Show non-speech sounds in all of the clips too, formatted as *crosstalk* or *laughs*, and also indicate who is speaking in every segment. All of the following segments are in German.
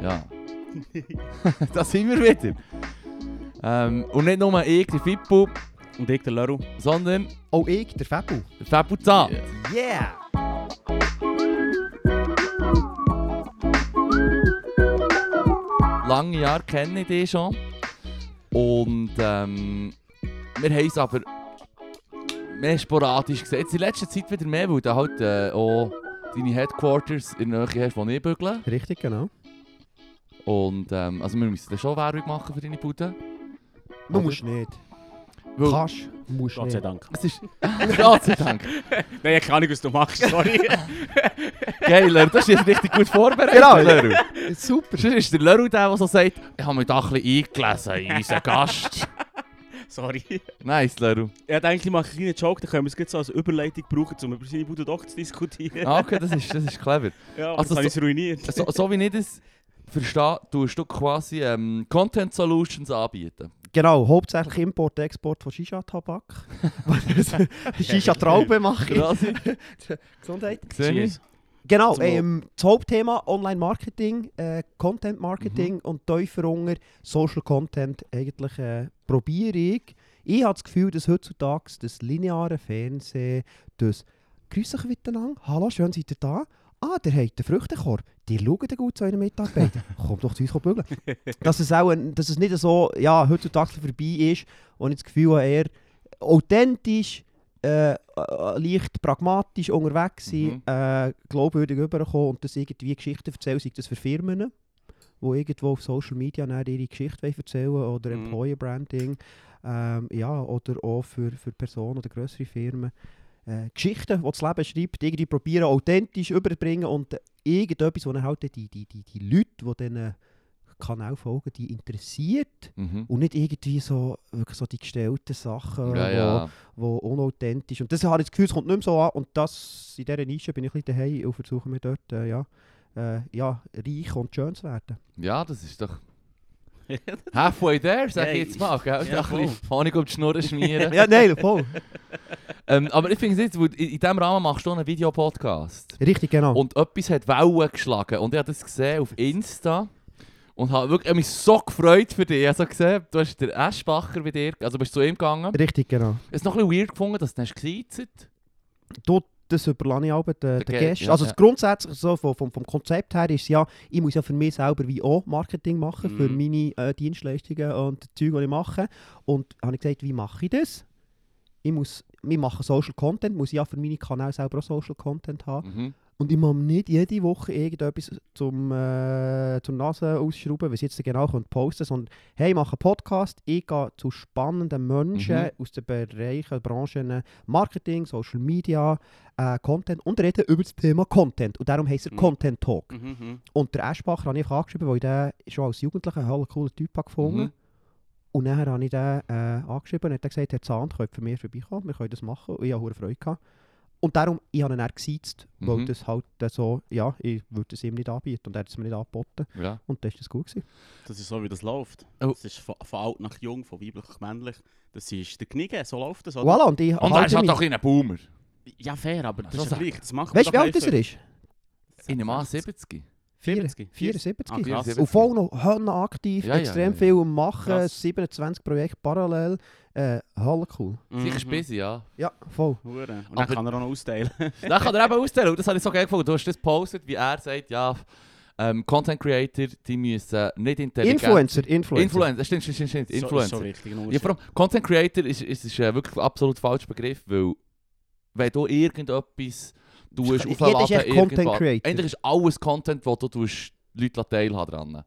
Speaker 1: Ja. *laughs* da sind wir wieder. Ähm, und nicht nur ich, der Fippo,
Speaker 2: Und ich, der Laru.
Speaker 1: sondern
Speaker 3: Auch ich, der Fabio.
Speaker 1: der Fippo Zahn.
Speaker 3: Yeah!
Speaker 1: Lange Jahre kenne ich dich schon. Und ähm, wir haben es aber mehr sporadisch gesehen. Jetzt in letzter Zeit wieder mehr, weil du halt äh, auch deine Headquarters in der Nähe hast, wo ich bügle.
Speaker 3: Richtig, genau.
Speaker 1: Und ähm, also wir müssen dann schon Werbung machen für deine Bude.
Speaker 3: Du musst nicht.
Speaker 1: Weil-
Speaker 3: Kannst, musst
Speaker 2: Gott sei
Speaker 3: nicht.
Speaker 2: Dank.
Speaker 1: Es *laughs* ist... Gott sei Dank.
Speaker 2: Nein, ich kann nicht, was du machst, sorry. *laughs*
Speaker 1: Geil, Leru, das ist jetzt richtig gut vorbereitet,
Speaker 3: Genau.
Speaker 1: Leru.
Speaker 3: Super.
Speaker 1: Sonst ist der Leru der, der so sagt, ich habe mich da ein bisschen eingelesen in unseren Gast.
Speaker 2: sorry.
Speaker 1: *laughs* Nice, Leru.
Speaker 2: Ja, denke ich mache einen kleinen Joke, dann können wir es gleich so als Überleitung brauchen, um über seine Bude doch zu diskutieren.
Speaker 1: Ah, okay, das ist, das ist clever.
Speaker 2: *laughs* Ja, aber
Speaker 1: Also
Speaker 2: das habe ich ruiniert.
Speaker 1: So, so wie ich das verstehe, tust du quasi ähm, Content Solutions *laughs* anbieten.
Speaker 3: Genau, hauptsächlich Import, Export von
Speaker 2: *laughs*
Speaker 3: Shisha-Tabak. Shisha-Traube mache ich.
Speaker 1: Quasi.
Speaker 3: Gesundheit.
Speaker 1: Sehe ich?
Speaker 3: Genau,
Speaker 2: Genau. Zum
Speaker 3: ähm, das Hauptthema Online-Marketing, äh, Content-Marketing
Speaker 2: Mhm.
Speaker 3: und Teufelunger, Social-Content eigentlich äh, probiere ich. Ich habe das Gefühl, dass heutzutage das lineare Fernsehen, das «Grüß euch miteinander, hallo, schön seid ihr da?» «Ah, der hat den Früchtekorb, die schauen gut zu euren Mitarbeitern, kommt doch zu uns bügeln.» Dass es, auch, ein- dass es nicht so dus ja, heutzutage vorbei ist und ich das Gefühl habe, eher authentisch, äh, äh, leicht pragmatisch unterwegs sein, äh, glaubwürdig rüberkommen und das irgendwie Geschichten erzählen, sei das für Firmen, die irgendwo auf Social Media dann ihre Geschichte wollen erzählen oder
Speaker 2: Mhm.
Speaker 3: Employer Branding ähm, ja, oder auch für, für Personen oder größere Firmen. Äh, Geschichten, die das Leben schreibt, irgendwie probieren, authentisch überbringen und irgendetwas, wo dann halt die, die, die, die Leute, die diesen Kanal folgen, die interessiert
Speaker 1: Mhm.
Speaker 3: und nicht irgendwie so, wirklich so die gestellten Sachen,
Speaker 1: Ja,
Speaker 3: wo-
Speaker 1: ja.
Speaker 3: wo unauthentisch und das habe ich das Gefühl, es kommt nicht mehr so an und das in dieser Nische bin ich ein bisschen daheim und versuche mir dort äh, ja, äh, ja, reich und schön zu werden.
Speaker 1: Ja, das ist *laughs* doch... Halfway there, sag ich
Speaker 2: Hey.
Speaker 1: jetzt mal. Gell?
Speaker 2: Ja,
Speaker 1: Ja, ein bisschen Honig um die Schnurren *laughs* schmieren.
Speaker 3: ja, nein, voll.
Speaker 1: ähm, aber ich finde es jetzt, weil in in diesem Rahmen machst du auch einen Videopodcast.
Speaker 3: Richtig, genau.
Speaker 1: Und etwas hat Wellen geschlagen. Und ich habe das gesehen auf Insta. Und habe wirklich, ich hab mich so gefreut für dich. Ich habe so gesehen, du hast den Eschbacher bei dir, also bist zu ihm gegangen.
Speaker 3: Richtig, genau.
Speaker 1: Es ist noch ein bisschen weird gefunden, dass du ihn hast gesiezt hast.
Speaker 3: Du, das überlasse ich auch den, den
Speaker 1: Ge-
Speaker 3: Gästen.
Speaker 1: ja,
Speaker 3: also
Speaker 1: ja.
Speaker 3: das grundsätzlich so vom, vom, vom Konzept her ist ja, ich muss ja für mich selber wie auch Marketing machen, für
Speaker 1: Mm.
Speaker 2: Mhm.
Speaker 3: meine äh, Dienstleistungen und die Dinge, die ich mache. Und habe ich gesagt, wie dus? mache ich das? Ich muss, wir machen Social Content, muss ich ja für meine Kanäle selber auch Social Content haben.
Speaker 1: Mhm.
Speaker 3: Und ich muss nicht jede Woche irgendetwas zum, äh, zur Nase ausschrauben, was ich jetzt genau könnte posten sondern hey, ich mache einen Podcast, ich gehe zu spannenden Menschen
Speaker 1: Mhm.
Speaker 3: aus den Bereichen, Branchen Marketing, Social Media, äh, Content und rede über das Thema Content. Und darum heisst er
Speaker 2: Mhm.
Speaker 3: Content Talk.
Speaker 2: Mhm, mhm.
Speaker 3: Und der Eschbacher habe ich einfach angeschrieben, weil ich den schon als Jugendlicher einen hellen coolen Typ habe gefunden
Speaker 1: Mhm.
Speaker 3: Und dann habe ich den äh, angeschrieben und hat dann gesagt, Herr Zahn, könnt für mich vorbeikommen, wir können das machen. Und ich habe hohe Freude gehabt. Und darum, ich habe ihn dann gesiezt, weil
Speaker 1: Mhm.
Speaker 3: das halt äh, so, ja, ich würde es ihm nicht anbieten und er hat es mir nicht angeboten.
Speaker 1: Ja.
Speaker 3: Und das war das gut. Gewesen.
Speaker 2: Das ist so, wie das läuft.
Speaker 1: Oh.
Speaker 2: Das ist von, von alt nach jung, von weiblich nach männlich. Das ist der Knigge, so läuft das, oder?
Speaker 3: Voilà, und ich
Speaker 1: Und er ist halt doch ein kleiner Boomer.
Speaker 2: Ja, fair, aber das
Speaker 1: So
Speaker 2: ist ja
Speaker 1: sagt-
Speaker 2: gleich. Das macht man
Speaker 3: Weißt du,
Speaker 2: doch
Speaker 3: wie alt das
Speaker 2: einfach.
Speaker 3: er ist?
Speaker 1: In einem A70.
Speaker 2: 70.
Speaker 3: 74.
Speaker 2: Ah, krass.
Speaker 3: und voll noch Hörner aktiv,
Speaker 1: Ja, ja,
Speaker 3: extrem
Speaker 1: ja, ja.
Speaker 3: viel am Machen,
Speaker 2: Krass.
Speaker 3: 27 Projekte parallel. Äh, Halle cool.
Speaker 1: Mhm. Sicher
Speaker 2: Mhm.
Speaker 1: ist busy, ja.
Speaker 3: Ja, voll.
Speaker 2: Hure. Und dann
Speaker 1: Aber-
Speaker 2: kann er auch noch austeilen.
Speaker 1: Dann kann er eben austeilen. Und Das habe ich so geil gefunden. Du hast das gepostet, wie er sagt, ja, ähm, Content Creator, die müssen nicht intelligent...
Speaker 3: Influencer, Influencer.
Speaker 1: Influencer. Stimmt, stimmt, stimmt, stimmt. Influencer.
Speaker 2: *laughs* So, ist so richtig ein
Speaker 1: ja, vor allem, Content Creator ist, ist, ist äh, wirklich ein absolut falscher Begriff, weil wenn du irgendetwas tust,
Speaker 3: Jeder ist echt Content
Speaker 1: irgendwas-
Speaker 3: Creator.
Speaker 1: Eigentlich ist alles Content, wo du tust, Leute teilhaben dran.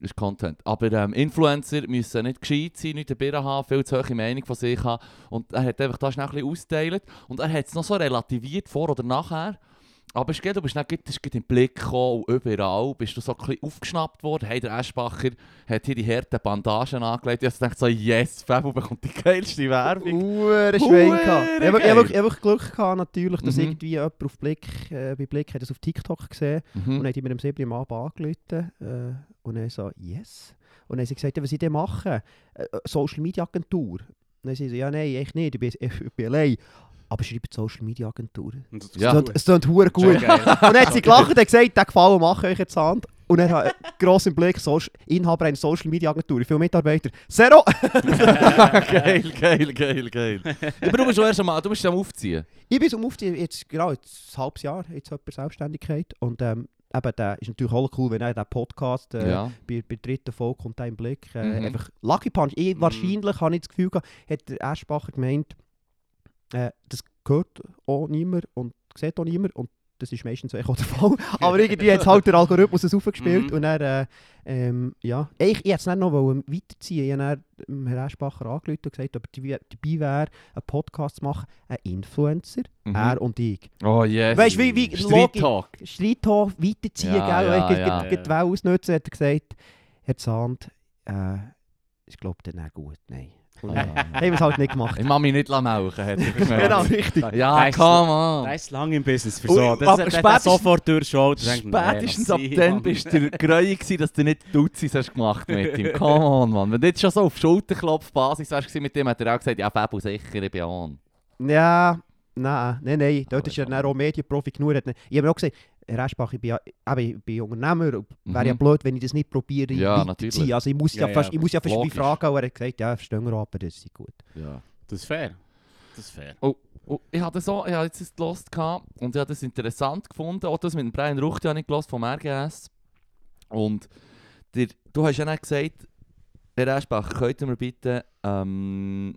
Speaker 1: ist Content. Aber ähm, Influencer müssen nicht gescheit sein, nicht der Birre haben, viel zu hohe Meinung von sich haben. Und er hat einfach das schnell ein bisschen ausgeteilt. Und er hat es noch so relativiert, vor oder nachher. Aber es geht, du bist nicht gerade- das ist gerade im Blick gekommen und überall bist du so ein bisschen aufgeschnappt worden. Hey, der Eschbacher hat hier die harten Bandagen angelegt. Ich habe gedacht so, yes, Fabio bekommt die geilste Werbung.
Speaker 3: *laughs* Uhr Schwein gehabt. Ich habe
Speaker 1: Huere
Speaker 3: wirklich, wirklich Glück gehabt, natürlich, dass
Speaker 1: eh, Mhm.
Speaker 3: irgendwie jemand auf Blick, äh, bei Blick hat das auf TikTok gesehen und
Speaker 1: Mhm.
Speaker 3: hat ihn mit dem 7. am Abend angerufen äh, und er so, yes. Und dann haben sie gesagt, ja, was ich denn mache? Äh, äh, Social Media Agentur. Und dann haben sie so, ja nein, echt nicht, ich bin, ich bin allein. Aber schreibt Social Media Agentur.
Speaker 2: Und das-
Speaker 1: Ja. *laughs*
Speaker 3: Es klingt- Es klingt hure gut.
Speaker 2: Schon
Speaker 3: Und
Speaker 2: geil.
Speaker 3: dann hat sie gelacht und hat gesagt, den Gefallen mache ich jetzt Hand. Und er hat *laughs* gross im Blick, Soci- Inhaber einer Social Media Agentur, wie viele Mitarbeiter? Zero!
Speaker 1: geil, geil, geil,
Speaker 2: *laughs*
Speaker 1: geil. Aber du bist schon erst einmal, du bist am Aufziehen.
Speaker 3: Ich bin um aufziehen, jetzt genau jetzt ein halbes Jahr, jetzt etwa Selbstständigkeit. Und ähm, eben, der ist natürlich auch cool, wenn er den Podcast äh,
Speaker 1: Ja.
Speaker 3: bei, bei der dritten Folge kommt er im Blick. Äh,
Speaker 1: Mhm.
Speaker 3: Einfach Lucky Punch. Ich,
Speaker 2: Mhm.
Speaker 3: Wahrscheinlich habe ich das Gefühl gehabt, hat der Aschbacher gemeint, äh, das gehört auch niemand und sieht auch niemand. Und das ist meistens echt auch der Fall. Aber irgendwie hat halt der Algorithmus es aufgespielt.
Speaker 2: Mhm.
Speaker 3: Und dann, äh, ähm, ja. Ich, ich hätte es dann noch wollen weiterziehen. Ich habe dann ähm, Herrn Aschbacher angerufen und gesagt, ob er dabei wäre, einen Podcast zu machen, ein Influencer.
Speaker 1: Mhm.
Speaker 3: Er und ich.
Speaker 1: Oh yes.
Speaker 3: Weißt du, wie, wie
Speaker 1: Street Talk.
Speaker 3: Streithof weiterziehen,
Speaker 1: Ja,
Speaker 3: gell?
Speaker 1: ja,
Speaker 3: Ja,
Speaker 1: ja.
Speaker 3: ja, Die Welle ausnutzen, hat er gesagt. Herr Zahnd, äh, ich glaube, dann auch gut, nein. Und dann haben wir es halt
Speaker 1: *laughs*
Speaker 3: nicht gemacht.
Speaker 1: Ich kann mich nicht melken, hat
Speaker 3: *laughs*
Speaker 1: er gesagt.
Speaker 3: genau, richtig.
Speaker 1: Ja,
Speaker 2: Weißt du-
Speaker 1: come on.
Speaker 2: Der ist lange im Business für
Speaker 1: Ui,
Speaker 2: so. Das
Speaker 1: aber
Speaker 2: hat er
Speaker 1: spätestens-
Speaker 2: sofort durchschaut. und denkt, nein,
Speaker 1: Spätestens
Speaker 2: lass
Speaker 1: ab
Speaker 2: sein,
Speaker 1: dann
Speaker 2: Mann.
Speaker 1: bist du greu gewesen, dass du nicht Duzis hast gemacht mit ihm. Come on, Mann. Wenn du jetzt schon so auf Schulterklopfbasis wärst gewesen mit dem, hat er auch gesagt, ja, Fabio, sicher, ich bin on.
Speaker 3: Ja, nein, nein, nein. Dort
Speaker 1: Aber
Speaker 3: ist ja
Speaker 1: komm.
Speaker 3: dann auch Medienprofi genug. Hat nicht- Ich habe mir auch gesagt, Herr Eschbach, ich bin, ja, eben, ich bin Unternehmer. und Wäre ja
Speaker 1: Mhm.
Speaker 3: blöd, wenn ich das nicht probiere,
Speaker 1: Ja,
Speaker 3: weiterzuziehen.
Speaker 1: natürlich.
Speaker 3: Also ich muss ja,
Speaker 2: Ja,
Speaker 3: fast,
Speaker 2: ja,
Speaker 3: ich muss ja fast
Speaker 1: logisch.
Speaker 3: fragen. Und er hat gesagt, ja, verstehen wir aber das ist gut.
Speaker 1: Ja.
Speaker 2: Das ist fair. Das ist fair.
Speaker 1: Und Oh, ich hatte so, ich habe jetzt das gelost und ich habe das interessant gefunden. Auch das mit dem Brian Ruchti habe ich gelost vom RGS. Und dir, du hast ja dann gesagt, Herr Eschbach, könnt ihr mir bitte ähm,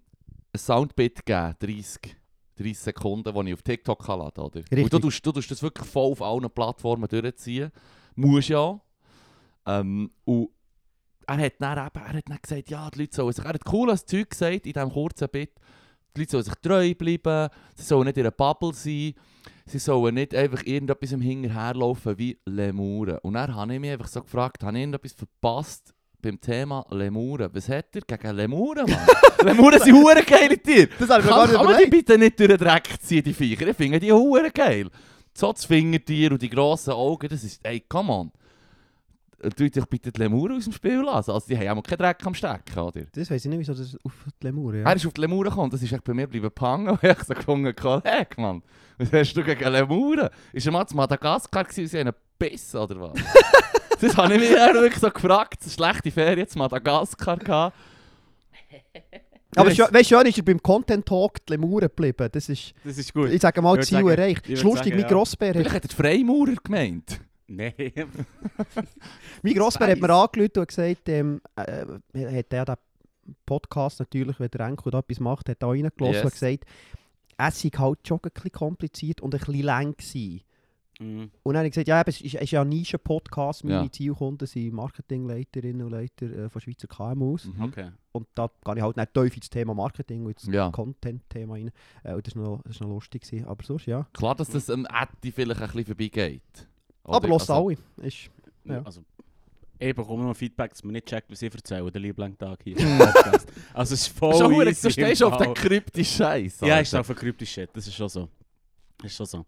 Speaker 1: ein Soundbit geben, 30, 30 Sekunden, die ich auf TikTok kann laden kann, oder?
Speaker 3: Richtig.
Speaker 1: Und du tust, du tust das wirklich voll auf allen Plattformen durchziehen. Muss ja. Ähm, und er hat, dann eben, er hat dann gesagt, ja, die Leute sollen sich... Er hat cooles Zeug gesagt in diesem kurzen Bit. Die Leute sollen sich treu bleiben, sie sollen nicht in einer Bubble sein, sie sollen nicht einfach irgendetwas im Hinterherlaufen wie Lemuren. Und dann habe ich mich einfach so gefragt, habe ich irgendetwas verpasst beim Thema Lemuren? Was hat er gegen Lemuren, *laughs* Mann? Lemuren sind hure geile Tiere!
Speaker 3: Das habe
Speaker 1: Kann, kann man die bitte nicht durch den Dreck ziehen, die Viecher? Ich finde die hure geil. So das Fingertier und die grossen Augen, das ist... Ey, come on. Tu dich bitte die Lemuren aus dem Spiel lassen. Also die haben ja mal keinen Dreck am Stecken, oder?
Speaker 3: Das weiß ich nicht, wieso das auf die Lemuren.
Speaker 1: Er
Speaker 3: Ja.
Speaker 1: ist auf die Lemuren gekommen, das ist echt bei mir bleiben pangen *laughs* und ich hab so gefunden, Kollege, Mann, was hast du gegen Lemuren? Ist er mal zu Madagaskar gewesen und sie haben ihn gebissen, oder
Speaker 3: *laughs*
Speaker 1: was? das habe ich mich dann wirklich so gefragt, schlechte Ferien zu Madagaskar gehabt.
Speaker 3: *laughs* Aber
Speaker 1: Yes.
Speaker 3: schön, weißt, schön ist er beim Content Talk die Lemuren geblieben. Das ist...
Speaker 2: Das ist gut.
Speaker 3: Ich sage mal,
Speaker 2: Ich würd
Speaker 3: Ziel
Speaker 2: sagen-
Speaker 3: erreicht.
Speaker 2: ich würd
Speaker 3: Ist lustig,
Speaker 2: sagen,
Speaker 3: mein
Speaker 2: ja.
Speaker 3: Grossbär hat,
Speaker 1: Vielleicht hat er die Freimaurer gemeint.
Speaker 2: *laughs* Nein.
Speaker 3: mein
Speaker 2: *laughs*
Speaker 3: Grossbär hat mir
Speaker 2: weiss.
Speaker 3: angelüht und gesagt, ähm, äh, hat er den Podcast natürlich, wenn der Enkel da etwas macht, hat er auch reingelassen
Speaker 1: Yes.
Speaker 3: und gesagt, es sei halt schon ein bisschen kompliziert und ein bisschen lang gewesen.
Speaker 2: Mhm.
Speaker 3: Und dann habe ich gesagt, ja, eben, es ist, ist ja ein Nischen-Podcast. Meine
Speaker 1: Ja.
Speaker 3: Zielkunden sind Marketingleiterinnen und Leiter äh, von Schweizer KMUs.
Speaker 2: Okay.
Speaker 3: Und da gehe ich halt nicht tief ins Thema Marketing und ins
Speaker 1: Mhm. Ja.
Speaker 3: Content-Thema rein. Äh, und das war noch, das ist noch lustig. Gewesen. Aber sonst, ja.
Speaker 1: Klar, dass das am Ätti vielleicht ein bisschen vorbeigeht. also
Speaker 3: Aber
Speaker 1: *laughs*
Speaker 3: los
Speaker 1: auch.
Speaker 3: alle. Ist, Ja.
Speaker 2: Also, ich bekomme noch Feedback, dass man nicht checkt, was ich erzähle, den lieben Tag
Speaker 1: *laughs*
Speaker 2: hier. im Podcast. also, es ist voll
Speaker 1: Also, du
Speaker 2: easy
Speaker 1: stehst
Speaker 2: im
Speaker 1: auf den
Speaker 2: Fall.
Speaker 1: kryptischen Scheiß.
Speaker 2: Ja, ist auch verkryptisch Shit, das ist schon so. Das ist schon so.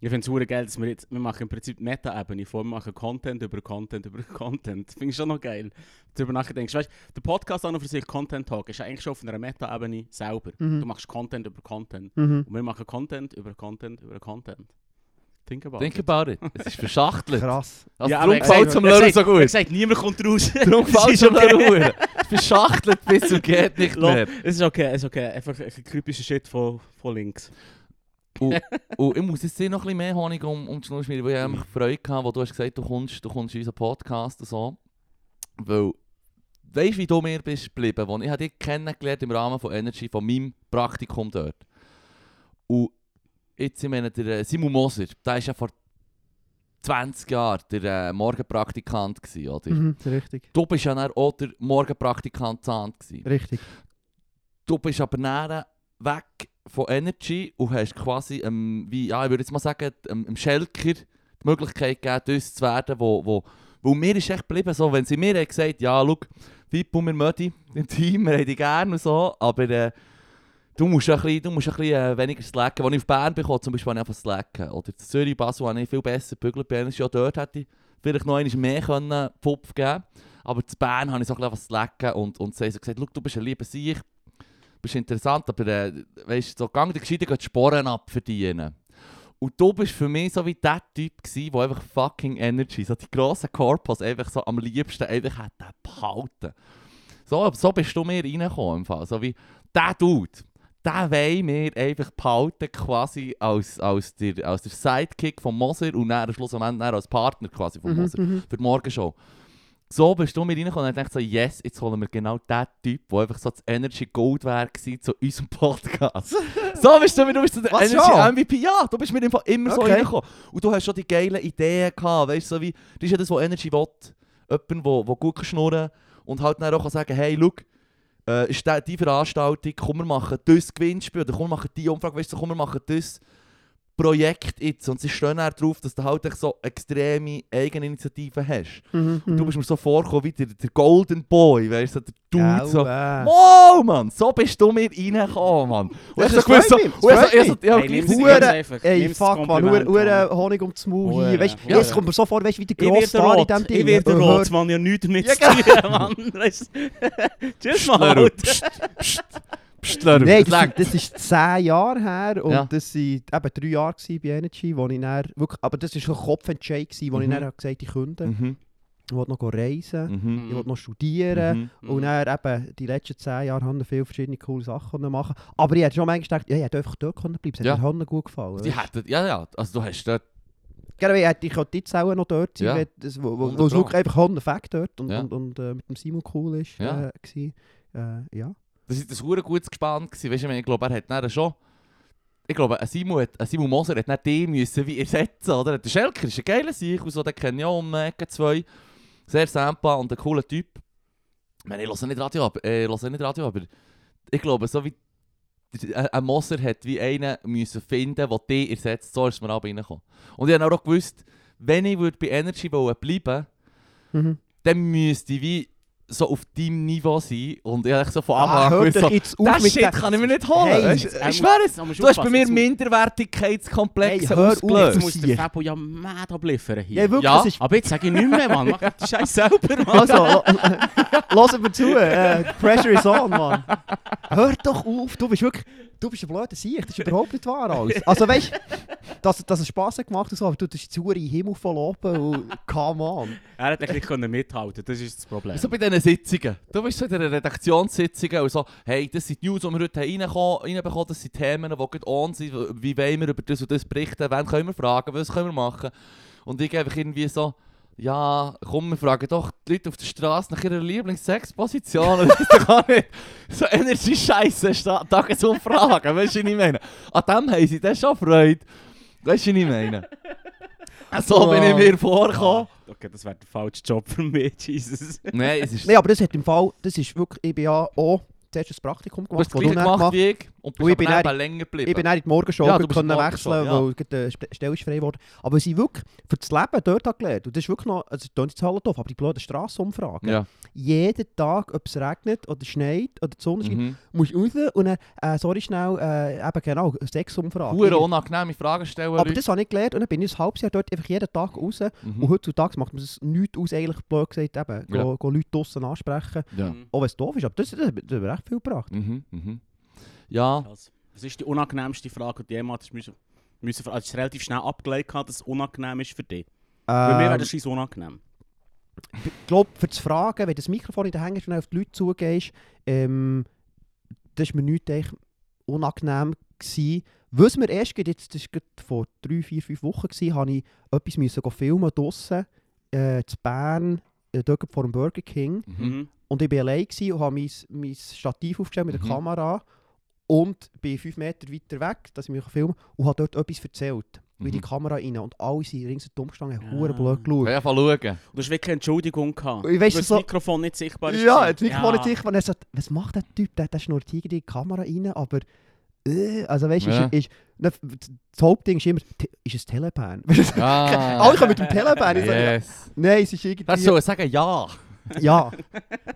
Speaker 2: Ich finde es hure geil, dass wir jetzt, wir machen im Prinzip die Meta-Ebene vor, wir machen Content über Content über *laughs* Content. Finde ich schon noch geil, wenn du darüber nachdenkst. Weißt du, der Podcast an und für sich, Content Talk, ist ja eigentlich schon auf einer Meta-Ebene selber.
Speaker 3: Mhm.
Speaker 2: Du machst Content über Content.
Speaker 3: Mhm.
Speaker 2: Und wir machen Content über Content über Content. Think about
Speaker 1: Think
Speaker 2: it.
Speaker 1: about it. Es ist verschachtelt.
Speaker 3: Krass.
Speaker 1: Also,
Speaker 2: Ja, aber
Speaker 1: darum
Speaker 2: er
Speaker 1: gefällt
Speaker 2: sagt-
Speaker 1: es am
Speaker 2: er
Speaker 1: Lörer
Speaker 2: sagt-
Speaker 1: so
Speaker 2: Ich
Speaker 1: gut.
Speaker 2: sag, niemand kommt raus. *laughs*
Speaker 1: Darum
Speaker 2: Das
Speaker 1: gefällt
Speaker 2: ist
Speaker 1: es am
Speaker 2: okay.
Speaker 1: Lörer. Es ist verschachtelt bis zum geht nicht
Speaker 2: Lo-
Speaker 1: mehr.
Speaker 2: Es ist okay, es ist okay. Einfach ein kryptischer Shit von, von links.
Speaker 1: Und Oh, ich muss jetzt dir noch ein bisschen mehr Honig um, um die Schnur schmieren, weil ich mich Freude hatte, wo du hast gesagt, du kommst, du kommst in unseren Podcast und so. Weil, weißt du, wie du mir bist geblieben? Wo ich habe dich kennengelernt im Rahmen von Energy, von meinem Praktikum dort. Und jetzt, ich meine, der äh, Simon Moser, der war ja vor 20 Jahren der äh, Morgenpraktikant, gewesen, oder?
Speaker 3: Mhm. Richtig.
Speaker 1: Du bist ja dann auch der Morgenpraktikant Zahn. gewesen.
Speaker 3: Richtig.
Speaker 1: du bist aber näher weg von Energy und hast quasi, ähm, wie, ja, ich würde jetzt mal sagen, ähm, dem dem Schelker die Möglichkeit gegeben, das zu werden, wo, wo, wo mir ist echt geblieben, so, wenn sie mir haben gesagt ja, schau, Fippo, wir mögen dich im Team, wir haben dich gerne und so, aber äh, du musst ein bisschen, du musst ein bisschen äh, weniger slacken. Als ich auf Bern bekomme, zum Beispiel, habe ich einfach slacken. Oder in Zürich, Basel, habe ich viel besser gebügelt bei Energy, auch dort hätte ich vielleicht noch einmal mehr können Pupf geben aber zu Bern habe ich so ein bisschen einfach slacken und, und sie haben so gesagt, schau, du bist ein lieber Sieg, bist interessant, aber äh, weißt, so gang die Gescheiten geht Sporen abverdienen. Und du bist für mich so wie der Typ gewesen, der einfach fucking Energy, so die grossen Corpus einfach so am liebsten einfach hätte behalten. So, so bist du mir reingekommen im Fall. So wie, der Dude, der will mir einfach behalten quasi als, als, der, als der Sidekick von Moser und dann am Schluss am Ende dann als Partner quasi
Speaker 3: Mhm,
Speaker 1: von Moser für die Morgenshow. So bist du mir reingekommen und ich dachte so, yes, jetzt holen wir genau den Typ, der einfach so das Energy Gold wäre gewesen zu unserem
Speaker 3: *laughs*
Speaker 1: Podcast. so bist du mir, du bist so der
Speaker 3: Was
Speaker 1: Energy
Speaker 3: schon?
Speaker 1: MVP, ja, du bist mir im Fall immer so
Speaker 3: Okay.
Speaker 1: reingekommen. Und du hast schon die geilen Ideen gehabt, weißt du, so wie, das ist ja das, was Energy will. Jemand, der, der gut kann schnurren und halt dann auch kann sagen, hey, schau, äh, ist der, die Veranstaltung, komm, wir machen das Gewinnspiel, oder komm, wir machen die Umfrage, weißt du, komm, wir machen das Projekt jetzt. Und sie stehen dann darauf, dass du halt echt so extreme Eigeninitiativen hast.
Speaker 3: Mhm.
Speaker 1: Und du bist mir so vorgekommen wie der, der Golden Boy, weißt du, der Dude, so...
Speaker 3: eh. äh.
Speaker 1: Wow, Mann, so bist du mir reingekommen, Mann. Und
Speaker 3: Das
Speaker 1: ich so
Speaker 3: ist-
Speaker 1: gewusst, so,
Speaker 3: freut mich,
Speaker 1: und ich so-
Speaker 3: freut
Speaker 1: ich so-
Speaker 3: mich.
Speaker 1: ja,
Speaker 2: Hey, nimm's-
Speaker 1: gleich-
Speaker 2: nimm's
Speaker 3: Hure-
Speaker 2: einfach,
Speaker 3: Ey,
Speaker 2: nimm's
Speaker 3: fuck, man,
Speaker 2: Kompliment,
Speaker 3: nur,
Speaker 2: Mann.
Speaker 3: nur Honig ums Maul
Speaker 2: Hure,
Speaker 3: hier. Weißt,
Speaker 2: hure.
Speaker 3: Jetzt kommt mir so vor, weißt, wie der
Speaker 2: Ich
Speaker 3: grosse
Speaker 2: werde
Speaker 3: Star in diesem
Speaker 2: rot,
Speaker 3: Team.
Speaker 2: ich werde
Speaker 3: Ja,
Speaker 2: rot, man, ja nichts mit
Speaker 3: Ja,
Speaker 2: zu *laughs* tun, Mann. *laughs* Weißt du? Tschüss, Mann.
Speaker 1: Leru, pst, pst, pst, Leru, das
Speaker 3: Nein, das,
Speaker 1: langt.
Speaker 3: ist- das ist zehn Jahre her und
Speaker 1: Ja.
Speaker 3: das waren eben drei Jahre gewesen bei Energy, wo ich dann, wirklich, aber das war so ein Kopfentscheid, gewesen, wo
Speaker 1: Mhm.
Speaker 3: ich dann gesagt habe, ich könnte.
Speaker 1: Mhm,
Speaker 3: Ich wollte noch reisen,
Speaker 1: mhm,
Speaker 3: ich wollte noch studieren.
Speaker 1: mhm.
Speaker 3: Und dann eben, die letzten zehn Jahre haben wir viele verschiedene coole Sachen können machen Aber ich hätte schon manchmal gedacht, ja, ich hätte einfach dort können bleiben können.
Speaker 1: Ja.
Speaker 3: Es hat mir Hannah gut gefallen.
Speaker 1: Die
Speaker 3: weißt du?
Speaker 1: hätten, ja, ja, also du hast dort...
Speaker 3: Genau, ich, hätte, ich könnte jetzt auch noch dort sein,
Speaker 1: Ja.
Speaker 3: weil das- wo, wo, wo es
Speaker 1: Wunderbar.
Speaker 3: wirklich einfach Hannah Fact dort und,
Speaker 1: Ja.
Speaker 3: und, und äh, mit dem Simon cool ist.
Speaker 1: Ja.
Speaker 3: Äh, gsi. äh, ja.
Speaker 1: Das war ein verdammt gutes Gespann. gewesen. Weißt du, ich, meine, ich glaube, er hat dann schon. Ich glaube, ein Simon, hat, ein Simon Moser hat nicht den müssen wie ersetzen, oder? Der Schelker ist ein geiler Sieg, und so, den kenne ich auch um die Ecke zwei. Sehr sampa und ein cooler Typ. Ich meine, ich höre nicht Radio, aber, äh, ich höre nicht Radio, aber ich glaube, so wie ein- ein Moser hat wie einen müssen finden, der den ersetzt, so ist es mir aber reingekommen. Und ich habe auch gewusst, wenn ich würde bei Energy wollen bleiben wollte,
Speaker 3: Mhm.
Speaker 1: dann müsste ich wie so auf deinem Niveau sein. Und ich habe echt so von
Speaker 3: Ah,
Speaker 1: Anfang an
Speaker 3: hört
Speaker 1: gewusst, so,
Speaker 3: doch jetzt auf
Speaker 1: das
Speaker 3: mit
Speaker 1: Shit
Speaker 3: der-
Speaker 1: kann ich mir nicht holen.
Speaker 3: Hey, äh,
Speaker 1: Weisst du,
Speaker 2: er
Speaker 1: ich
Speaker 2: muss-
Speaker 1: schwöre es.
Speaker 2: Da musst
Speaker 1: Du hast bei
Speaker 2: aufpassen,
Speaker 1: mir
Speaker 2: jetzt muss-
Speaker 1: Minderwertigkeitskomplexe
Speaker 3: Hey, hör auf,
Speaker 1: ausgelöst.
Speaker 2: Jetzt muss der
Speaker 3: Hier.
Speaker 2: Fabio ja mad abliefern hier. Ah,
Speaker 3: Ja, wirklich,
Speaker 1: Ja.
Speaker 3: es ist
Speaker 2: Aber jetzt sage ich nicht mehr, Mann. Mach den Scheiß *laughs* selber, Mann.
Speaker 3: Also, *laughs* lass mir zu. Äh, pressure is on, Mann. Hör doch auf, du bist wirklich. Du bist ein blöder Sieg, das ist überhaupt nicht wahr alles. Also weißt du, dass, dass es Spass hat gemacht und so, aber du bist zu in den Himmel verloben und come on.
Speaker 2: Er hätte eigentlich nicht mithalten können, das ist das Problem.
Speaker 1: So bei diesen Sitzungen. Du bist so in den Redaktionssitzungen und so, hey, das sind die News, die wir heute reinbekommen haben, das sind Themen, die gerade on sind, wie wollen wir über das und das berichten, wen können wir fragen, was können wir machen. Und ich einfach irgendwie so, ja, komm, wir fragen doch die Leute auf der Straße nach ihrer Lieblingssexposition. *laughs* Und Das ist doch gar nicht so Energy-Scheiße, statt Tagesumfragen, weißt du, was ich meine? An dem haben sie dann schon Freude. Weißt du, was ich *laughs* meine? So bin ich mir vorgekommen.
Speaker 2: Okay, das wäre der falsche Job für mich, Jesus.
Speaker 1: Nein, es ist...
Speaker 3: Nee, aber das hat im Fall, das ist wirklich, ich bin ja auch zuerst ein Praktikum
Speaker 1: Du hast
Speaker 3: gemacht,
Speaker 1: das gleiche
Speaker 3: dann
Speaker 1: gemacht wie ich und bist
Speaker 3: ich
Speaker 1: aber
Speaker 3: bin
Speaker 1: dann
Speaker 3: dann-
Speaker 1: länger geblieben.
Speaker 3: Ich bin dann in die Morgenshow
Speaker 1: Ja,
Speaker 3: ja,
Speaker 1: du bist in
Speaker 3: können
Speaker 1: die
Speaker 3: wechseln,
Speaker 1: Morgenshow, ja.
Speaker 3: weil die St- Stelle ist frei geworden. Aber sie wirklich für das Leben dort hat gelernt. Und das ist wirklich noch, also das klingt jetzt halt doof, aber die blöden Strassenumfragen.
Speaker 1: ja.
Speaker 3: Jeden Tag, ob es regnet oder schneit oder die Sonne scheint,
Speaker 1: Mhm.
Speaker 3: musst du raus und dann, äh, sorry, schnell, äh, eben genau, Sexumfrage.
Speaker 1: Hure unangenehme Fragen stellen.
Speaker 3: aber
Speaker 1: Leute.
Speaker 3: das habe ich gelernt und dann bin ich ein halbes Jahr dort einfach jeden Tag raus. Und
Speaker 1: Mhm.
Speaker 3: heutzutage macht man es nichts aus, eigentlich blöd gesagt, eben, go, go Leute draussen ansprechen.
Speaker 1: Ja.
Speaker 2: Mm.
Speaker 3: Auch wenn es doof ist, aber das, das, das hat mir recht viel gebracht.
Speaker 1: Mhm. Mhm. ja.
Speaker 2: Krass. Das ist die unangenehmste Frage, die jemand hast müssen. Müssen, also es ist relativ schnell abgeleitet, gehabt, dass es unangenehm ist für dich. Bei mir wäre
Speaker 3: Ähm,
Speaker 2: das scheiß unangenehm.
Speaker 3: Ich glaube, für das Fragen, wenn das Mikrofon in den Händen ist und dann auf die Leute zugehst, ähm, das war mir nichts echt unangenehm. Gewesen. Was mir erst gerade jetzt, das war gerade vor drei, vier, fünf Wochen, gewesen, habe ich etwas müssen go filmen draussen, äh, in Bern, äh, dort gerade vor dem Burger King.
Speaker 1: Mhm.
Speaker 2: Mhm.
Speaker 3: Und ich war allein gewesen und habe mein, mein Stativ aufgestellt mit der
Speaker 1: Mhm.
Speaker 3: Kamera und bin fünf Meter weiter weg, dass ich mich filmen kann, und habe dort etwas erzählt. Mhm.
Speaker 1: Mhm.
Speaker 3: In die Kamera rein. Und alle sind ringsherum gestanden, haben
Speaker 2: Ah.
Speaker 3: verdammt blöd geschaut.
Speaker 1: Ich kann schauen.
Speaker 2: Und du hast wirklich eine Entschuldigung gehabt.
Speaker 3: Ich weiss
Speaker 2: weil das
Speaker 3: so-
Speaker 2: Mikrofon nicht sichtbar ist.
Speaker 3: Ja,
Speaker 2: gewesen.
Speaker 3: jetzt nicht vorne sich, wenn er sagt, was macht der Typ? Der, der schnurrt irgendwie in die Kamera rein, aber. Äh, also weißt du,
Speaker 1: Ja.
Speaker 3: ist, ist, ne, das Hauptding ist immer, te- ist es Telepan? *laughs* Alle
Speaker 1: *laughs* Ah.
Speaker 3: kommen mit dem Telepan. Ich sage,
Speaker 1: yes.
Speaker 3: Nein, es ist irgendwie.
Speaker 1: Das soll ich sagen, ja.
Speaker 3: ja.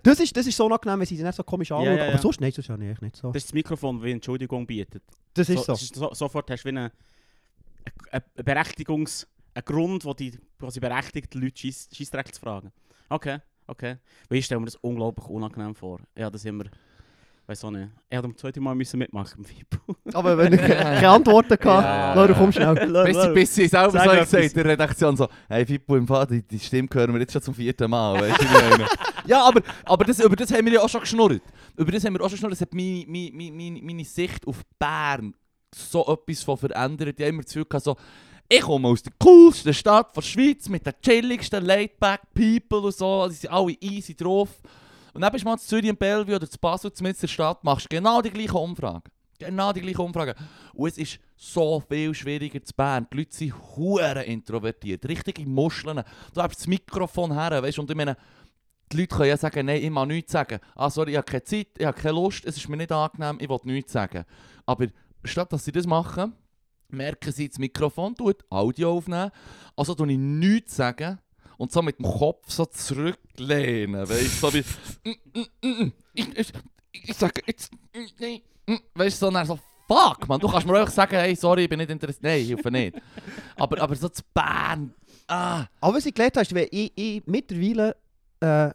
Speaker 3: Das ist, das ist so unangenehm, wenn sie sich nicht so komisch
Speaker 2: Ja,
Speaker 3: anschauen.
Speaker 2: ja,
Speaker 3: aber
Speaker 2: ja.
Speaker 3: sonst, nein, sonst habe ich echt nicht so.
Speaker 2: Das ist das Mikrofon, das Entschuldigung bietet.
Speaker 3: Das ist
Speaker 2: So-
Speaker 3: so.
Speaker 2: das ist so- Sofort hast du wie eine, eine eine Berechtigungs... einen Grund, wo die quasi berechtigt, die Leute Scheiss- Scheissdreck zu fragen. Okay, okay. Weil ich stelle mir das unglaublich unangenehm vor. Ja, das immer... Weiß auch nicht. Er hat am zweiten Mal müssen mitmachen
Speaker 3: *laughs*
Speaker 2: im Vipo.
Speaker 3: Aber wenn ich keine Antworten hatte,
Speaker 1: Ja.
Speaker 3: Laura, komm schnell.
Speaker 1: Besser, bis ich selber
Speaker 2: Sag
Speaker 1: so
Speaker 2: etwas.
Speaker 1: gesagt in der Redaktion so, hey Fippo im Fall, die, die Stimme hören wir jetzt schon zum vierten Mal, weißt du, wie ich meine? *laughs* Ja, aber, aber das, über das haben wir ja auch schon geschnurrt. Über das haben wir auch schon geschnurrt, das hat meine, meine, meine- meine, meine Sicht auf Bern so etwas von verändert. Ich habe immer das Gefühl gehabt, so, ich komme aus der coolsten Stadt der Schweiz mit den chilligsten laidback People und so, die sind alle easy drauf. Und dann bist du mal zu Zürich in Bellevue oder zu Basel, zumindest in der Stadt, machst genau die gleiche Umfrage. Genau die gleiche Umfrage. Und es ist so viel schwieriger zu Bern. Die Leute sind hure introvertiert, richtige Muscheln. Du hast das Mikrofon her, weißt du, und ich meine, die Leute können ja sagen, nein, ich mag nichts sagen. Ah, sorry, ich habe keine Zeit, ich habe keine Lust, es ist mir nicht angenehm, ich will nichts sagen. Aber statt dass sie das machen, merken sie, das Mikrofon tut Audio aufnehmen, also tue ich nichts sagen und so mit dem Kopf so zurücklehnen, weißt du, so wie, mm, mm, mm, mm, ich, ich, ich sage jetzt, mm, nein, mm, weißt du, so, dann so, fuck, man, du kannst mir einfach sagen, hey, sorry, ich bin nicht interessiert, nein, ich helfe nicht. Aber, aber so zu Bern, ah,
Speaker 3: Aber was ich gelernt habe, ist, wenn ich, ich mittlerweile äh,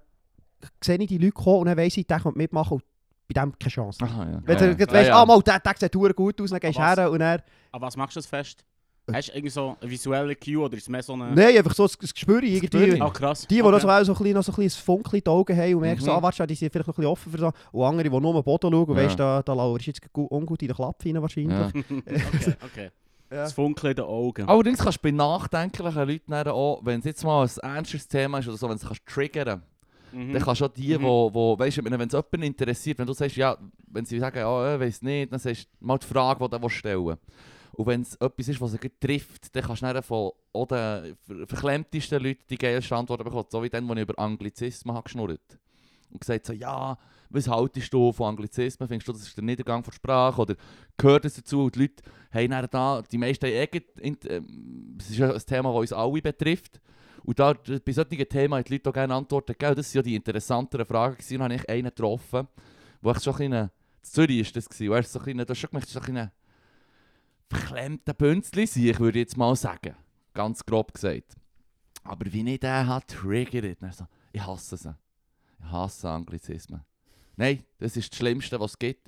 Speaker 3: sehe ich die Leute kommen und dann weiss ich, der kommt mitmachen und bei dem keine Chance.
Speaker 1: aha, ja.
Speaker 3: Wenn
Speaker 1: ja,
Speaker 3: du
Speaker 1: ja.
Speaker 3: weißt,
Speaker 1: Ja, ja.
Speaker 3: ah, mal, der, der sieht verdammt gut aus, dann gehst du
Speaker 2: Aber was-
Speaker 3: her und er.
Speaker 2: Aber was machst du das fest?
Speaker 3: Äh.
Speaker 2: Hast du irgendwie so eine visuelle Cue oder ist es mehr so eine...
Speaker 3: Nein, einfach so ein ein Gespür irgendwie.
Speaker 1: Gespür.
Speaker 2: Ah, krass.
Speaker 3: Die, die
Speaker 2: Okay.
Speaker 3: noch so, auch so ein bisschen, noch so ein bisschen ein Funkel in die Augen haben und merkst,
Speaker 1: Oh, Mhm.
Speaker 3: so, ah, warte, die sind vielleicht noch ein bisschen offen für so. Und andere, die nur am Boden schauen, und
Speaker 1: Ja.
Speaker 3: weisst, da, da lauerst du jetzt gu- ungut in den Klappe rein wahrscheinlich.
Speaker 1: Ja.
Speaker 3: *laughs*
Speaker 2: okay, okay.
Speaker 3: Ja.
Speaker 2: Das Funkeln in den Augen.
Speaker 1: Allerdings kannst du bei nachdenklichen Leuten dann auch, wenn es jetzt mal ein ernstes Thema ist oder so, wenn du es kannst triggern
Speaker 2: Mhm.
Speaker 1: dann kannst du auch die,
Speaker 2: Mhm.
Speaker 1: wo, wo weißt du, wenn es jemanden interessiert, wenn du sagst, ja, wenn sie sagen, ah, ja, ich weiß nicht, dann sagst du mal die Frage, die du willst stellen willst. Und wenn es etwas ist, was sie gerade trifft, dann kannst du dann von auch den ver- verklemmtesten Leuten die geilsten Antworten bekommen. So wie dann, wo ich über Anglizismen habe geschnurrt Und gesagt so, ja, was haltest du von Anglizismen? Findest du, das ist der Niedergang von Sprache? Oder gehört es dazu? Und die Leute haben dann da, die meisten haben eh gerade in- ähm, es ist ja ein Thema, das uns alle betrifft. Und da, bei solchen Themen haben die Leute auch gerne Antworten gegeben. Das waren ja die interessanteren Fragen. gewesen. Und dann habe ich einen getroffen, wo ich schon ein bisschen... In Zürich war das. Gewesen, wo er so ein bisschen, du hast schon gemerkt, es war so ein bisschen verklemmter Bünzli sein, ich würde jetzt mal sagen. Ganz grob gesagt. Aber wie ich den hat triggert, dann so, ich hasse sie. Ich hasse Anglizismen. Nein, das ist das Schlimmste, was es gibt.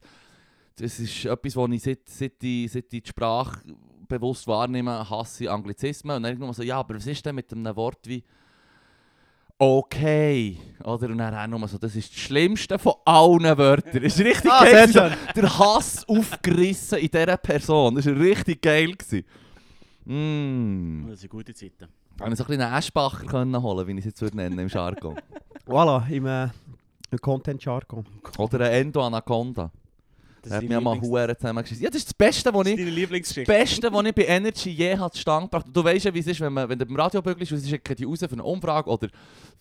Speaker 1: Das ist etwas, was ich seit, seit, ich, seit ich die Sprache bewusst wahrnehme, hasse ich Anglizismen. Und dann nur so, ja, aber was ist denn mit einem Wort wie okay? Oder? Und dann auch nur so, das ist das Schlimmste von allen Wörtern. Ist richtig
Speaker 3: Ah,
Speaker 1: geil.
Speaker 3: sehr
Speaker 1: so Der Hass aufgerissen in dieser Person. Das war richtig geil. gewesen. Mm.
Speaker 2: Das sind gute Zeiten.
Speaker 1: Wenn wir so ein bisschen einen Eschbacher können holen, wie ich es jetzt würde nennen im
Speaker 2: *laughs*
Speaker 1: Jargon.
Speaker 3: Voilà, im, äh, im Content-Jargon.
Speaker 1: Oder einen Endo Anaconda.
Speaker 2: Das
Speaker 1: Der hat
Speaker 2: ist
Speaker 1: mir
Speaker 2: deine
Speaker 1: mal
Speaker 2: Lieblings-
Speaker 1: Huren zusammengeschissen. Ja, das ist das Beste, was
Speaker 2: Das ist
Speaker 1: ich,
Speaker 2: deine
Speaker 1: das
Speaker 2: Lieblingsgeschichte.
Speaker 1: Beste, was ich bei Energy je hat Stand gebracht. Du weißt ja, wie es ist, wenn, man, wenn du beim Radio bügelst und sie schicken dich raus für eine Umfrage oder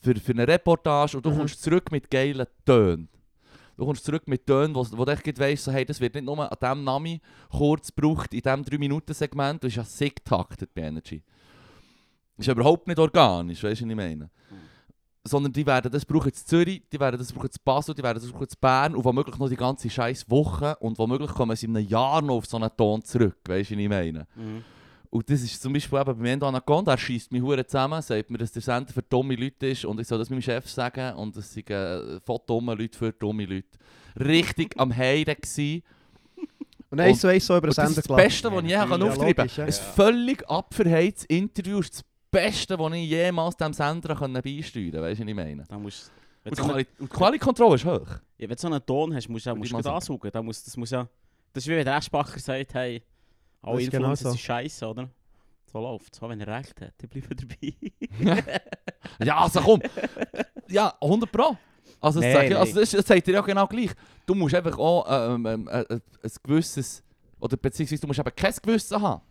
Speaker 1: für, für eine Reportage und du
Speaker 3: Mhm.
Speaker 1: kommst zurück mit geilen Tönen. Du kommst zurück mit Tönen, wo, wo du echt weißt, so, hey, das wird nicht nur an diesem Nami kurz gebraucht, in diesem 3-Minuten-Segment. Du bist dus ja sick getaktet bei Energy. Ist überhaupt nicht organisch, weißt du, was ich meine? Sondern die werden das brauchen in Zürich, die werden das brauchen in Basel, die werden das brauchen in Bern und womöglich noch die ganze scheiß Woche und womöglich kommen sie in einem Jahr noch auf so einen Ton zurück, weißt du, was ich meine?
Speaker 2: Mhm.
Speaker 1: Und das ist zum Beispiel eben bei Endo Anaconda, er schießt mich hure zusammen, sagt mir, dass der Sender für dumme Leute ist und ich soll das meinem Chef sagen und es sind äh, von dummen Leuten für dumme Leute. Richtig am Heiden gsi.
Speaker 3: Und eins zu eins so
Speaker 1: Und
Speaker 3: über den
Speaker 1: das
Speaker 3: Sender
Speaker 1: ist das
Speaker 3: gelassen.
Speaker 1: Beste, was ich je
Speaker 2: Ja,
Speaker 1: kann
Speaker 3: ja,
Speaker 1: auftreiben
Speaker 3: logisch, ja.
Speaker 1: Ein völlig abverheiztes Interview ist das Beste, was ich jemals dem Sender können beisteuern konnte. Weißt du, was ich meine?
Speaker 2: Da musst, wenn,
Speaker 1: Und
Speaker 2: du
Speaker 1: die
Speaker 2: so einen,
Speaker 1: Quali- und die Quali-Control ist hoch.
Speaker 2: ja, wenn du so einen Ton hast, musst du auch
Speaker 1: Würde
Speaker 2: musst
Speaker 1: ich mal
Speaker 2: du
Speaker 1: sagen.
Speaker 2: ansaugen. Da muss, das, muss ja, das ist wie wenn der Eschbacher sagt, hey, alle
Speaker 3: Das ist genau
Speaker 2: Influencer
Speaker 3: so.
Speaker 2: sind scheiße, oder? So läuft So, wenn er recht hat, dann bleiben dabei.
Speaker 1: Ja, also
Speaker 3: *laughs*
Speaker 1: komm. Ja, 100 Pro. Also, das,
Speaker 2: Nein,
Speaker 1: sag ich,
Speaker 2: nein.
Speaker 1: also das, das sagt ihr ja genau gleich. Du musst einfach auch ähm, ähm, äh, äh, ein gewisses, oder beziehungsweise du musst eben kein Gewissen haben.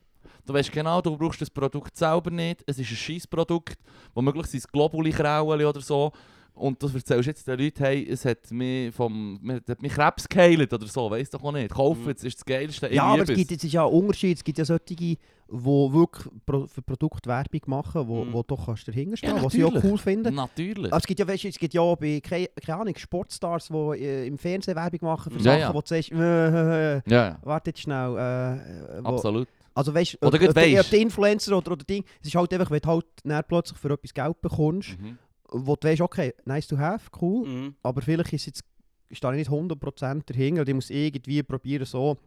Speaker 1: Du weißt genau, du brauchst das Produkt selber nicht. Es ist ein scheiß Produkt, womöglich sein Globuli krauen oder so. Und du erzählst jetzt den Leuten, hey, es hat mich, vom, mir- hat mich Krebs geheilt oder so, weißt doch auch nicht. Kaufen, es ist das Geilste. ich
Speaker 3: Mhm. Ja, aber
Speaker 1: liebe
Speaker 3: es gibt, es ist ja ein Unterschied. Es gibt ja solche, die wirklich Pro für Produktwerbung machen, wo,
Speaker 2: Mhm.
Speaker 3: wo du kannst dahinter stehen,
Speaker 1: Mm. Ja,
Speaker 3: was ich auch
Speaker 1: natürlich.
Speaker 3: cool finde.
Speaker 1: Natürlich.
Speaker 3: Aber es gibt ja, weißt du, es gibt ja auch bei, keine, keine Ahnung, Sportstars, die äh, im Fernsehen Werbung machen für
Speaker 1: Ja,
Speaker 3: Sachen,
Speaker 1: ja.
Speaker 3: wo du sagst, äh, äh, äh,
Speaker 1: Ja, ja,
Speaker 3: warte jetzt schnell. Äh, äh, wo,
Speaker 1: absolut.
Speaker 3: also weißt
Speaker 1: Oder gut
Speaker 3: der,
Speaker 1: weisst.
Speaker 3: ob der Influencer oder, oder Ding, es ist halt einfach, wenn du halt dann plötzlich für etwas Geld bekommst,
Speaker 1: Mhm.
Speaker 3: wo du weißt, okay, nice to have, cool,
Speaker 2: mhm. *laughs*
Speaker 3: aber vielleicht ist jetzt stehe ich nicht 100% dahinter und ich muss irgendwie probieren, so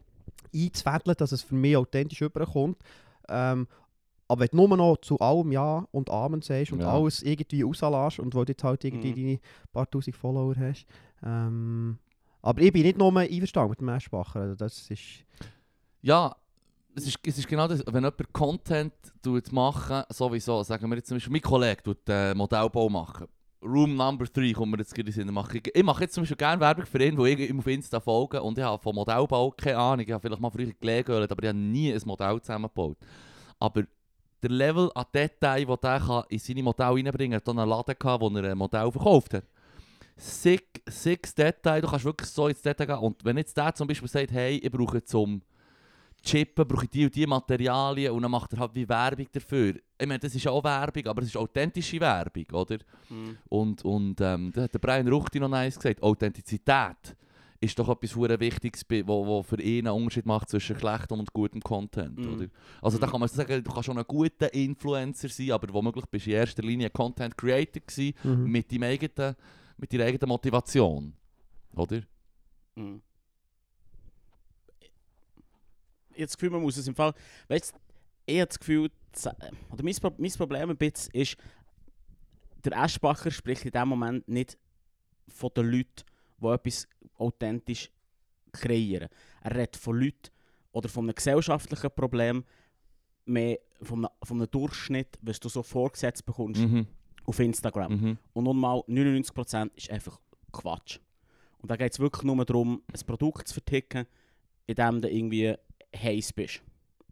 Speaker 3: einzufädeln, dass es für mich authentisch rüberkommt. Ähm, aber wenn du nur noch zu allem Ja und Amen sagst und
Speaker 1: Ja.
Speaker 3: alles irgendwie rauslässt und wo du jetzt halt irgendwie
Speaker 2: Mhm.
Speaker 3: deine paar tausend Follower hast. Ähm, aber ich bin nicht nur einverstanden mit dem Eschbacher. Also das ist...
Speaker 1: Ja, es ist, es ist genau das, wenn jemand Content tut machen sowieso, sagen wir jetzt zum Beispiel, mein Kollege tut äh, Modellbau machen. Room Number 3 kommt mir jetzt gerade in den Sinn. Mache Ich, ich mache jetzt zum Beispiel gerne Werbung für ihn, wo ich ihm auf Insta folge und ich habe von Modellbau keine Ahnung. Ich habe vielleicht mal früher gelegen, gehört, aber ich habe nie ein Modell zusammengebaut. Aber der Level an Detail, das er kann in seine Modelle reinbringen kann, hat dann einen Laden gehabt, wo er ein Modell verkauft hat. Sick, sicks Detail, du kannst wirklich so ins Detail gehen. Und wenn jetzt der zum Beispiel sagt, hey, ich brauche zum Chippen, brauche ich die und die Materialien und dann macht er halt wie Werbung dafür. Ich meine, das ist auch Werbung, aber es ist authentische Werbung, oder?
Speaker 2: Mhm.
Speaker 1: Und, und ähm, da hat der Brian Ruchti noch nice gesagt, Authentizität ist doch etwas sehr Wichtiges, bei- wo, wo für ihn einen Unterschied macht zwischen schlechtem und gutem Content.
Speaker 2: Mhm.
Speaker 1: Oder? Also da
Speaker 2: Mhm.
Speaker 1: kann man sagen, du kannst schon ein guter Influencer sein, aber womöglich bist du in erster Linie Content Creator gewesen,
Speaker 3: Mhm.
Speaker 1: mit, deinem eigenen, mit deiner eigenen Motivation. Oder?
Speaker 2: Mhm. Ich habe das Gefühl, man muss es im Fall. Weißt du, ich habe das Gefühl, das- äh, oder mein, Pro mein Problem ein bisschen ist, der Eschbacher spricht in dem Moment nicht von den Leuten, die etwas authentisch kreieren. Er redet von Leuten oder von einem gesellschaftlichen Problem, mehr von einem, von einem Durchschnitt, was du so vorgesetzt bekommst
Speaker 1: Mhm.
Speaker 2: auf Instagram.
Speaker 1: Mhm.
Speaker 2: Und nun mal 99% ist einfach Quatsch. Und da geht es wirklich nur darum, ein Produkt zu verticken, in dem du irgendwie heiß bist.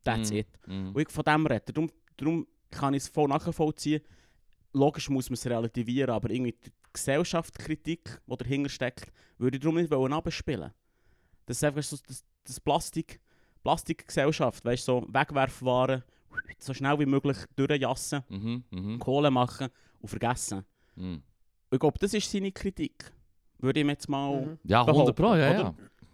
Speaker 2: That's
Speaker 1: Mhm.
Speaker 2: it.
Speaker 1: Mhm.
Speaker 2: Und ich von dem rede. Darum, darum kann ich es voll nachvollziehen. Logisch muss man es relativieren, aber irgendwie die Gesellschaftskritik, die dahinter steckt, würde ich darum nicht wollen abspielen. Das ist einfach so das, das Plastik, Plastikgesellschaft, weißt du, so Wegwerfwaren so schnell wie möglich durchjassen,
Speaker 1: Mhm. Mhm.
Speaker 2: Kohle machen und vergessen.
Speaker 1: Mhm.
Speaker 2: Ich glaube, das ist seine Kritik. Würde ich ihm jetzt mal.
Speaker 3: Mhm.
Speaker 1: Ja, 100 Pro, ja,
Speaker 2: Behaupten,
Speaker 1: ja.
Speaker 2: *laughs*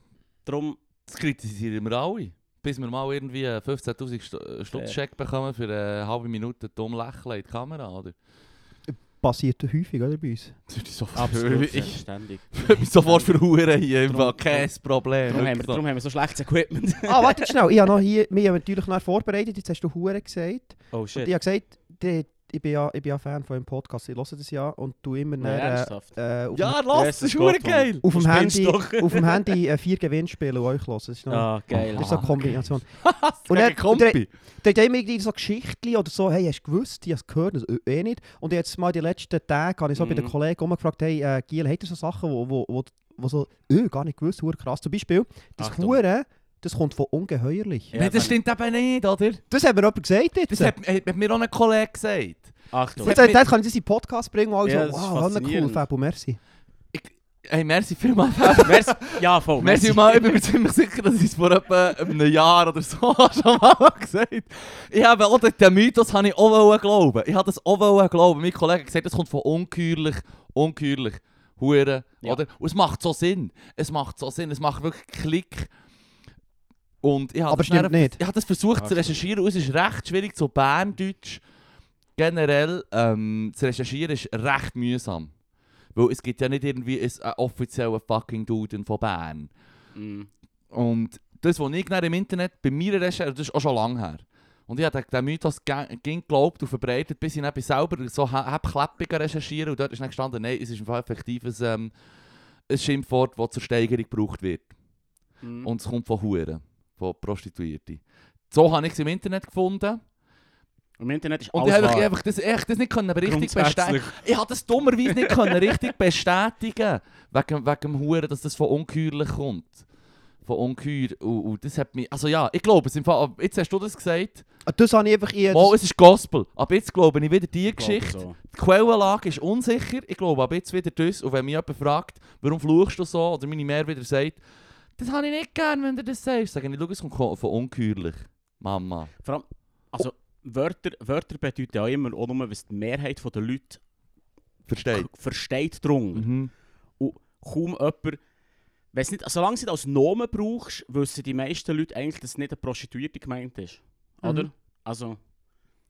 Speaker 2: Darum.
Speaker 1: Das kritisieren wir alle. Bis wir mal irgendwie einen 15'000 Stu- Stutz Check bekommen für eine halbe Minute dumm lächeln in die Kamera, oder?
Speaker 3: Passiert häufig, oder, bei uns?
Speaker 1: Das würde ich sofort, *laughs*
Speaker 2: Absolut.
Speaker 1: ich,
Speaker 2: Ständig.
Speaker 1: ich sofort verhuren hier, im
Speaker 2: Drum-
Speaker 1: Fall. kein Problem.
Speaker 2: Darum haben, wir,
Speaker 1: wirklich so.
Speaker 2: darum haben wir so schlechtes Equipment.
Speaker 3: Ah, warte schnell. Ich habe noch hier, wir haben natürlich noch vorbereitet. Jetzt hast du Hure gesagt.
Speaker 2: *laughs* Oh
Speaker 3: Und
Speaker 2: shit.
Speaker 3: ich habe gesagt, die, ich, bin ja, ich bin ja Fan von dem Podcast. Ich höre das ja und du immer
Speaker 2: Nein,
Speaker 3: näher.
Speaker 2: ernsthaft.
Speaker 3: Äh, auf,
Speaker 1: ja, lass, das
Speaker 2: Jesus
Speaker 1: ist
Speaker 2: Gott,
Speaker 1: hure geil.
Speaker 3: auf, dem
Speaker 2: Du
Speaker 3: Handy,
Speaker 2: spinnst doch.
Speaker 3: auf dem Handy äh, vier Gewinnspiele und euch hören. Das ist, noch,
Speaker 2: Ah, geil.
Speaker 3: das ist so eine
Speaker 2: *laughs*
Speaker 3: Kombination.
Speaker 1: Und
Speaker 3: Und
Speaker 1: er
Speaker 3: dann-
Speaker 1: Kompi.
Speaker 3: Da hat immer irgendwie so Geschichten oder so, hey, hast du gewusst, ich habe es gehört, also, äh, eh nicht. Und jetzt mal die letzten Tage habe ich so bei den
Speaker 2: Mhm.
Speaker 3: Kollegen rumgefragt, hey, äh, Giel, habt ihr so Sachen, wo, wo, wo, wo so, äh, gar nicht gewusst, hure krass. Zum Beispiel, das
Speaker 2: Achtung.
Speaker 3: Hure, das kommt von ungeheuerlich.
Speaker 2: Ja,
Speaker 1: Nein, das
Speaker 2: wenn-
Speaker 1: stimmt eben nicht, oder?
Speaker 3: Das hat mir jemand gesagt jetzt.
Speaker 1: Das hat, hat mir auch ein Kollege gesagt.
Speaker 2: Achtung.
Speaker 1: Das
Speaker 3: Jetzt
Speaker 1: hat
Speaker 3: hat kann ich das in den Podcast bringen und alle
Speaker 2: Ja,
Speaker 3: so,
Speaker 2: das ist
Speaker 3: wow, Hanna, cool,
Speaker 2: faszinierend.
Speaker 3: Fabio, merci.
Speaker 1: Hey, merci vielmals.
Speaker 2: Merci. Ja, voll.
Speaker 1: Merci vielmals. Ich bin mir ziemlich sicher, dass ich es vor etwa einem Jahr oder so *laughs* schon mal gesagt habe. Ich habe auch den- den Mythos habe ich auch wollen glauben. Ich habe das auch wollen glauben. Mein Kollege hat gesagt, das kommt von ungeheuerlich, ungeheuerlich, Huren.
Speaker 2: Ja.
Speaker 1: Oder? Und es macht so Sinn. Es macht so Sinn. Es macht wirklich Klick. Und ich habe
Speaker 3: Aber
Speaker 1: das
Speaker 3: stimmt
Speaker 1: dann-
Speaker 3: nicht. Ah,
Speaker 1: Ich habe das versucht zu recherchieren und es ist recht schwierig. So Berndeutsch generell ähm, zu recherchieren ist recht mühsam. Weil es gibt ja nicht irgendwie einen äh, offiziellen fucking Duden von Bern.
Speaker 2: Mm.
Speaker 1: Und das, was ich dann im Internet bei mir recherchiert das ist auch schon lange her. Und ich habe den Mythos ge- ging geglaubt und verbreitet, bis ich dann bei selber so ha- hab Kleppiger recherchieren und dort ist dann gestanden, nein, es ist im Fall effektiv ein, ähm, ein Schimpfwort, das zur Steigerung gebraucht wird.
Speaker 2: Mm.
Speaker 1: Und es kommt von Huren, von Prostituierten. So habe ich es im Internet gefunden.
Speaker 2: Im Internet ist
Speaker 1: Und
Speaker 2: alles
Speaker 1: ich habe
Speaker 2: wahr.
Speaker 1: einfach das, echt das nicht können richtig
Speaker 2: Grundsätzlich.
Speaker 1: bestätigen Ich habe das dummerweise nicht können richtig bestätigen *laughs* wegen, wegen dem Huren, dass das von ungeheuerlich kommt. Von ungeheuer. Und, und das hat mich... Also ja, ich glaube es im Fall... aber Jetzt hast du das gesagt.
Speaker 3: Und Das habe ich einfach jetzt...
Speaker 1: Mo, es ist Gospel. Aber jetzt glaube ich wieder die
Speaker 2: Ich glaube
Speaker 1: Geschichte.
Speaker 2: so.
Speaker 1: Die Quellenlage ist unsicher. Ich glaube aber jetzt wieder das. Und wenn mich jemand fragt, warum fluchst du so, oder meine Mehr wieder sagt, das habe ich nicht gern, wenn du das sagst, sage ich, schau, es kommt von ungeheuerlich. Mama.
Speaker 2: Vor allem, also, Wörter, Wörter bedeuten ja immer auch nur, was die Mehrheit der Leute
Speaker 1: Versteht.
Speaker 2: versteht drunter.
Speaker 1: Mhm.
Speaker 2: kaum jemand. Weiss nicht, solange sie das als Nomen brauchst, wissen die meisten Leute eigentlich, dass es nicht eine Prostituierte gemeint ist. Oder?
Speaker 3: Mhm.
Speaker 2: Also,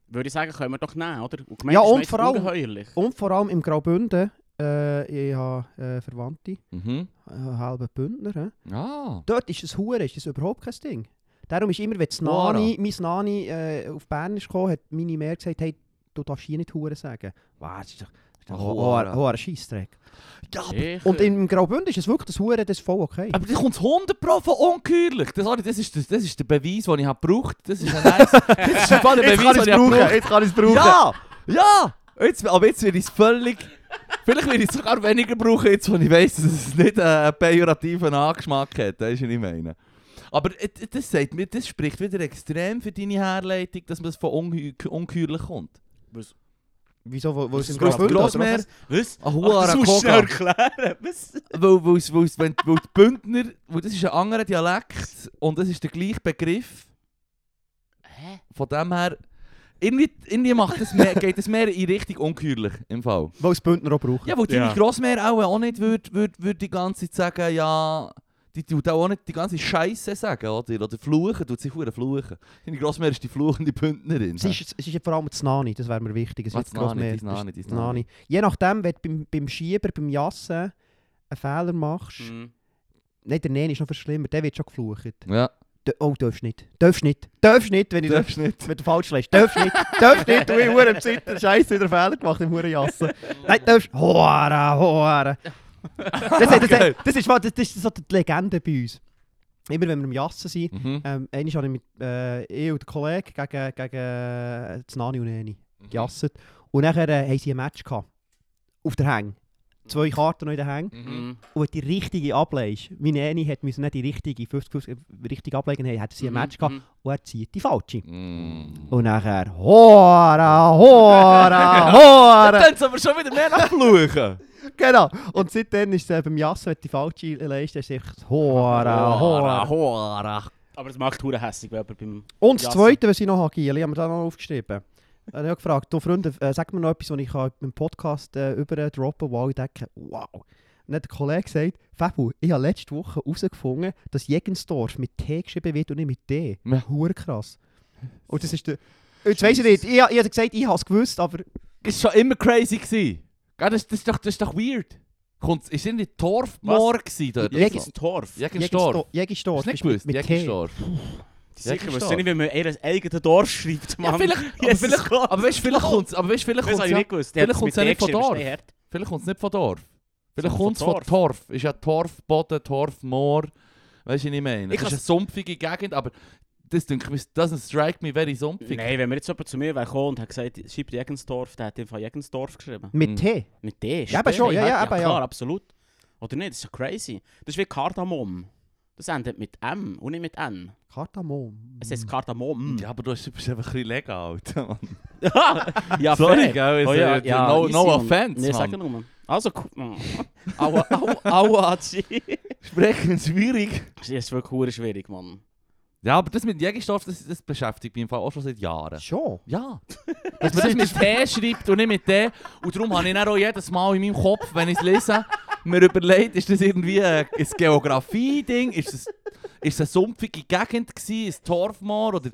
Speaker 2: würde ich sagen, können wir doch nehmen, oder? Und
Speaker 3: Ja,
Speaker 2: ist
Speaker 3: und
Speaker 2: meistens
Speaker 3: vor allem-
Speaker 2: ungeheuerlich.
Speaker 3: Und vor allem im Graubünden Äh, ich habe äh, Verwandte,
Speaker 1: Mhm.
Speaker 3: äh, halbe Bündner. hä?
Speaker 1: Ah.
Speaker 3: Dort ist es hure, ist es überhaupt kein Ding. Darum ist immer, wenn das
Speaker 1: Ora.
Speaker 3: Nani, mein Nani äh, auf Bern ist gekommen, hat meine Mehr gesagt, hey, du darfst hier nicht hure sagen. Was ist doch das ist doch ein
Speaker 1: Ora.
Speaker 3: hoher- hoher Scheissdreck.
Speaker 2: Sicher.
Speaker 3: Und im Graubünden ist es wirklich das hure, das ist voll okay.
Speaker 1: *laughs* Aber die kommt 100 Pro von ungeheuerlich. Das, sorry, das, ist, das, das ist der Beweis, den ich habe gebraucht. Das ist ein
Speaker 2: *laughs*
Speaker 1: nice. Das ist ein paar Beweis, den ich habe gebraucht.
Speaker 2: jetzt kann ich es brauchen.
Speaker 1: Ja! Ja! Jetzt, aber jetzt werde ich es völlig. Vielleicht werde ich es sogar weniger brauchen, jetzt, wo ich weiss, dass es nicht äh, einen pejorativen Angeschmack hat. Das ist, was ich meine. Aber äh, äh, das, sagt mir, das spricht wieder extrem für deine Herleitung, dass man es von unge ungeheuerlich kommt.
Speaker 2: Was?
Speaker 3: Wieso, wo, wo es im
Speaker 1: Weil es
Speaker 3: Graubünden
Speaker 1: gross mehr-
Speaker 2: Was?
Speaker 1: Ein
Speaker 2: Ach, das
Speaker 1: hoher
Speaker 2: musst du schnell
Speaker 1: Koga.
Speaker 2: erklären. Was?
Speaker 1: Weil, weil, es- weil, es- wenn, weil die Bündner, weil das ist ein anderer Dialekt und das ist der gleiche Begriff.
Speaker 2: Hä?
Speaker 1: Von dem her, irgendwie, irgendwie macht das mehr, geht es mehr in Richtung ungeheuerlich im Fall.
Speaker 3: Weil es Bündner auch brauchen.
Speaker 1: Ja, weil die
Speaker 2: Ja.
Speaker 1: Grossmär auch, auch nicht würd, würd, würd die ganze Zeit sagen, ja... Die tut auch nicht die ganze Scheiße sagen, oder? Oder fluchen, tut sie verdammt fluchen. Deine Grossmär ist die fluchende Bündnerin.
Speaker 3: Es ist, es ist vor allem das Nani, das wäre mir wichtig. Es
Speaker 1: Was, das
Speaker 3: ist
Speaker 1: Nani, dein
Speaker 3: Grossmeer, das
Speaker 1: Nani,
Speaker 3: ist
Speaker 1: dein
Speaker 3: das Nani. Je nachdem, wenn du beim, beim Schieber, beim Jassen einen Fehler machst,
Speaker 1: Mhm.
Speaker 3: nein, der Nähen ist noch viel schlimmer, der wird schon geflucht.
Speaker 1: Ja,
Speaker 3: Dö- oh, darfst nicht. Darfst nicht. Darfst nicht, wenn ich
Speaker 1: darfst nicht.
Speaker 3: wenn du falsch lässt. Darfst nicht. darfst nicht. Du hast in im Zitter Scheiße wieder Fehler gemacht im Hurenjassen. Nein, darfst. Hoara, hoara. Das, das, das, das ist mal- das, das ist so die Legende bei uns. Immer wenn wir im Jassen sind,
Speaker 1: Mhm.
Speaker 3: Ähm, einmal habe ich mit äh, ich und der Kollege gegen, gegen äh, das Nani und Neni gejasset. Und nachher äh, haben sie ein Match gehabt. Auf der Hänge. Zwei Karten noch in der Hänge.
Speaker 1: Mhm.
Speaker 2: Mm.
Speaker 3: Und wenn die richtige ablegst. Meine Neni hat müssen nicht die richtige, 50 richtig ablegen, hey, hat sie ein Match
Speaker 2: Mm-hmm.
Speaker 3: gehabt. Und er zieht die falsche.
Speaker 1: Mhm.
Speaker 3: Und nachher
Speaker 1: *laughs*
Speaker 3: Hora, Hora, Hora.
Speaker 1: Dann sind wir schon wieder mehr nach Fluchen.
Speaker 3: genau. Und seitdem ist es äh, beim Jassen, wenn du die falsche leist, ist es einfach Hora, Hora.
Speaker 1: hora.
Speaker 2: Aber es macht hure hässig, wenn jemand beim...
Speaker 3: Und das
Speaker 2: Jasse.
Speaker 3: Zweite, was ich noch habe, Gieli, haben wir da noch aufgeschrieben. Äh, Dann habe ich auch gefragt, du Freunde, äh, sag mir noch etwas, was ich kann im Podcast äh, über droppen wo alle denken, wow. Und dann hat der Kollege gesagt, Fabu, ich habe letzte Woche herausgefunden, dass Jegensdorf mit T geschrieben wird und nicht mit D.
Speaker 1: Ja.
Speaker 3: Hure krass. Und das ist der... Jetzt weiss ich nicht, ich, habe- ich habe gesagt, ich habe es gewusst, aber...
Speaker 1: Das war schon immer crazy. Gewesen. Ja, das, das, ist doch, das ist doch weird. Kommt, ist irgendwie Torfmoor gewesen dort?
Speaker 3: Jäger-
Speaker 2: Das Torf.
Speaker 1: Jägenstorf. Hast
Speaker 3: Jegensdorf
Speaker 1: du nicht
Speaker 3: ist
Speaker 1: gewusst?
Speaker 3: mit, mit T.
Speaker 1: Jägenstorf.
Speaker 2: Sicher,
Speaker 1: Jäger-
Speaker 2: weißt du nicht, wenn man ihren eigenen Dorf schreibt, Mann.
Speaker 1: Ja,
Speaker 2: *laughs*
Speaker 1: vielleicht, aber
Speaker 2: Jesus
Speaker 1: vielleicht,
Speaker 2: Gott.
Speaker 1: aber weißt, du, vielleicht kommt es, aber weißt, du, vielleicht
Speaker 2: Das
Speaker 1: kommt's
Speaker 2: habe ich
Speaker 1: ja-
Speaker 2: nicht gewusst. Die
Speaker 1: vielleicht
Speaker 2: haben es
Speaker 1: kommt's
Speaker 2: mit
Speaker 1: ja nicht
Speaker 2: D
Speaker 1: von
Speaker 2: geschrieben,
Speaker 1: Dorf.
Speaker 2: ist nicht hart.
Speaker 1: Vielleicht kommt es nicht von Dorf. Vielleicht
Speaker 2: Sondern
Speaker 1: kommt es
Speaker 2: von
Speaker 1: von Torf. Ist ja Torfboden, Torfmoor. Weißt du, was ich meine? Das ist
Speaker 2: Ich
Speaker 1: eine
Speaker 2: kann's-
Speaker 1: sumpfige Gegend, aber das denke ich, doesn't strike me very sumpfig.
Speaker 2: Nein, wenn mir jetzt jemand zu mir wäre gekommen und hat gesagt, schreib Jegensdorf, der hat einfach Jegensdorf geschrieben.
Speaker 3: Mit
Speaker 1: Mhm.
Speaker 3: T.
Speaker 2: Mit D.
Speaker 3: Ja, aber schon,
Speaker 2: stimmt.
Speaker 3: ja, ja, aber ja.
Speaker 2: Klar, absolut. Oder nicht, das ist ja crazy. Das ist wie Kardamom. Das endet mit M und nicht mit N.
Speaker 3: Kardamom.
Speaker 2: Es heißt Kardamom.
Speaker 1: Mm. Hm. *laughs* Ja, aber du hast- du bist einfach ein bisschen legal, Alter. Mann.
Speaker 2: ja
Speaker 1: Sorry,
Speaker 2: fair.
Speaker 1: gell?
Speaker 2: Oh, ja, ja,
Speaker 1: no,
Speaker 2: easy,
Speaker 1: no
Speaker 2: Mann.
Speaker 1: offense,
Speaker 2: Nee,
Speaker 1: Mann.
Speaker 2: sag nur. Also, guck mal. *laughs* Aua, aua, aua, tschi.
Speaker 1: Sprechen schwierig.
Speaker 2: Das ist wirklich hure schwierig, Mann.
Speaker 1: Ja, aber das mit Jägerstoff, das, das beschäftigt mich im Fall auch schon seit Jahren.
Speaker 3: Schon.
Speaker 1: Ja. *laughs* Dass man das mit *laughs* T schreibt und nicht mit D. Und darum habe ich dann auch jedes Mal in meinem Kopf, wenn ich es lese, mir überlegt, ist das irgendwie ein, ein Geografie-Ding? Ist es ist es eine sumpfige Gegend gewesen? Ein Torfmoor? Oder,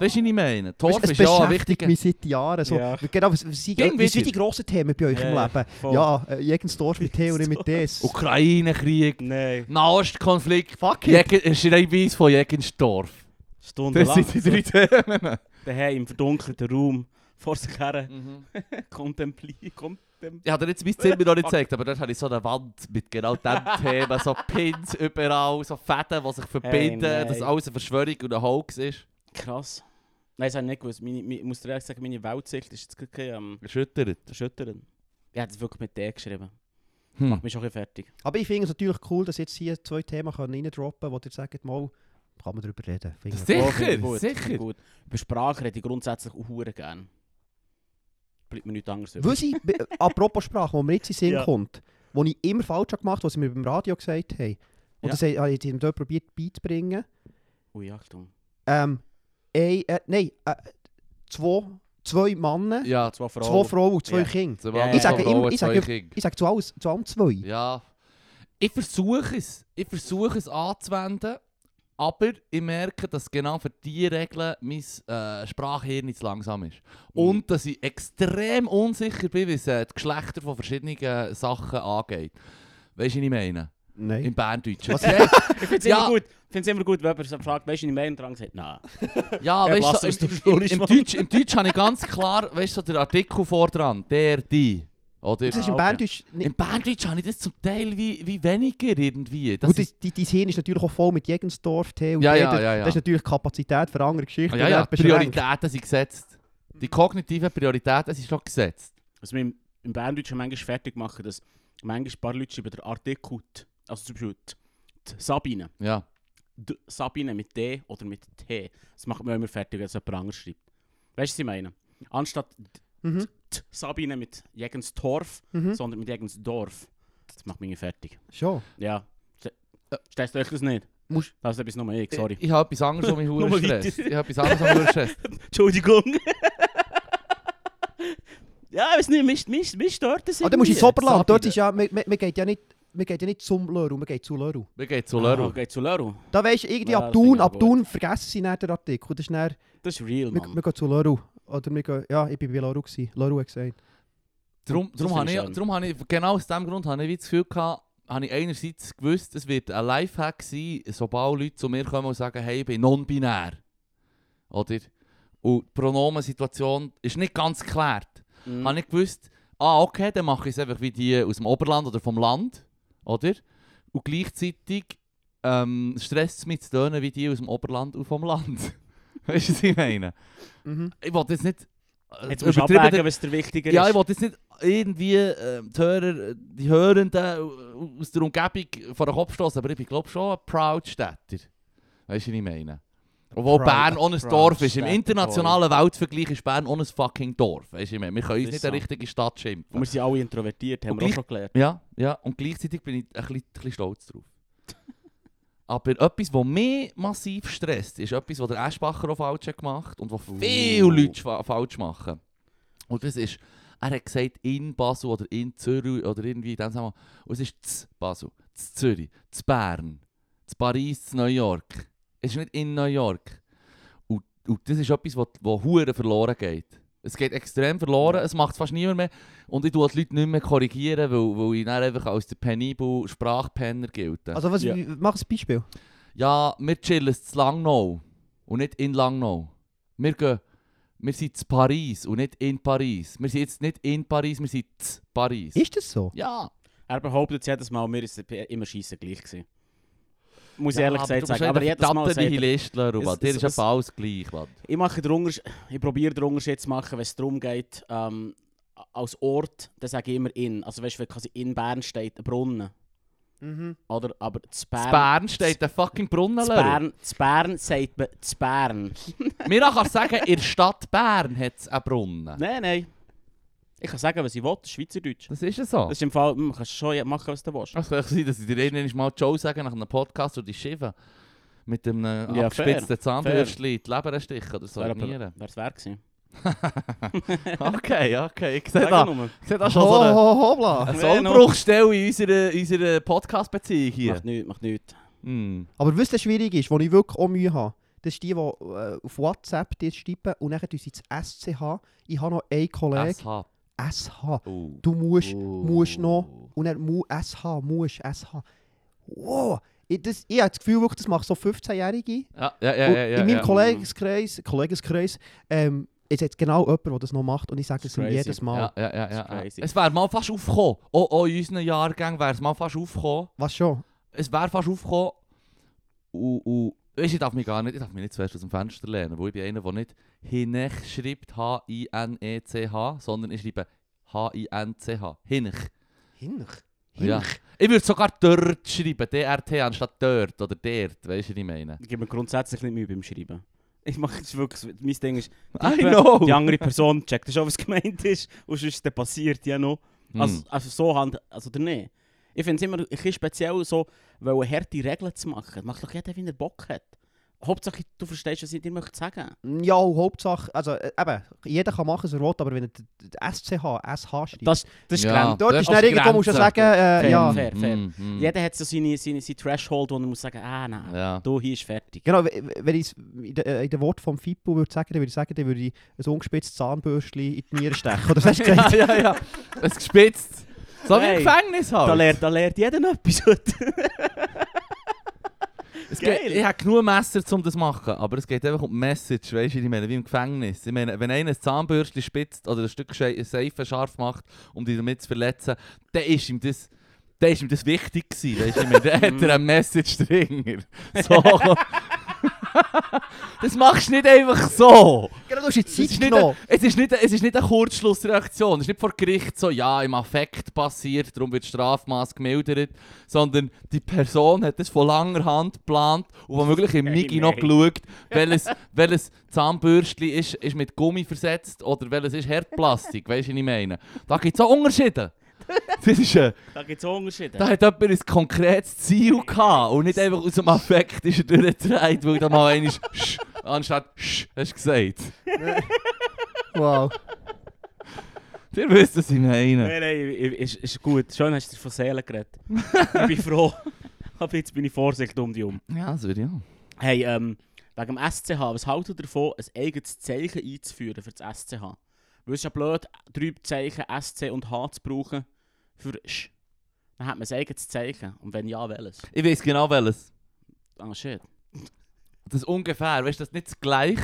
Speaker 1: weißt du, was ich meine? Torf
Speaker 3: Es
Speaker 1: ist ja ein
Speaker 3: beschäftigt
Speaker 1: wichtiger...
Speaker 3: mich seit Jahren. So,
Speaker 2: Ja.
Speaker 3: Genau, was, was, sind,
Speaker 1: Ging
Speaker 3: was sind
Speaker 1: wieder.
Speaker 3: die grossen Themen bei euch im
Speaker 2: Ja,
Speaker 3: Leben?
Speaker 2: voll.
Speaker 3: Ja, äh, Jegensdorf mit T und nicht mit DS.
Speaker 1: Oh. Ukraine-Krieg,
Speaker 2: Nein.
Speaker 1: Nahostkonflikt,
Speaker 3: Fuck it.
Speaker 1: Jäger- Schreibweise von Jägenstorf. Das
Speaker 2: Stundenlang.
Speaker 1: sind die drei Themen.
Speaker 2: Daheim im verdunkelten Raum. Vor sich
Speaker 1: *laughs*
Speaker 2: her.
Speaker 1: Mhm.
Speaker 2: Kontemplieren. Kontem
Speaker 1: Ich habe dir jetzt mein Zimmer
Speaker 2: *laughs*
Speaker 1: noch nicht gezeigt, aber dort habe ich so eine Wand mit genau diesem Thema. So Pins überall, so Fäden, die sich verbinden,
Speaker 2: nein.
Speaker 1: dass alles eine Verschwörung und ein Hoax ist.
Speaker 2: Krass. Nein, das habe ich nicht gewusst. Meine, meine, ich muss dir ehrlich sagen, meine Weltsicht ist jetzt gerade kein ähm,
Speaker 1: Erschüttert.
Speaker 2: erschüttern. Ich hätte es wirklich mit D geschrieben.
Speaker 1: Hm.
Speaker 2: Bin schon ein bisschen fertig.
Speaker 3: Aber ich finde es natürlich cool, dass jetzt hier zwei Themen können reindroppen können, wo ihr sagt, mal, kann man darüber reden. Finde ich-
Speaker 1: Das- Sicher,
Speaker 2: Oh, finde ich gut,
Speaker 1: sicher.
Speaker 2: finde ich Gut. Über Sprache rede ich grundsätzlich auch hure gern. Bleibt mir nichts anderes übrig.
Speaker 3: Was ich, be- äh, apropos Sprache, wo mir jetzt in den Sinn
Speaker 2: Ja.
Speaker 3: kommt, wo ich immer falsch habe gemacht habe, was sie mir beim Radio gesagt haben. Und
Speaker 2: Ja.
Speaker 3: das he- habe ich ihm dort probiert beizubringen.
Speaker 2: Ui, Achtung.
Speaker 3: Ähm, ein, äh, nein, äh, zwei, zwei Männer,
Speaker 1: Ja,
Speaker 2: Zwei
Speaker 3: zwei
Speaker 2: Frauen.
Speaker 3: Frauen und zwei
Speaker 2: Ja.
Speaker 3: Kinder.
Speaker 1: zwei
Speaker 2: Ja,
Speaker 1: Männer,
Speaker 2: ich
Speaker 1: zwei
Speaker 2: sage
Speaker 1: Frauen,
Speaker 3: immer- ich
Speaker 1: zwei
Speaker 3: sage-
Speaker 1: Kinder.
Speaker 3: Ich sage zu, alles, zu allem zwei.
Speaker 1: Ja. Ich versuche es. Ich versuche es anzuwenden. Aber ich merke, dass genau für diese Regeln mein äh, Sprachhirn nicht langsam ist.
Speaker 2: Mhm.
Speaker 1: Und dass ich extrem unsicher bin, wie es äh, die Geschlechter von verschiedenen äh, Sachen angeht. Weißt du, was ich meine? Im
Speaker 3: Nein.
Speaker 1: Berndeutsch.
Speaker 3: Was-
Speaker 2: Ich finde es
Speaker 1: Ja.
Speaker 2: immer gut, ich find's immer gut, wenn jemand so fragt, weißt du, in Mail dran sagt, nein.
Speaker 1: Ja,
Speaker 2: Ja,
Speaker 1: weißt
Speaker 2: Blaster
Speaker 1: du,
Speaker 2: ist
Speaker 1: im,
Speaker 2: der
Speaker 1: im,
Speaker 2: Schwulisch,
Speaker 1: im,
Speaker 2: Mann.
Speaker 1: Deutsch, im Deutsch habe ich ganz klar, weißt du, so den Artikel vor dran, der, die. Oder?
Speaker 3: Das ist
Speaker 2: Ah,
Speaker 3: im
Speaker 2: okay.
Speaker 3: Berndeutsch nicht...
Speaker 1: Im Berndeutsch habe ich das zum Teil wie, wie weniger irgendwie. Das
Speaker 3: Gut,
Speaker 1: ist,
Speaker 3: das, die, dein Hirn ist natürlich auch voll mit Jegensdorf, T und
Speaker 1: Ja,
Speaker 3: D,
Speaker 1: ja,
Speaker 3: da-
Speaker 1: ja, ja.
Speaker 3: Da ist natürlich die Kapazität für andere Geschichten.
Speaker 1: Ah, ja, ja,
Speaker 3: dort
Speaker 1: die
Speaker 3: beschränkt.
Speaker 1: Prioritäten sind gesetzt. Die kognitiven Prioritäten sind schon gesetzt.
Speaker 2: Was wir im, im Berndeutsch schon manchmal fertig machen, dass manchmal ein paar Leute schreiben den Artikel, t, also zum Beispiel t, t, Sabine.
Speaker 1: Ja.
Speaker 2: D, Sabine mit D oder mit T. Das macht man immer fertig, als jemand anderes schreibt. Weißt du, was ich meine? Anstatt d,
Speaker 3: Mhm.
Speaker 2: t, Sabine mit Jegens Torf,
Speaker 3: Mhm.
Speaker 2: sondern mit Jegens Dorf. Das macht mich fertig.
Speaker 3: Schon.
Speaker 2: Ja. Ste- Stellst du euch das nicht?
Speaker 1: Musst-
Speaker 2: Das ist etwas nur ich,
Speaker 1: *laughs*
Speaker 2: sorry.
Speaker 1: Ich, ich habe etwas anderes um
Speaker 3: *laughs*
Speaker 1: mich
Speaker 2: Nur
Speaker 1: Huren stresst.
Speaker 2: weiter.
Speaker 1: Ich habe etwas anderes um mich Huren stresst.
Speaker 2: Entschuldigung. *laughs* ja, ich weiß nicht, mich, mich, mich stört das
Speaker 3: Aber Ah, dann musst du ins Oberland. Dort
Speaker 2: Sabine.
Speaker 3: ist ja... Man, man, man geht ja nicht... Man geht ja nicht zum Lörl, man geht zu Lörl.
Speaker 1: Wir gehen zu
Speaker 2: Ah,
Speaker 1: Leru.
Speaker 2: geht zu Leru.
Speaker 3: Da weisst du, irgendwie
Speaker 2: Ja,
Speaker 3: ab
Speaker 2: das finde
Speaker 3: Thun,
Speaker 2: ich
Speaker 3: ab
Speaker 2: gut.
Speaker 3: Thun vergessen sie dann den Artikel. Das ist dann,
Speaker 2: Das ist real,
Speaker 3: wir,
Speaker 2: Mann.
Speaker 3: wir gehen zu Lörl. Oder wir gehen... Ja, ich bin bei Lörl gewesen. Lörl hat gesagt.
Speaker 1: Darum, darum,
Speaker 2: finde
Speaker 1: habe
Speaker 2: ich
Speaker 1: ich,
Speaker 2: schön.
Speaker 1: darum habe ich, genau aus diesem Grund habe ich wie das Gefühl gehabt, habe ich einerseits gewusst, es wird ein Lifehack sein, sobald Leute zu mir kommen und sagen, hey, ich bin non-binär. Oder? Und die Pronomensituation ist nicht ganz geklärt.
Speaker 2: Mhm.
Speaker 1: Habe ich gewusst, ah, okay, dann mache ich es einfach wie die aus dem Oberland oder vom Land. Oder? Und gleichzeitig ähm, stresst es mich zu tönen wie die aus dem Oberland und vom Land. *laughs* weißt du, was ich meine?
Speaker 3: Mhm.
Speaker 1: Ich wollte jetzt nicht. äh,
Speaker 2: Jetzt musst du
Speaker 1: übertrieben-
Speaker 2: abwägen, was der wichtiger
Speaker 1: ja, ich
Speaker 2: ist.
Speaker 1: wollte jetzt nicht irgendwie ähm, die, Hörer, äh, die Hörenden au- aus der Umgebung vor den Kopf stoßen, aber ich bin glaube schon ein Proud-Städter. Weißt du, was ich meine? Obwohl
Speaker 3: Proud-
Speaker 1: Bern ohne
Speaker 2: proud
Speaker 1: Dorf ist. Im
Speaker 2: Städter,
Speaker 1: internationalen Weltvergleich ist Bern ohne fucking Dorf. Weißt du, was ich meine? Wir können uns
Speaker 2: Das
Speaker 1: nicht
Speaker 2: ist
Speaker 1: eine
Speaker 2: so.
Speaker 1: richtige Stadt
Speaker 2: Und
Speaker 1: schimpfen.
Speaker 2: wir sind alle introvertiert, haben
Speaker 1: Und
Speaker 2: wir auch
Speaker 1: gleich-
Speaker 2: schon gelernt.
Speaker 1: Ja, ja. Und gleichzeitig bin ich ein bisschen, ein bisschen stolz drauf. *laughs* Aber etwas, was mich massiv stresst, ist etwas, was der Eschbacher auch falsch hat gemacht und was viele
Speaker 2: Uh.
Speaker 1: Leute schwa- falsch machen. Und das ist, er hat gesagt, in Basel oder in Zürich oder irgendwie in dem Zusammenhang. Und es ist z Basel, z Zürich, z Bern, z Paris, z New York. Es ist nicht in New York. Und, und das ist etwas, was, was Huren verloren geht. Es geht extrem verloren, es macht es fast niemand mehr. Und ich tue die Leute nicht mehr korrigieren, weil, weil ich dann einfach als der penibel Sprachpenner gilt.
Speaker 3: Also was,
Speaker 2: Ja.
Speaker 3: wie- mach ein Beispiel.
Speaker 1: Ja, wir chillen in Langnau und nicht in Langnau. Wir, gehen, wir sind in Paris und nicht in Paris. Wir sind jetzt nicht in Paris, wir sind in Paris.
Speaker 3: Ist das so?
Speaker 1: Ja,
Speaker 2: Er behauptet jedes Mal, mir ist immer scheiße gleich gewesen. Muss ich
Speaker 1: ja,
Speaker 2: ehrlich gesagt sagen.
Speaker 1: Aber
Speaker 2: Aber
Speaker 1: du halt bist
Speaker 2: jedes
Speaker 1: ein
Speaker 2: Mal
Speaker 1: verdammter
Speaker 2: sagt er,
Speaker 1: Nihilist, Leroy.
Speaker 2: Es-
Speaker 1: Dir
Speaker 2: es-
Speaker 1: ist
Speaker 2: es-
Speaker 1: etwa alles gleich. Mann.
Speaker 2: ich mache den Unterschied, ich probiere den Unterschied zu machen, wenn es darum geht, ähm, als Ort, dann sage ich immer in. Also weißt du, wenn quasi in Bern steht ein Brunnen,
Speaker 3: Mhm.
Speaker 2: oder? Aber zu
Speaker 1: In
Speaker 2: Bern...
Speaker 1: Bern steht der fucking Brunnen,
Speaker 2: zu
Speaker 1: Leroy.
Speaker 2: Bern, zu Bern sagt man zu Bern.
Speaker 1: Mir kann sagen, in der Stadt Bern hat es einen Brunnen.
Speaker 2: Nein, nein. Ich kann sagen, was ich will, das ist Schweizerdeutsch.
Speaker 1: Das ist ja so.
Speaker 2: Das ist im Fall, man kann schon machen, was du willst.
Speaker 1: Es kann sein, dass ich dir irgendwann mal Joe sagen nach einem Podcast oder die Schiffe mit einem äh,
Speaker 2: fair,
Speaker 1: abgespitzten Zahnbürstchen in die Leber stechen oder so. in die Nieren.
Speaker 2: Wer es wäre gewesen.
Speaker 1: Okay, okay, ich sehe
Speaker 2: Sag
Speaker 1: da.
Speaker 2: nur.
Speaker 1: Ich sehe da
Speaker 3: Ho,
Speaker 1: schon so eine,
Speaker 3: ho,
Speaker 1: *laughs*
Speaker 3: hobla.
Speaker 1: eine Sollbruchstelle in unserer, unserer Podcast-Beziehung hier.
Speaker 2: Macht nichts, macht nichts.
Speaker 1: Hm.
Speaker 3: Aber was das schwierig ist, wo ich wirklich auch Mühe habe, das ist die, die äh, auf WhatsApp dir schreiben und dann tun sie das SCH. Ich habe noch einen Kollegen.
Speaker 1: SH.
Speaker 3: SH.
Speaker 1: Oh.
Speaker 3: Du musst,
Speaker 2: Oh.
Speaker 3: musst noch. Und er muss SH, musst SH. Wow! Ich, das, ich habe das Gefühl, wirklich, das macht so 15-Jährige.
Speaker 1: Ja, ja, ja,
Speaker 3: Und
Speaker 1: ja, ja,
Speaker 3: in meinem
Speaker 1: ja.
Speaker 3: Kollegenkreis, Kollegenkreis ähm, ist jetzt genau jemand, der das noch macht und ich sage
Speaker 2: Das
Speaker 3: es
Speaker 2: ist
Speaker 3: ihm
Speaker 2: crazy.
Speaker 3: jedes Mal.
Speaker 1: Ja, ja, ja,
Speaker 2: Das ist
Speaker 1: ja, ja.
Speaker 2: crazy.
Speaker 1: Es wäre mal fast aufgekommen. Oh, oh, in unseren Jahrgängen wäre es mal fast aufgekommen.
Speaker 3: Was schon?
Speaker 1: Es wäre fast aufgekommen. Und, und weisst, ich darf mich gar nicht, ich darf mich nicht zuerst aus dem Fenster lernen, weil ich bin einer, der nicht Hinech schreibt, H-I-N-E-C-H, sondern ich schreibe H-I-N-C-H. Hinech.
Speaker 3: Hinch.
Speaker 1: Ja. Ich würde sogar dort schreiben, D-R-T anstatt dort oder dort, weißt du, was ich meine?
Speaker 2: Ich gebe mir grundsätzlich nicht Mühe beim Schreiben. Ich mache das wirklich, mein Ding ist,
Speaker 1: I
Speaker 2: tippen,
Speaker 1: know.
Speaker 2: die andere Person checkt schon, was gemeint ist und sonst dann passiert ja noch.
Speaker 1: Hm.
Speaker 2: Also, also so Hand, also der nicht. Ich finde es immer ein bisschen speziell, so weil eine harte Regeln zu machen. Macht doch jeder, wie er Bock hat. Hauptsache, du verstehst, was ich dir möchte sagen.
Speaker 3: Ja, und Hauptsache, also äh, eben, jeder kann machen, was er will, aber wenn er d- d- SCH, SH schreibt,
Speaker 2: Das, das ist
Speaker 1: Ja.
Speaker 2: Grenze.
Speaker 3: dort
Speaker 1: das
Speaker 3: ist
Speaker 1: ist
Speaker 3: dann irgendwo,
Speaker 1: Grenze.
Speaker 3: musst du sagen,
Speaker 2: Fair,
Speaker 3: äh, ja.
Speaker 2: fair, fair.
Speaker 1: Mm, mm.
Speaker 2: Jeder hat so seine, seine, seine Threshold, wo er muss sagen, ah nein,
Speaker 1: Ja.
Speaker 2: *laughs* du hier ist fertig.
Speaker 3: Genau, w- w- wenn ich in den äh, in den Worten vom Fippo würde sagen, dann würde ich sagen, dann würde ich ein ungespitztes Zahnbürstchen in die Nieren stechen. Oder was hast du
Speaker 1: *laughs*
Speaker 3: gesagt?
Speaker 1: ja, ja, ja. Es gespitzt. So wie
Speaker 2: Hey,
Speaker 1: im Gefängnis halt.
Speaker 2: Da lernt, da lernt jeder etwas *laughs* heute.
Speaker 1: Es
Speaker 2: Geil.
Speaker 1: geht, ich habe genug Messer, um das zu machen, aber es geht einfach um die Message, weißt du, ich meine, wie im Gefängnis. Ich meine, wenn einer ein Zahnbürstchen spitzt oder ein Stück Sche- Seife scharf macht, um dich damit zu verletzen, dann ist ihm das, dann ist ihm das wichtig gewesen, weißt du, ich meine, dann hat er eine Message drin. So. *laughs* das machst du nicht einfach so.
Speaker 3: Genau, du hast jetzt
Speaker 1: Es
Speaker 3: Zeit
Speaker 1: ist, nicht
Speaker 3: genommen.
Speaker 1: eine, es, ist nicht, es ist nicht eine Kurzschlussreaktion. Es ist nicht vor Gericht so, ja, im Affekt passiert, darum wird Strafmaß gemildert. Sondern die Person hat das von langer Hand geplant und womöglich im
Speaker 2: Hey,
Speaker 1: Migi
Speaker 2: nein.
Speaker 1: noch geschaut, welches, welches Zahnbürstchen ist, ist mit Gummi versetzt oder welches ist Hartplastik. weißt du, was ich meine? Da gibt es auch Unterschiede. Das ist, äh,
Speaker 2: Da gibt es Unterschiede.
Speaker 1: da hat jemand ein konkretes Ziel gehabt und nicht einfach aus dem Affekt ist er durchgetragen, weil da mal einer *laughs* «sch» anstatt «sch» hast du gesagt.
Speaker 3: *laughs* Wow.
Speaker 1: Ihr wisst, was ich meine.
Speaker 2: Nein, nein, ich- ich- ist, ist gut. Schön hast du dir von Seelen *laughs* geredet. ich bin *laughs* froh. Aber jetzt bin ich vorsichtig um die um.
Speaker 1: Ja, das würde ich auch.
Speaker 2: Hey, ähm, wegen dem SCH, was haltet ihr davon, ein eigenes Zeichen einzuführen für das SCH? Weil es ist ja blöd, drei Zeichen SC und H zu brauchen für Sch. Dann hat man ein eigenes Zeichen. Und wenn ja, welches?
Speaker 1: Ich weiß genau welches.
Speaker 2: Ah, shit.
Speaker 1: Das ungefähr, weißt du, das ist nicht das gleich,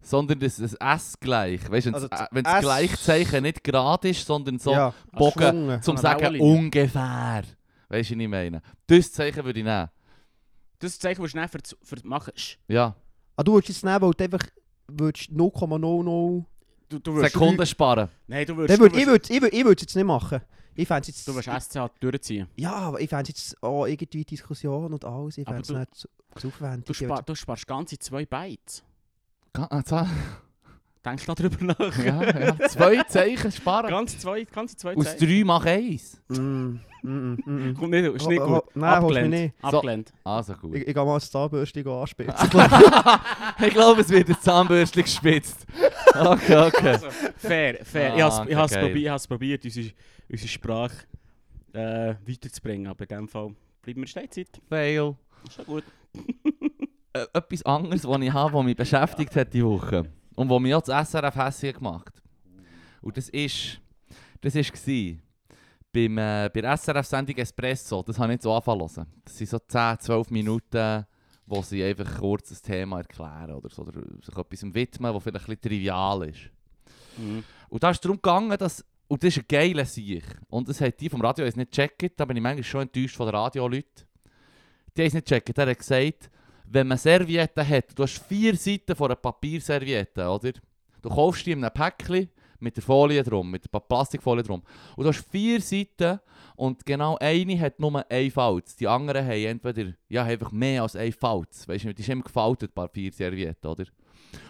Speaker 1: sondern das, das S gleich. Weißt du,
Speaker 3: Also
Speaker 1: wenn
Speaker 3: das
Speaker 1: das- wenn das
Speaker 3: S-
Speaker 1: Gleichzeichen nicht gerade ist, sondern so
Speaker 3: ja,
Speaker 1: Bogen
Speaker 3: geschwungen.
Speaker 1: zum
Speaker 2: Eine
Speaker 1: Sagen
Speaker 2: Wellenlinie.
Speaker 1: ungefähr. Weißt du, was ich meine? Das Zeichen würde ich nehmen.
Speaker 2: Das Zeichen, das du dann für, das- für das machen Sch.
Speaker 1: Ja.
Speaker 3: Ah, du würdest es nehmen, weil du einfach würdest 0,00...
Speaker 2: Du, du würdest-
Speaker 1: Sekunden sparen.
Speaker 2: Nein, du
Speaker 3: Dann
Speaker 2: würdest,
Speaker 3: würd,
Speaker 2: du
Speaker 3: ich
Speaker 2: würdest,
Speaker 3: würde es ich würd, ich würd's jetzt nicht machen. Ich fände jetzt...
Speaker 2: du würdest SCH durchziehen.
Speaker 3: Ja, aber ich fände jetzt auch irgendwie Diskussion und alles. Ich
Speaker 2: Aber
Speaker 3: fände es
Speaker 2: du-
Speaker 3: nicht zu, zu aufwendig.
Speaker 2: Du,
Speaker 3: Ich würd-
Speaker 2: spar, du sparst ganze zwei Bytes.
Speaker 1: Ga- ah, zwei-
Speaker 2: Denkst du darüber nach?
Speaker 1: Ja, ja. Zwei Zeichen sparen.
Speaker 2: Ganz zwei, ganze zwei
Speaker 1: Aus
Speaker 2: Zeichen.
Speaker 1: drei mach eins.
Speaker 3: Mm, mm, mm,
Speaker 2: *laughs*
Speaker 3: mm.
Speaker 2: Kommt nicht, ist nicht
Speaker 3: Oh,
Speaker 2: gut.
Speaker 3: oh, oh, nein, holst du mich
Speaker 2: Abgelehnt.
Speaker 3: nicht.
Speaker 1: So.
Speaker 2: Abgelehnt.
Speaker 1: Also gut.
Speaker 3: Ich, ich gehe mal das Zahnbürstchen anspitzen.
Speaker 1: ich glaube, es wird ein Zahnbürstchen
Speaker 2: *laughs*
Speaker 1: gespitzt. Okay, okay.
Speaker 2: Also, fair, fair.
Speaker 1: Ah, okay,
Speaker 2: ich habe es ich has
Speaker 1: geil.
Speaker 2: probi ich has probiert, unsere, unsere Sprache äh, weiterzubringen, aber in dem Fall bleiben wir Steinzeit.
Speaker 1: Fail.
Speaker 2: Ist ja gut.
Speaker 1: äh, etwas anderes, was ich habe, was mich beschäftigt hat die Woche. Und was mich auch das SRF hässlich gemacht Und das ist... Das war... Beim, äh, bei der SRF-Sendung «Espresso», das habe ich jetzt auch angefangen zu hören. Das sind so 10, 12 Minuten, wo sie einfach kurz ein Thema erklären oder, so, oder sich etwas widmen, das vielleicht ein bisschen trivial ist.
Speaker 2: Mhm.
Speaker 1: Und da ist es darum gegangen, dass. Und das ist ein geiler Sieg. Und das hat die vom Radio jetzt nicht gecheckt. Da bin ich manchmal schon enttäuscht von den Radioleuten. Die haben es nicht gecheckt. Er hat gesagt, wenn man Servietten hat, du hast vier Seiten von einer Papierserviette, oder? Du kaufst die in einem Päckchen mit der Folie drum, mit der Pa- Plastikfolie drum. Und du hast vier Seiten und genau eine hat nur ein Falz. Die anderen haben entweder ja, haben einfach mehr als ein Falz. Weißt du, die ist immer gefaltet, Papierserviette, oder?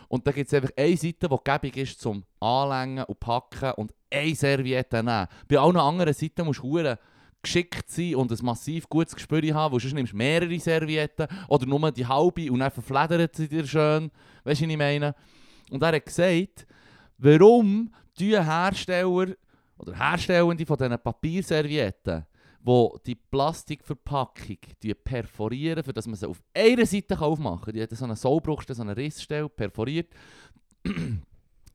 Speaker 1: Und da gibt es einfach eine Seite, die gäbig ist zum Anlängen und Packen und eine Serviette nehmen. Bei allen anderen Seiten musst du hure geschickt sein und ein massiv gutes Gespür haben, weil sonst nimmst du mehrere Servietten oder nur die halbe und dann verfledert sie dir schön. Weißt du, was ich meine? Und er hat gesagt, warum die Hersteller oder Herstellende von diesen Papierservietten, wo die Plastikverpackung die perforieren, für dass man sie auf einer Seite aufmachen kann. Die hat so einen Sollbruchstelle, so eine Rissstelle, perforiert. *clears throat* du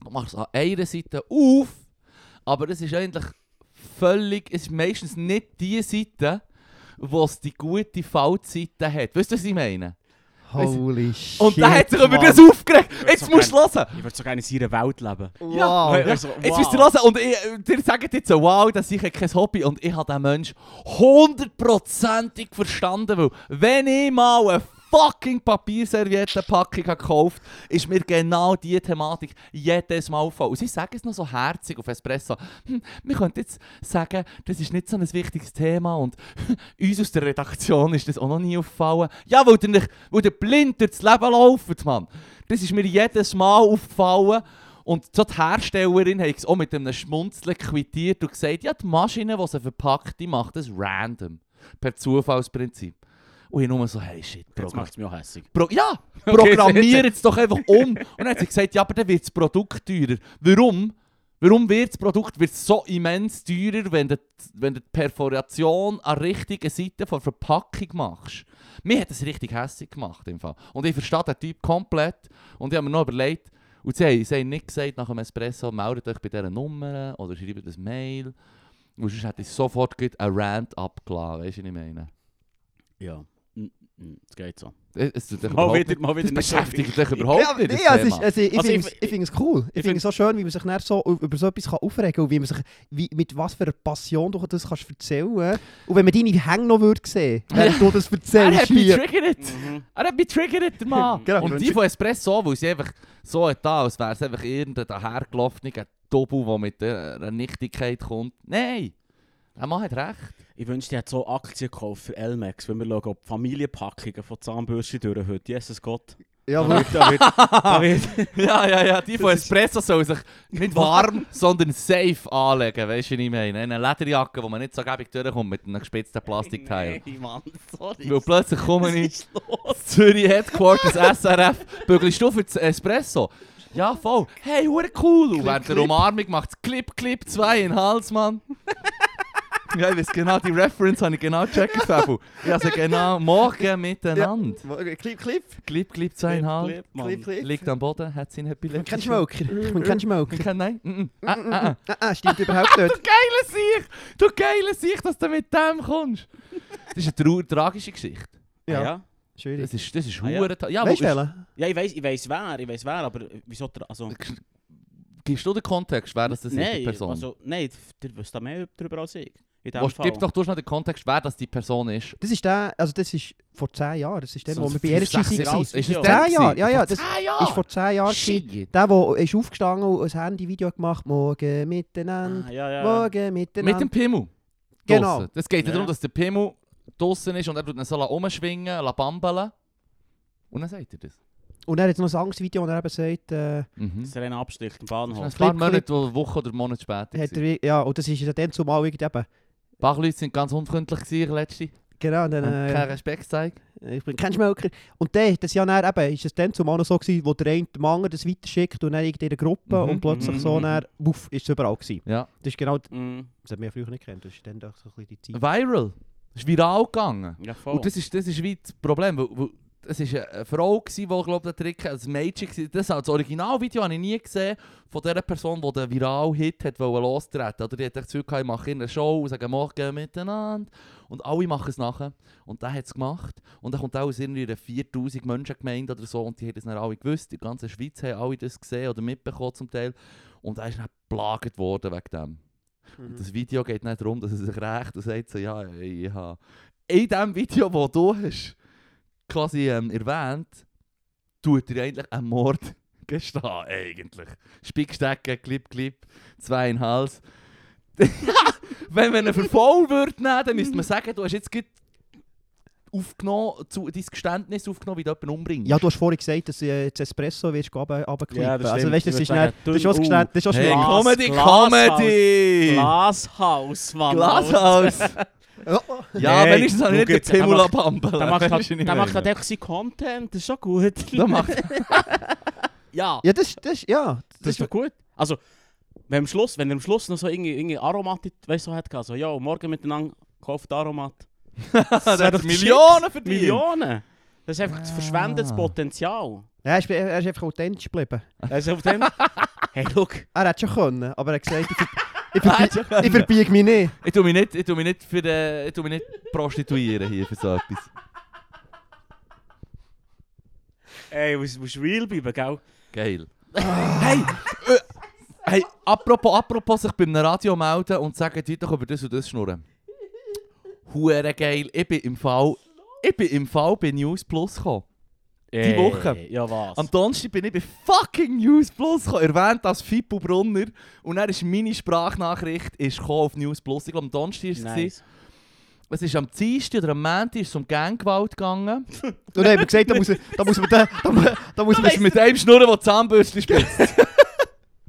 Speaker 1: machst es an einer Seite auf, aber es ist eigentlich völlig, es ist meistens nicht die Seite, wo es die gute Faltseite hat. Weißt du, was ich meine?
Speaker 3: Holy shit,
Speaker 1: Und da hat sich über
Speaker 3: Mann.
Speaker 1: das aufgeregt.
Speaker 2: würd's
Speaker 1: Jetzt
Speaker 2: auch
Speaker 1: musst du hören.
Speaker 2: Ich würde so gerne in ihrer Welt leben.
Speaker 3: Oh, Wow.
Speaker 2: Ja,
Speaker 1: Ja,
Speaker 2: so,
Speaker 1: Jetzt
Speaker 2: wow.
Speaker 1: müsst ihr hören, und ich, ihr sagt jetzt so, wow, das ist kein Hobby. Und ich habe den Mensch hundertprozentig verstanden, weil wenn ich mal eine fucking Papierserviettenpackung habe gekauft ist mir genau diese Thematik jedes Mal aufgefallen. Und sie sagen es noch so herzig auf Espresso. Hm, wir könnten jetzt sagen, das ist nicht so ein wichtiges Thema und *laughs* uns aus der Redaktion ist das auch noch nie aufgefallen. Ja, weil ihr, nicht, weil ihr blind durchs Leben lauft, Mann. Das ist mir jedes Mal aufgefallen. Und so die Herstellerin hat es auch mit einem Schmunzeln quittiert und gesagt, ja, die Maschine, die sie verpackt, die macht das random. Per Zufallsprinzip. Und ich nur so, hey shit,
Speaker 2: Das
Speaker 1: Programm.
Speaker 2: macht es mich auch hässig.
Speaker 1: Pro ja,
Speaker 2: *laughs* Okay,
Speaker 1: programmieren es doch einfach
Speaker 2: *laughs*
Speaker 1: um. Und dann hat sie gesagt, ja, aber dann wird das Produkt teurer. Warum? Warum wird das Produkt wird's so immens teurer, wenn du, wenn du die Perforation an der richtigen Seite von der Verpackung machst? Mir hat das richtig hässlich gemacht. Im Fall. Und ich verstehe den Typ komplett. Und ich habe mir noch überlegt, und sie haben, sie haben nicht gesagt, nach dem Espresso, meldet euch bei dieser Nummer oder schreibt ein Mail. Und sonst hätte ich sofort gleich einen Rant abgeladen. Weißt du, was ich meine?
Speaker 2: Ja. Mm, Es geht so.
Speaker 1: Es, es tut dich
Speaker 2: Mal
Speaker 1: überhaupt
Speaker 2: wieder,
Speaker 1: nicht-
Speaker 2: mal
Speaker 1: das
Speaker 2: wieder nicht so viel.
Speaker 1: beschäftigt dich überhaupt
Speaker 3: Ja,
Speaker 1: nicht. das
Speaker 3: nee, also
Speaker 1: Thema.
Speaker 3: ist, also ich
Speaker 2: Also
Speaker 3: finde
Speaker 2: ich-
Speaker 3: es cool. Ich,
Speaker 2: ich
Speaker 3: finde es so schön, wie man sich dann so u- über so etwas kann aufregen kann und wie man sich, wie, mit was für einer Passion du das kannst erzählen kannst. Und wenn man deine Hänge noch würde sehen würde, wenn du das
Speaker 1: Er
Speaker 3: erzählst
Speaker 1: hat mich
Speaker 3: hier.
Speaker 1: triggert. Er hat mich triggert, der *laughs* Mann.
Speaker 3: Genau.
Speaker 1: Und die von Espresso, weil sie einfach so da, als wäre es einfach irgendein dahergelaufener Dobu, der mit einer Nichtigkeit kommt. Nein! Der Mann hat recht.
Speaker 2: Ich wünschte, ich hätte so Aktien gekauft für LMAX, wenn wir schauen, ob die Familienpackungen von Zahnbürsten durchhört. Jesus Gott.
Speaker 3: Ja,
Speaker 2: Da
Speaker 3: wirklich.
Speaker 2: wird, da wird,
Speaker 3: *laughs*
Speaker 1: Ah.
Speaker 2: da wird.
Speaker 1: *laughs* Ja, ja, ja. Die von
Speaker 2: Das ist-
Speaker 1: Espresso soll sich *laughs* nicht warm, sondern safe anlegen. Weißt du, was ich meine? Eine Lederjacke, wo man nicht so gäbig durchkommt mit einem gespitzten Plastikteil.
Speaker 2: Nein, Mann, sorry.
Speaker 1: Weil
Speaker 2: *laughs*
Speaker 1: plötzlich komme ich.
Speaker 2: ist los?
Speaker 1: Zürich Headquarters SRF, *laughs* bügelst du für das Espresso? Ja, voll. Hey, hure cool. Und während der
Speaker 3: clip.
Speaker 1: Umarmung macht es Clip, Clip 2 in den Hals,
Speaker 2: *laughs*
Speaker 1: Mann. ja, ich weiss genau, die Reference habe ich genau gecheckt, Fabu. Ja, also genau, morgen miteinander.
Speaker 3: Clip, Clip.
Speaker 1: Clip, Clip 2 in den Hals.
Speaker 2: Clip, Mann.
Speaker 3: Clip, Clip.
Speaker 1: Liegt am Boden, hat seinen Happy
Speaker 3: Man
Speaker 1: Lips.
Speaker 3: kennt Schmoker. Man kennt Schmoker.
Speaker 1: Kein Nein.
Speaker 2: Hm?
Speaker 1: Mm -mm. Ah, ah, ah.
Speaker 3: Ah, ah, stimmt überhaupt
Speaker 1: Du
Speaker 3: nicht.
Speaker 1: geiler Sieg! Du geiler Sieg, dass du mit dem
Speaker 2: *laughs*
Speaker 1: kommst. Das ist eine trau- tragische Geschichte.
Speaker 2: Ja.
Speaker 3: Ja,
Speaker 2: ja.
Speaker 3: schwierig.
Speaker 1: Das ist, das ist
Speaker 2: Ah, ja.
Speaker 1: hure ta- ja,
Speaker 3: Weißt du,
Speaker 1: weil-
Speaker 3: welchen?
Speaker 2: Ja, ich weiß, ich weiß wer, ich weiß wer, aber wieso der, also...
Speaker 1: Gibst du den Kontext, wer das, das ist, die
Speaker 2: nein,
Speaker 1: Person?
Speaker 2: also, nein, der wüsste mehr darüber als ich. In dem
Speaker 1: Was,
Speaker 2: Fall.
Speaker 1: gib doch du noch den Kontext, wer das die Person ist.
Speaker 3: Das ist der, also das ist vor 10 Jahren. Das ist der,
Speaker 1: So
Speaker 3: wo wir bei
Speaker 1: fünf,
Speaker 3: Energy
Speaker 1: sechs Jahre alt.
Speaker 3: waren.
Speaker 1: Ist das
Speaker 2: Ja.
Speaker 1: der
Speaker 2: Ah,
Speaker 3: Zehn Jahre,
Speaker 1: gewesen?
Speaker 3: Ah, ja, ja,
Speaker 1: Vor zehn
Speaker 3: das Ist vor 10 Jahren. gewesen.
Speaker 1: Shit.
Speaker 3: Der, der ist aufgestanden und ein Handyvideo gemacht Morgen miteinander.
Speaker 2: Ah, ja, ja.
Speaker 3: Morgen
Speaker 1: Mit
Speaker 3: miteinander.
Speaker 1: dem Pimmel.
Speaker 3: Genau.
Speaker 1: Draussen. Das geht ja.
Speaker 2: Ja.
Speaker 1: darum, dass der Pimmel draußen ist und er tut ihn so umschwingen, la bambeln. Und dann sagt er das.
Speaker 3: Und er hat noch ein anderes Video, wo er eben sagt, äh,
Speaker 1: Mhm.
Speaker 2: Das
Speaker 1: Das
Speaker 2: ist ein Abstich im
Speaker 1: ist
Speaker 2: Bahnhof.
Speaker 1: ein paar
Speaker 3: Clip,
Speaker 1: Monate, wo- Wochen oder Monate später.
Speaker 3: hat er,
Speaker 1: Ein
Speaker 3: wie- ja, und das ist ja dann zumal irgendwie eben,
Speaker 1: paar Leute waren ganz unfreundlich, gewesen, letzte.
Speaker 3: genau, und dann,
Speaker 1: Haben Keinen
Speaker 3: äh,
Speaker 1: Respekt gezeigt.
Speaker 3: ich bin kein Schmelker. Und dann, das ja dann eben, ist es dann zumal noch so gewesen, wo der eine dem anderen das weiterschickt und dann irgendwie in der Gruppe
Speaker 1: Mhm.
Speaker 3: und plötzlich so,
Speaker 2: Mhm.
Speaker 3: dann, wuff, ist es überall gewesen.
Speaker 1: Ja.
Speaker 3: Das ist genau, das
Speaker 2: Mhm.
Speaker 3: haben wir ja früher nicht kennt, das ist dann doch so ein bisschen die Zeit.
Speaker 1: Viral. Ist viral gegangen.
Speaker 2: Ja, voll.
Speaker 1: Und das ist, das ist wie das Problem, weil, weil es ist eine- eine Frau gsi, die glaub der Trick, ein Mädchen gsi. Das, das Originalvideo habe ich nie gesehen von der Person, die den Viral-Hit hat wollen lostreten. Oder die hat echt das Gefühl gehabt, ich mache eine Show und sage morgen miteinander und alle machen es nachher. Und der hat es gemacht und dann kommt auch aus irgendwie einer 4000 Menschen gemeint oder so und die haben das dann alle gewusst. In der ganzen Schweiz haben alle das gesehen oder mitbekommen zum Teil und er ist dann geplagt worden wegen dem. Und das Video geht nicht darum, dass er sich rächt und sagt so, ja, ich habe in dem Video, das du hast, quasi ähm, erwähnt, tut er eigentlich einen Mord *laughs* gestehen, eigentlich. Spickstecken, Clip, Clip, zwei in den Hals. *laughs* Wenn man ihn für voll würde nehmen, dann müsste man sagen, du hast jetzt gerade aufgenommen, zu, dein Geständnis aufgenommen, wie du jemanden umbringst.
Speaker 3: Ja, du hast vorhin gesagt, dass äh, das Espresso wirst du runter- runterklippen.
Speaker 1: dus
Speaker 2: Ja, das
Speaker 3: also
Speaker 2: stimmt.
Speaker 3: weißt, das
Speaker 2: Ich
Speaker 3: ist dann,
Speaker 2: würde sagen,
Speaker 3: das ist dus was
Speaker 2: dünn-
Speaker 3: gestanden, das ist was
Speaker 1: hey,
Speaker 2: Glas-
Speaker 1: Comedy,
Speaker 2: Glashaus.
Speaker 1: Comedy!
Speaker 2: Glashaus,
Speaker 1: eh-
Speaker 2: Mann.
Speaker 1: Glashaus!
Speaker 3: schlimm.
Speaker 1: Ja,
Speaker 2: Nein,
Speaker 1: wenigstens habe ich nicht
Speaker 2: schau
Speaker 1: den
Speaker 2: jetzt, der
Speaker 1: Pimmel
Speaker 2: macht-
Speaker 1: abhampeln.
Speaker 2: Der macht
Speaker 1: Weisst du, was ich
Speaker 2: halt, der macht halt
Speaker 1: meine?
Speaker 2: echt seinen Content, das ist schon gut.
Speaker 1: Der macht
Speaker 2: *laughs* ja,
Speaker 3: Ja, das, das, ja, das,
Speaker 2: das ist doch gut. Also, wenn am Schluss, wenn er am Schluss noch so irgendwie, irgendwie Aromat, weißt du, so hat gehabt, so, ja, morgen miteinander kauft
Speaker 1: *laughs*
Speaker 2: Aromat. das
Speaker 1: Der
Speaker 2: wäre
Speaker 1: hat
Speaker 2: doch
Speaker 1: Millionen
Speaker 2: shit.
Speaker 1: verdient.
Speaker 2: Millionen! Das ist einfach das
Speaker 1: Ah.
Speaker 2: verschwendetes Potenzial.
Speaker 3: er, ist, er ist einfach authentisch geblieben.
Speaker 1: *laughs*
Speaker 2: Er ist auf dem. hey, schau.
Speaker 3: Er hätte schon können, aber er
Speaker 1: *laughs*
Speaker 3: hat gesagt, ich, ver ich, verbi ich verbiege mich nicht.
Speaker 1: Ich tu mich nicht, ich tu mich nicht für äh, ich tu mich nicht prostituieren hier für so etwas.
Speaker 2: Ey, musst, musst real bleiben, gell?
Speaker 1: Geil. hey, äh, hey, apropos, apropos sich beim Radio melden und sagen, die doch über das und das schnurren. Hure geil. Ich bin im Fall, ich bin im Fall bei News Plus gekommen.
Speaker 2: Ey,
Speaker 1: Woche.
Speaker 2: Ja, was?
Speaker 1: Am Donnerstag bin ich bei fucking News Plus gekommen, erwähnt als Fippo Brunner. Und dann ist meine Sprachnachricht ist gekommen auf News Plus. Ich glaube, am Donnerstag war es. gewesen.
Speaker 2: nice.
Speaker 1: Es ist am Dienstag oder am Montag ist es um Ganggewalt gegangen.
Speaker 3: Und dann haben wir gesagt, da muss, da muss man, da, da, mu- da muss
Speaker 1: Du
Speaker 3: man,
Speaker 1: bist mit einem Schnurren, der Zahnbürste spitzt.
Speaker 2: *laughs*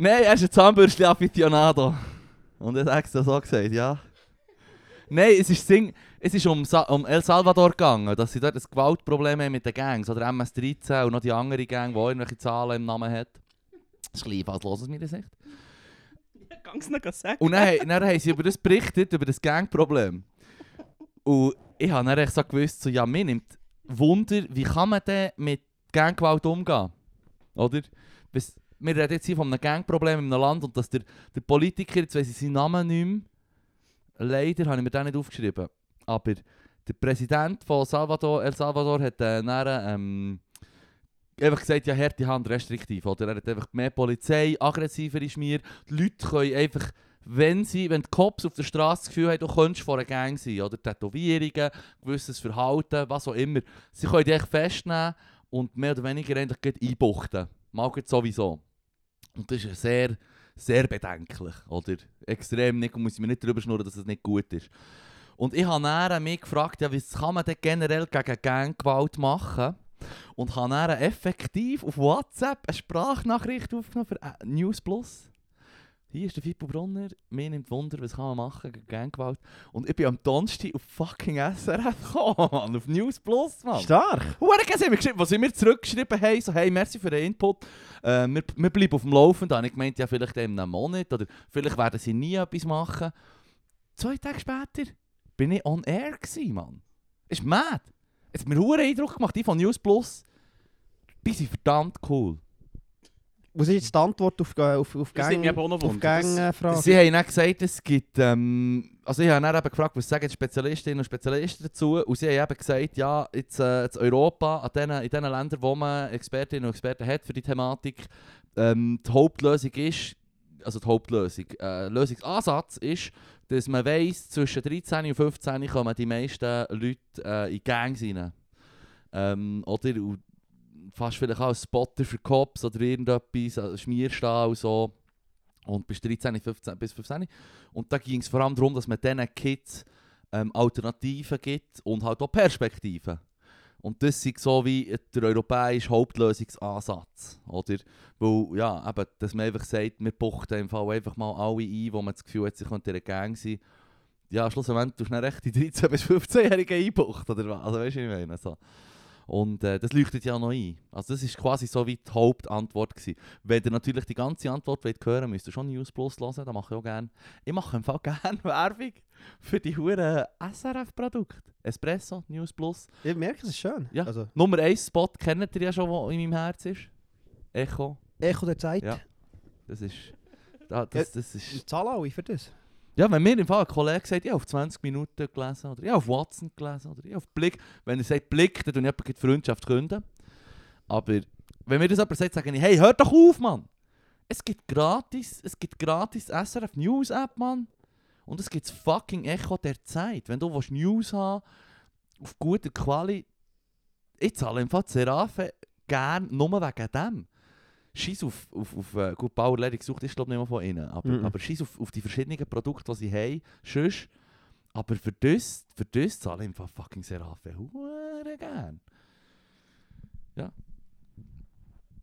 Speaker 1: Nein, er ist ein Zahnbürstchen-Afficionado. Und er hat extra so gesagt, ja. Nein, es ist das Ding, Es ist um, Sa um El Salvador gegangen, dass sie dort ein Gewaltproblem haben mit den Gangs. Oder MS-13 und noch die andere Gang, die auch irgendwelche Zahlen im Namen hat. Das ist ein bisschen fasslos aus meiner Sicht.
Speaker 2: Ganz noch sagen.
Speaker 1: Und dann, dann haben sie über das berichtet, über das Gangproblem. Und ich habe dann echt so gewusst, so, ja, mir nimmt Wunder, wie kann man denn mit Ganggewalt umgehen? Oder? Bis- Wir reden jetzt hier von einem Gangproblem in einem Land und dass der, der Politiker, jetzt weiss ich seinen Namen nicht mehr, leider habe ich mir den nicht aufgeschrieben, aber der Präsident von Salvador, El Salvador hat äh, dann, ähm, einfach gesagt, ja, harte Hand, restriktiv. Oder? Er hat einfach mehr Polizei, aggressiver ist mir. Die Leute können einfach, wenn sie, wenn die Cops auf der Straße das Gefühl haben, du könntest vor einer Gang sein, oder Tätowierungen, gewisses Verhalten, was auch immer, sie können dich festnehmen und mehr oder weniger eigentlich gleich einbuchten. Mal gleich sowieso. Und das ist sehr, sehr bedenklich, oder? Extrem, nicht, muss ich mir nicht drüber schnurren, dass es das nicht gut ist. Und ich habe dann mich gefragt, ja, was kann man denn generell gegen Ganggewalt machen? Und habe dann effektiv auf WhatsApp eine Sprachnachricht aufgenommen für äh, News Plus. Hier ist der Fippo Brunner, mir nimmt Wunder, was kann man machen gegen Ganggewalt. Und ich bin am Donnerstag auf fucking SRF gekommen, Mann, auf News Plus, Mann.
Speaker 3: Stark!
Speaker 1: Hure geil, sie haben mir geschrieben, was sie mir zurückgeschrieben haben, so hey, merci für den Input, äh, wir, wir bleiben auf dem Laufenden. Und ich meinte, ja vielleicht in einem Monat oder vielleicht werden sie nie etwas machen. Zwei Tage später bin ich on air gewesen, Mann. Ist mad. Es hat mir hure Eindruck gemacht, die von News Plus. Die sind verdammt cool.
Speaker 3: Was ist jetzt die Antwort auf, auf, auf
Speaker 2: Das nimmt mich
Speaker 3: eh, Gang,
Speaker 2: aber auch noch
Speaker 3: auf
Speaker 2: Wunder. Das-
Speaker 3: Gangfragen?
Speaker 1: Sie haben dann gesagt, es gibt, ähm, also ich habe dann eben gefragt, was sagen die Spezialistinnen und Spezialisten dazu und sie haben eben gesagt, ja, jetzt, äh, jetzt Europa, an den, in den Ländern, wo man Expertinnen und Experten hat für die Thematik, ähm, die Hauptlösung ist, also die Hauptlösung, äh, Lösungsansatz ist, dass man weiss, zwischen 13 und 15 kommen die meisten Leute äh, in Gangs rein. Ähm, oder und fast vielleicht auch als Spotter für Cops oder irgendetwas, also Schmierstau und so. Und bis 13, 15, bis 15. Und da ging es vor allem darum, dass man diesen Kids ähm, Alternativen gibt und halt auch Perspektiven. Und das ist so wie der europäische Hauptlösungsansatz, oder? Weil, ja, eben, dass man einfach sagt, wir buchten im Fall einfach mal alle ein, wo man das Gefühl hat, sie könnten in einer Gang sein. Ja, schlussendlich tust du dann recht die 13- bis 15-Jährigen einbucht, oder was? Also, weißt du, was ich meine? So. Und äh, das leuchtet ja noch ein. Also das ist quasi so wie die Hauptantwort gewesen. Wenn ihr natürlich die ganze Antwort wollt hören müsst ihr schon News Plus hören, das mache ich auch gerne. Ich mache im Fall *laughs* gerne Werbung für die huren SRF-Produkte. Espresso, News Plus.
Speaker 3: Ich merke, es ist schön.
Speaker 1: Ja.
Speaker 3: Also,
Speaker 1: Nummer 1 Spot kennt ihr ja schon, der in meinem Herz ist. Echo.
Speaker 3: Echo der Zeit.
Speaker 1: Ja. Das ist... Da, das, das ist
Speaker 3: Zahl alle für das.
Speaker 1: ja, wenn mir im Fall ein Kollege sagt, ich habe auf 20 Minuten gelesen oder ich habe auf Watson gelesen oder ich habe auf Blick. Wenn er sagt Blick, dann tue ich jemanden gleich die Freundschaft künden. Aber wenn mir das jemand sagt, sage ich, hey, hör doch auf, Mann! Es gibt gratis, es gibt gratis SRF News App, Mann. Und es gibt das fucking Echo der Zeit. Wenn du willst, News haben auf guter Quali, ich zahle im Fall die Serafe gern nur wegen dem. Scheiß auf, auf, auf äh, gut, Bauer Ledig sucht ist glaube ich nicht mehr von innen, aber,
Speaker 3: Mhm.
Speaker 1: aber scheiß auf, auf die verschiedenen Produkte, die sie haben, sonst. Aber für das, für das zahle ich im Fall fucking Serafe hure gern.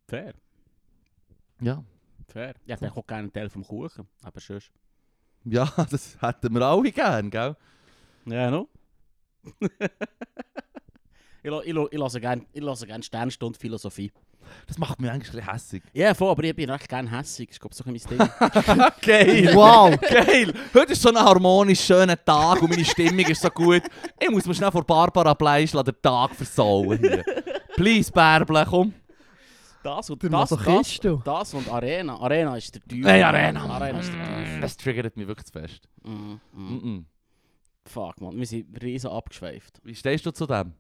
Speaker 2: Fair,
Speaker 1: Ja.
Speaker 2: fair. Ja, ich auch gerne einen Teil vom Kuchen, aber sonst.
Speaker 1: *laughs* Ja, das hätten wir alle gern, gell?
Speaker 2: Ja, *laughs* no? ich la- ich la- ich lasse gerne gern Sternstunde Philosophie.
Speaker 1: Das macht mich eigentlich ein bisschen hässig.
Speaker 2: Ja, voll, aber ich bin echt gerne hässig. Ich glaube, so ein *laughs* bisschen mein Ding.
Speaker 1: Geil! Wow! *laughs* Geil! Heute ist so ein harmonisch schöner Tag und meine Stimmung ist so gut. Ich muss mir schnell vor Barbara Bleischl den Tag versauen hier. Please, Bärble, komm.
Speaker 2: Das und
Speaker 3: Der
Speaker 2: das, das,
Speaker 3: Masochist, du.
Speaker 2: das und Arena. Arena ist der Teufel.
Speaker 1: Hey, Arena!
Speaker 2: Arena ist der
Speaker 1: Mm,
Speaker 2: Teufel.
Speaker 1: Das triggert mich wirklich zu fest.
Speaker 2: Mhm, mhm.
Speaker 1: Mm -mm.
Speaker 2: Fuck, man, wir sind riesen abgeschweift.
Speaker 1: Wie stehst du zu dem?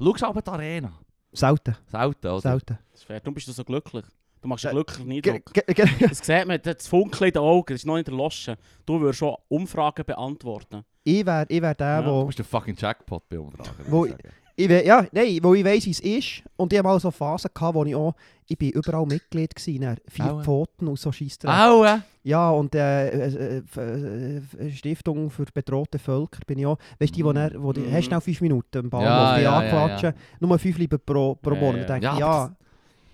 Speaker 1: Schau aber die Arena.
Speaker 3: Selten,
Speaker 1: Selten, oder?
Speaker 3: selten.
Speaker 2: Das ist fair. Darum bist du so dus glücklich. Du machst
Speaker 3: Äh,
Speaker 2: einen glücklichen
Speaker 3: Ge-
Speaker 2: Eindruck.
Speaker 3: ge-
Speaker 2: *laughs*
Speaker 3: ge-
Speaker 2: Das sieht man, das Funkeln in den Augen, das ist noch nicht erloschen. Du würdest schon Umfragen beantworten.
Speaker 3: Ich wäre ich wär der,
Speaker 2: Ja.
Speaker 1: Du
Speaker 3: wo,
Speaker 1: bist der fucking Jackpot bei Umfragen.
Speaker 3: Wo-
Speaker 1: würde ich sagen.
Speaker 3: ich wär, ja, nein, wo ich weiss, wie es ist. Und ich hatte mal so Phasen, gehabt, wo ich auch, ich bin überall Mitglied gewesen, dann vier
Speaker 1: Aua.
Speaker 3: Pfoten und so
Speaker 1: Ah,
Speaker 3: Scheissdreck.
Speaker 1: Aua!
Speaker 3: Ja, und äh, äh, äh, f- äh, f- äh, Stiftung für bedrohte Völker bin ich auch. Weißt du, die, wo, dann, wo die,
Speaker 2: Mhm.
Speaker 3: hast du auch fünf Minuten im Bahnhof,
Speaker 1: Ja,
Speaker 3: die
Speaker 1: ja,
Speaker 3: anquatschen, nur fünf lieber pro, pro
Speaker 2: Ja,
Speaker 3: Monat.
Speaker 2: ja.
Speaker 3: Ich denke,
Speaker 1: Ja,
Speaker 3: ja,
Speaker 1: aber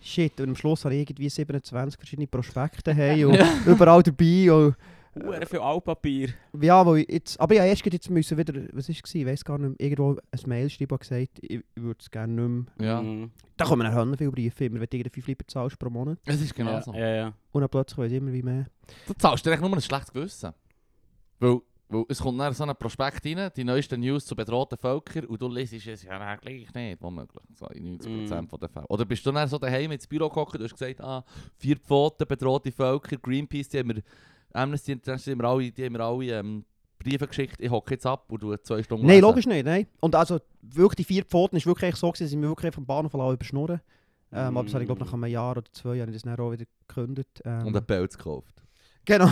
Speaker 3: shit. Und am Schluss habe ich irgendwie 27 verschiedene Prospekte hey, und überall dabei. Und,
Speaker 2: Huere viel Altpapier.
Speaker 3: Ja, weil jetzt, aber ja, erst gerade jetzt müssen wieder, was war es, ich weiß gar nicht mehr, irgendwo ein Mail schreiben und gesagt, ich würde es gerne nicht mehr.
Speaker 1: Ja.
Speaker 2: Mhm.
Speaker 3: Da kommen dann Hörner viele Briefe, immer, wenn du irgendwie 5 Lieber zahlst pro Monat.
Speaker 1: Es ist genau
Speaker 2: ja,
Speaker 1: so.
Speaker 2: Ja, ja.
Speaker 3: Und dann plötzlich weiss ich immer wie mehr.
Speaker 1: Du zahlst dir echt nur ein schlechtes Gewissen. Weil, weil es kommt dann so ein Prospekt rein, die neuesten News zu bedrohten Völkern und du liest es ja dann gleich nicht, womöglich. So in 90% von der Fälle. Oder bist du dann so daheim ins Büro gekommen und hast gesagt, ah, vier Pfoten, bedrohte Völker, Greenpeace, die haben wir, Amnesty International, die haben wir alle, die haben wir alle ähm, Briefe geschickt, ich hocke jetzt ab und du zwei Stunden
Speaker 3: Nein,
Speaker 1: lesen.
Speaker 3: logisch nicht, nein. Und also, wirklich, die vier Pfoten ist wirklich echt so, gewesen, dass ich mich wirklich vom Bahnhof alle überschnurren. Ähm, Aber das habe ich, glaube nach einem Jahr oder zwei Jahren das dann auch wieder gekündigt. Ähm,
Speaker 1: Und einen Pelz gekauft.
Speaker 3: Genau.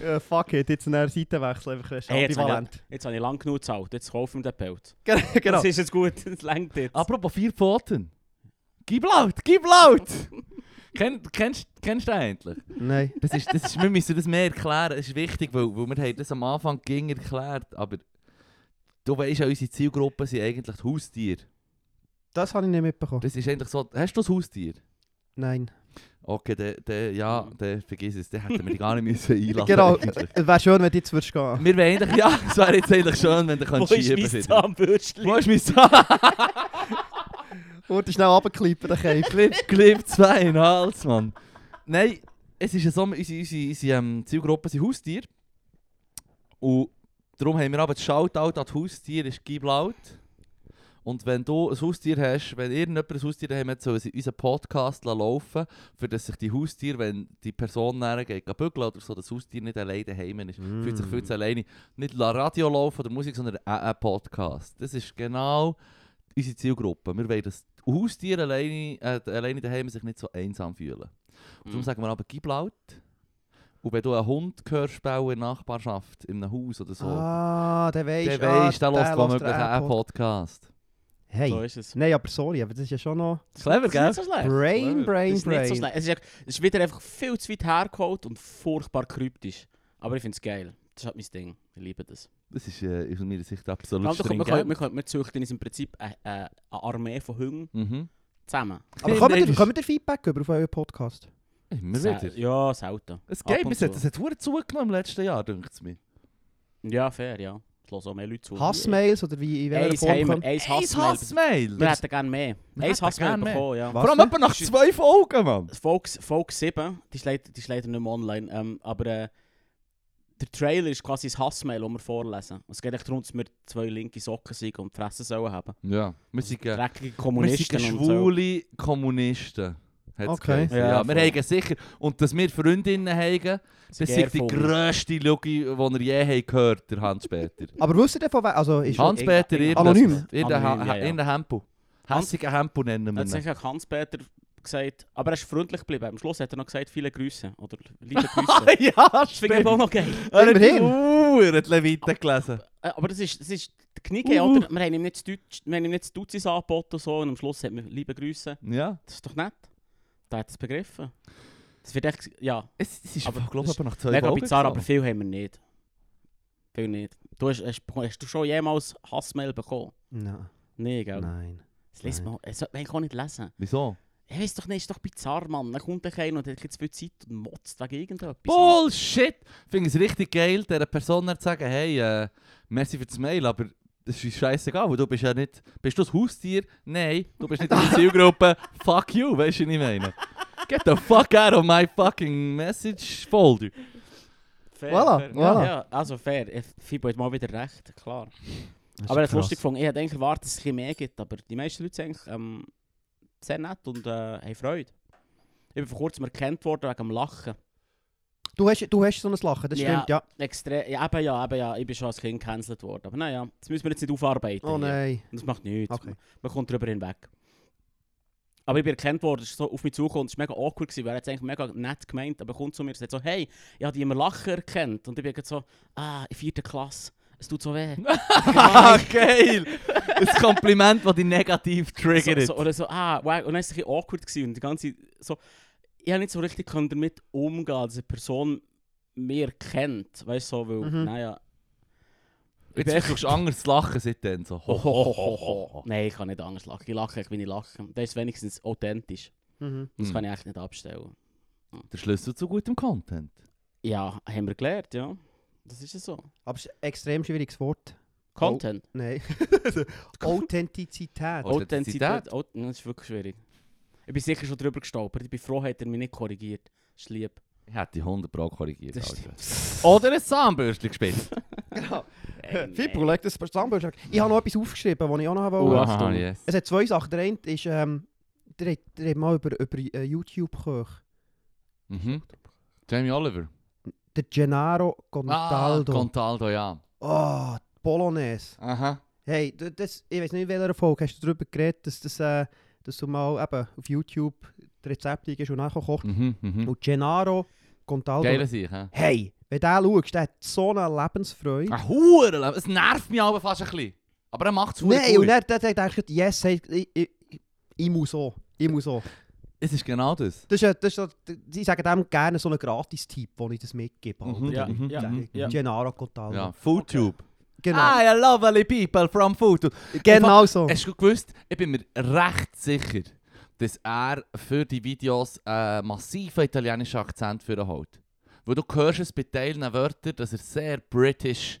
Speaker 3: Ja, fuck it, jetzt einen Seitenwechsel, einfach ein
Speaker 2: Hey, jetzt
Speaker 3: Ambivalent.
Speaker 2: Jetzt habe ich lang genug gezahlt, jetzt kaufen wir den Pelt.
Speaker 3: genau.
Speaker 2: Das ist jetzt gut, das längt jetzt.
Speaker 1: Apropos vier Pfoten. Gib laut, gib laut! *laughs* Kenn, kennst, kennst du den endlich?
Speaker 3: Nein.
Speaker 1: Das ist, das ist, wir müssen das mehr erklären, das ist wichtig, weil, weil wir haben das am Anfang ging erklärt, aber du weißt ja, unsere Zielgruppe sind eigentlich die Haustiere.
Speaker 3: Das habe ich nicht mitbekommen.
Speaker 1: Das ist eigentlich so, hast du ein Haustier?
Speaker 3: Nein.
Speaker 1: Okay, der, der, ja, der, vergiss es, den hätten wir dich gar nicht müssen einladen
Speaker 3: Genau,
Speaker 1: eigentlich.
Speaker 3: es wäre schön, wenn du jetzt würdest gehen.
Speaker 1: Wir wären eigentlich, ja, es wäre jetzt eigentlich schön, wenn du
Speaker 2: Wo
Speaker 1: kannst
Speaker 2: ist
Speaker 1: schieben
Speaker 2: mein
Speaker 1: könntest.
Speaker 2: Zahnbürstchen?
Speaker 1: Wo ist mein Zahn?
Speaker 3: Und schnell
Speaker 1: *laughs*
Speaker 3: runterklippen, den Käfig.
Speaker 1: Clip, Clip 2 in den Hals, Mann. Nein, es ist ja so, unsere, unsere, unsere ähm, Zielgruppe sind Haustiere. Und darum haben wir aber das Shoutout an die Haustiere, ist «Gib laut». Und wenn du ein Haustier hast, wenn irgendjemand ein Haustier daheim hat, soll sie unseren Podcast laufen lassen, für dass sich die Haustiere, wenn die Person näher geht, gehen bügeln oder so, das Haustier nicht alleine daheim ist. Fühlt sich viel zu alleine. Nicht la Radio laufen oder Musik, sondern ein ein Podcast. Das ist genau unsere Zielgruppe. Wir wollen, dass die Haustiere alleine, äh, alleine daheim sich nicht so einsam fühlen. Und darum
Speaker 2: Mhm.
Speaker 1: sagen wir aber, gib laut. Und wenn du einen Hund hörst, bauen in der Nachbarschaft, in einem Haus oder so,
Speaker 3: Ah, der
Speaker 1: dann
Speaker 3: weisst.
Speaker 1: weisst du,
Speaker 3: ah,
Speaker 1: der hört
Speaker 3: hört
Speaker 1: womöglich
Speaker 3: den
Speaker 1: einen
Speaker 3: Apple.
Speaker 1: Podcast.
Speaker 2: So
Speaker 3: Hey.
Speaker 2: ist es.
Speaker 3: Nein, aber sorry, aber das ist ja schon noch...
Speaker 1: Clever,
Speaker 2: Das ist nicht so schlecht.
Speaker 3: Brain,
Speaker 2: Das
Speaker 3: Brain,
Speaker 2: ist nicht so
Speaker 3: Brain.
Speaker 2: schlecht. Es ist, ja- es ist wieder einfach viel zu weit hergeholt und furchtbar kryptisch. Aber ich finde es geil. Das ist halt mein Ding. Ich liebe das.
Speaker 1: Das ist äh, aus meiner Sicht absolut
Speaker 2: Anders, wir, können, wir,
Speaker 1: stringent.
Speaker 2: können, wir züchten uns im Prinzip eine, eine Armee von Hüngen
Speaker 1: Mhm.
Speaker 2: zusammen.
Speaker 3: Aber kommt
Speaker 1: dus-
Speaker 3: ihr, kommt ihr Feedback über auf euren Podcast?
Speaker 1: Immer
Speaker 2: Sel-
Speaker 1: wieder.
Speaker 2: Ja, selten.
Speaker 1: Es
Speaker 2: Ab
Speaker 1: geht,
Speaker 2: und
Speaker 1: es
Speaker 2: zu.
Speaker 1: hat, es hat verdammt zugenommen im letzten Jahr, denkt es mir.
Speaker 2: Ja, fair, ja. Es hören auch mehr Leute zu.
Speaker 3: Hassmails oder wie in welcher
Speaker 2: Eins
Speaker 3: Form
Speaker 2: haben wir,
Speaker 3: kommt?
Speaker 2: eins
Speaker 1: Eins
Speaker 2: Hassmail.
Speaker 1: Hassmail!
Speaker 2: Wir hätten gerne mehr.
Speaker 1: Wir
Speaker 2: Eins
Speaker 1: hätten
Speaker 2: Hassmail
Speaker 1: gerne mehr.
Speaker 2: bekommen, ja.
Speaker 1: Vor allem etwa nach zwei Folgen, Mann!
Speaker 2: Folge, Folge 7, die ist, leider, die ist leider nicht mehr online, ähm, aber äh, der Trailer ist quasi ein Hassmail, den wir vorlesen. Es geht echt darum, dass wir zwei linke Socken sind und die Fresse sollen haben.
Speaker 1: Ja, wir sind ge-
Speaker 2: Dreckige
Speaker 1: wir sind
Speaker 2: Kommunisten und so.
Speaker 1: schwule Kommunisten. hat's
Speaker 3: Okay.
Speaker 1: geheißen.
Speaker 2: Ja,
Speaker 1: Ja, wir
Speaker 2: voll.
Speaker 1: haben sicher. Und dass wir Freundinnen haben, das
Speaker 2: Sehr
Speaker 1: ist die
Speaker 2: voll.
Speaker 1: grösste Lüge, die ihr je habt gehört der Hans-Peter.
Speaker 3: Aber wisst ihr denn von wem? Also, *laughs* ist
Speaker 1: Hans-Peter,
Speaker 2: ich-
Speaker 1: ihr
Speaker 3: Anonym?
Speaker 1: In der
Speaker 2: Anonym, ja, ja.
Speaker 1: Hempel. Hässigen Hempel nennen
Speaker 2: Da
Speaker 1: wir
Speaker 2: hat
Speaker 1: ihn.
Speaker 2: sicher Hans-Peter gesagt, aber er ist freundlich geblieben. Am Schluss hat er noch gesagt, viele Grüße oder liebe Grüße.
Speaker 1: *laughs* ja,
Speaker 2: Das finde ich auch noch geil.
Speaker 1: Er hat
Speaker 3: Immerhin.
Speaker 1: die Leviten gelesen.
Speaker 2: Äh, Aber das ist, das ist die Knie,
Speaker 1: Uh.
Speaker 2: oder? Wir haben ihm nicht das Deutsch, wir haben ihm nicht das Dutzis angeboten und so und am Schluss hat man liebe Grüße.
Speaker 1: Ja.
Speaker 2: Das ist doch nett. Da hat es begriffen. Das wird echt, ja.
Speaker 1: Es, es ist
Speaker 2: Aber
Speaker 1: aber, glaube
Speaker 2: das
Speaker 1: ich, nach zwei
Speaker 2: Mega
Speaker 1: Folgen.
Speaker 2: bizarr, aber
Speaker 1: gegangen.
Speaker 2: viel haben wir nicht. Viel nicht. Du hast, hast, hast du schon jemals Hassmail bekommen?
Speaker 3: Nein.
Speaker 2: Nee, gell?
Speaker 3: Nou, Nein.
Speaker 2: Das liest man, das sollte man auch nicht lesen.
Speaker 1: Wieso?
Speaker 2: Ich weiß doch nicht, ist doch bizarr, Mann. Dann kommt doch einer und hat jetzt viel Zeit und motzt gegen irgendetwas.
Speaker 1: Bullshit! Ich finde es richtig geil, dieser Person dann zu sagen, hey, äh, merci für das Mail, aber das ist uns scheißegal, weil du bist ja nicht... Bist du ein Haustier? Nein. Du bist nicht in der Zielgruppe. Fuck you, weißt du, was ich meine? Get the fuck out of my fucking message folder.
Speaker 2: Fair,
Speaker 3: Voilà,
Speaker 2: fair.
Speaker 3: voilà.
Speaker 2: Ja, ja, also fair. Ich- Fibo hat mal wieder recht, klar.
Speaker 1: Ah,
Speaker 2: aber er hat lustig gefunden. Ich hätte eigentlich erwartet, dass es ein bisschen mehr gibt, aber die meisten Leute sind eigentlich ähm, sehr nett und äh, haben Freude. Ich bin vor kurzem erkannt worden wegen dem Lachen.
Speaker 3: Du hast, du hast so ein Lachen, das
Speaker 2: Ja.
Speaker 3: stimmt, ja.
Speaker 2: Extrem, ja, eben ja, eben ja, ich bin schon als Kind gecancelt worden. Aber naja, das müssen wir jetzt nicht aufarbeiten.
Speaker 3: Oh
Speaker 2: hier.
Speaker 3: nein.
Speaker 2: Das macht nichts.
Speaker 3: Okay.
Speaker 2: Man kommt drüber hinweg. Aber ich bin erkannt worden, es ist so auf mich zugekommen, es war mega awkward, gewesen, weil er hat es eigentlich mega nett gemeint, aber er kommt zu mir und sagt so, hey, ich habe dich immer lachen erkannt. Und ich bin gerade so, ah, in vierter Klasse, es tut
Speaker 3: *laughs*
Speaker 2: so weh.
Speaker 1: Ah, geil! Ein Kompliment, das dich negativ
Speaker 2: so,
Speaker 1: triggert.
Speaker 2: so, oder so, ah, wow. Und dann war es ein bisschen awkward gewesen und die ganze, so, ich habe nicht so richtig können damit umgehen, dass eine Person mir kennt, weißt du, so, weil,
Speaker 3: Mhm.
Speaker 2: naja.
Speaker 1: Jetzt versuchst du anders zu lachen seitdem. So. Ho, ho, ho, ho, ho.
Speaker 2: Nein, ich kann nicht anders lachen. Ich lache, echt, wenn ich lache. Das ist wenigstens authentisch.
Speaker 3: Mhm.
Speaker 2: Das
Speaker 1: Hm.
Speaker 2: kann ich echt nicht abstellen.
Speaker 1: Der Schlüssel zu gutem Content.
Speaker 2: Ja, haben wir gelernt, ja. Das ist ja so.
Speaker 1: Oh,
Speaker 3: Aber es ist ein extrem schwieriges Wort.
Speaker 2: Content.
Speaker 1: *laughs*
Speaker 3: Nein. Authentizität.
Speaker 1: Oh.
Speaker 2: Authentizität. Auth das ist wirklich schwierig. Ich bin sicher schon drüber gestolpert. Ich bin froh, hat er mich nicht korrigiert.
Speaker 1: *laughs*
Speaker 2: Ist lieb.
Speaker 1: Ich hätte die 100 Pro korrigiert.
Speaker 2: Das
Speaker 1: Alter. Oder ein Zahnbürstchen gespielt.
Speaker 3: Genau.
Speaker 2: Ey,
Speaker 3: Fippo,
Speaker 2: nein.
Speaker 3: leg das Zusammenböschung. Ich habe noch etwas aufgeschrieben, das ich auch noch wollte.
Speaker 2: Oh,
Speaker 1: Aha,
Speaker 2: Achtung.
Speaker 1: yes.
Speaker 3: Es hat zwei Sachen. Der eine ist, ähm, der hat, der hat mal über, über äh, YouTube gehört.
Speaker 1: Mhm. Jamie Oliver.
Speaker 3: Der Gennaro Contaldo.
Speaker 1: Ah, Contaldo, ja.
Speaker 3: oh, die Bolognese.
Speaker 1: Aha.
Speaker 3: Hey, d- das, ich weiß nicht, in welcher Folge hast du darüber geredet, dass, das, äh, dass du mal eben auf YouTube die Rezepte eingibst und nachher kochst.
Speaker 1: Mhm, mhm.
Speaker 3: Und Gennaro Contaldo.
Speaker 1: Geiler Sieg, hä?
Speaker 3: Hey, wenn du den schaust, der hat so eine Lebensfreude.
Speaker 1: Ach, Hurenleben. Es nervt mich aber fast ein bisschen. Aber er macht es
Speaker 3: Nein,
Speaker 1: gut.
Speaker 3: und dann, dann denke ich, yes, hey, ich, ich, ich, ich muss so. Ich muss so.
Speaker 1: Es ist genau das.
Speaker 3: Das ist, ja- das ist, ja- sie sagen dem gerne so einen Gratis-Tipp, wo ich das mitgebe.
Speaker 1: Mhm.
Speaker 3: Alter.
Speaker 2: Ja,
Speaker 1: Mhm.
Speaker 2: ja,
Speaker 3: Sag ich,
Speaker 2: ja.
Speaker 3: Gennaro Contaldo.
Speaker 1: Ja, Ah, Foodtube.
Speaker 3: Genau,
Speaker 1: I love people from Foodtube.
Speaker 3: genau so.
Speaker 1: Hast du gewusst, ich bin mir recht sicher, dass er für die Videos einen massiven italienischen Akzent für ihn hält. Weil du hörst es bei Teilen Wörtern, dass er sehr britisch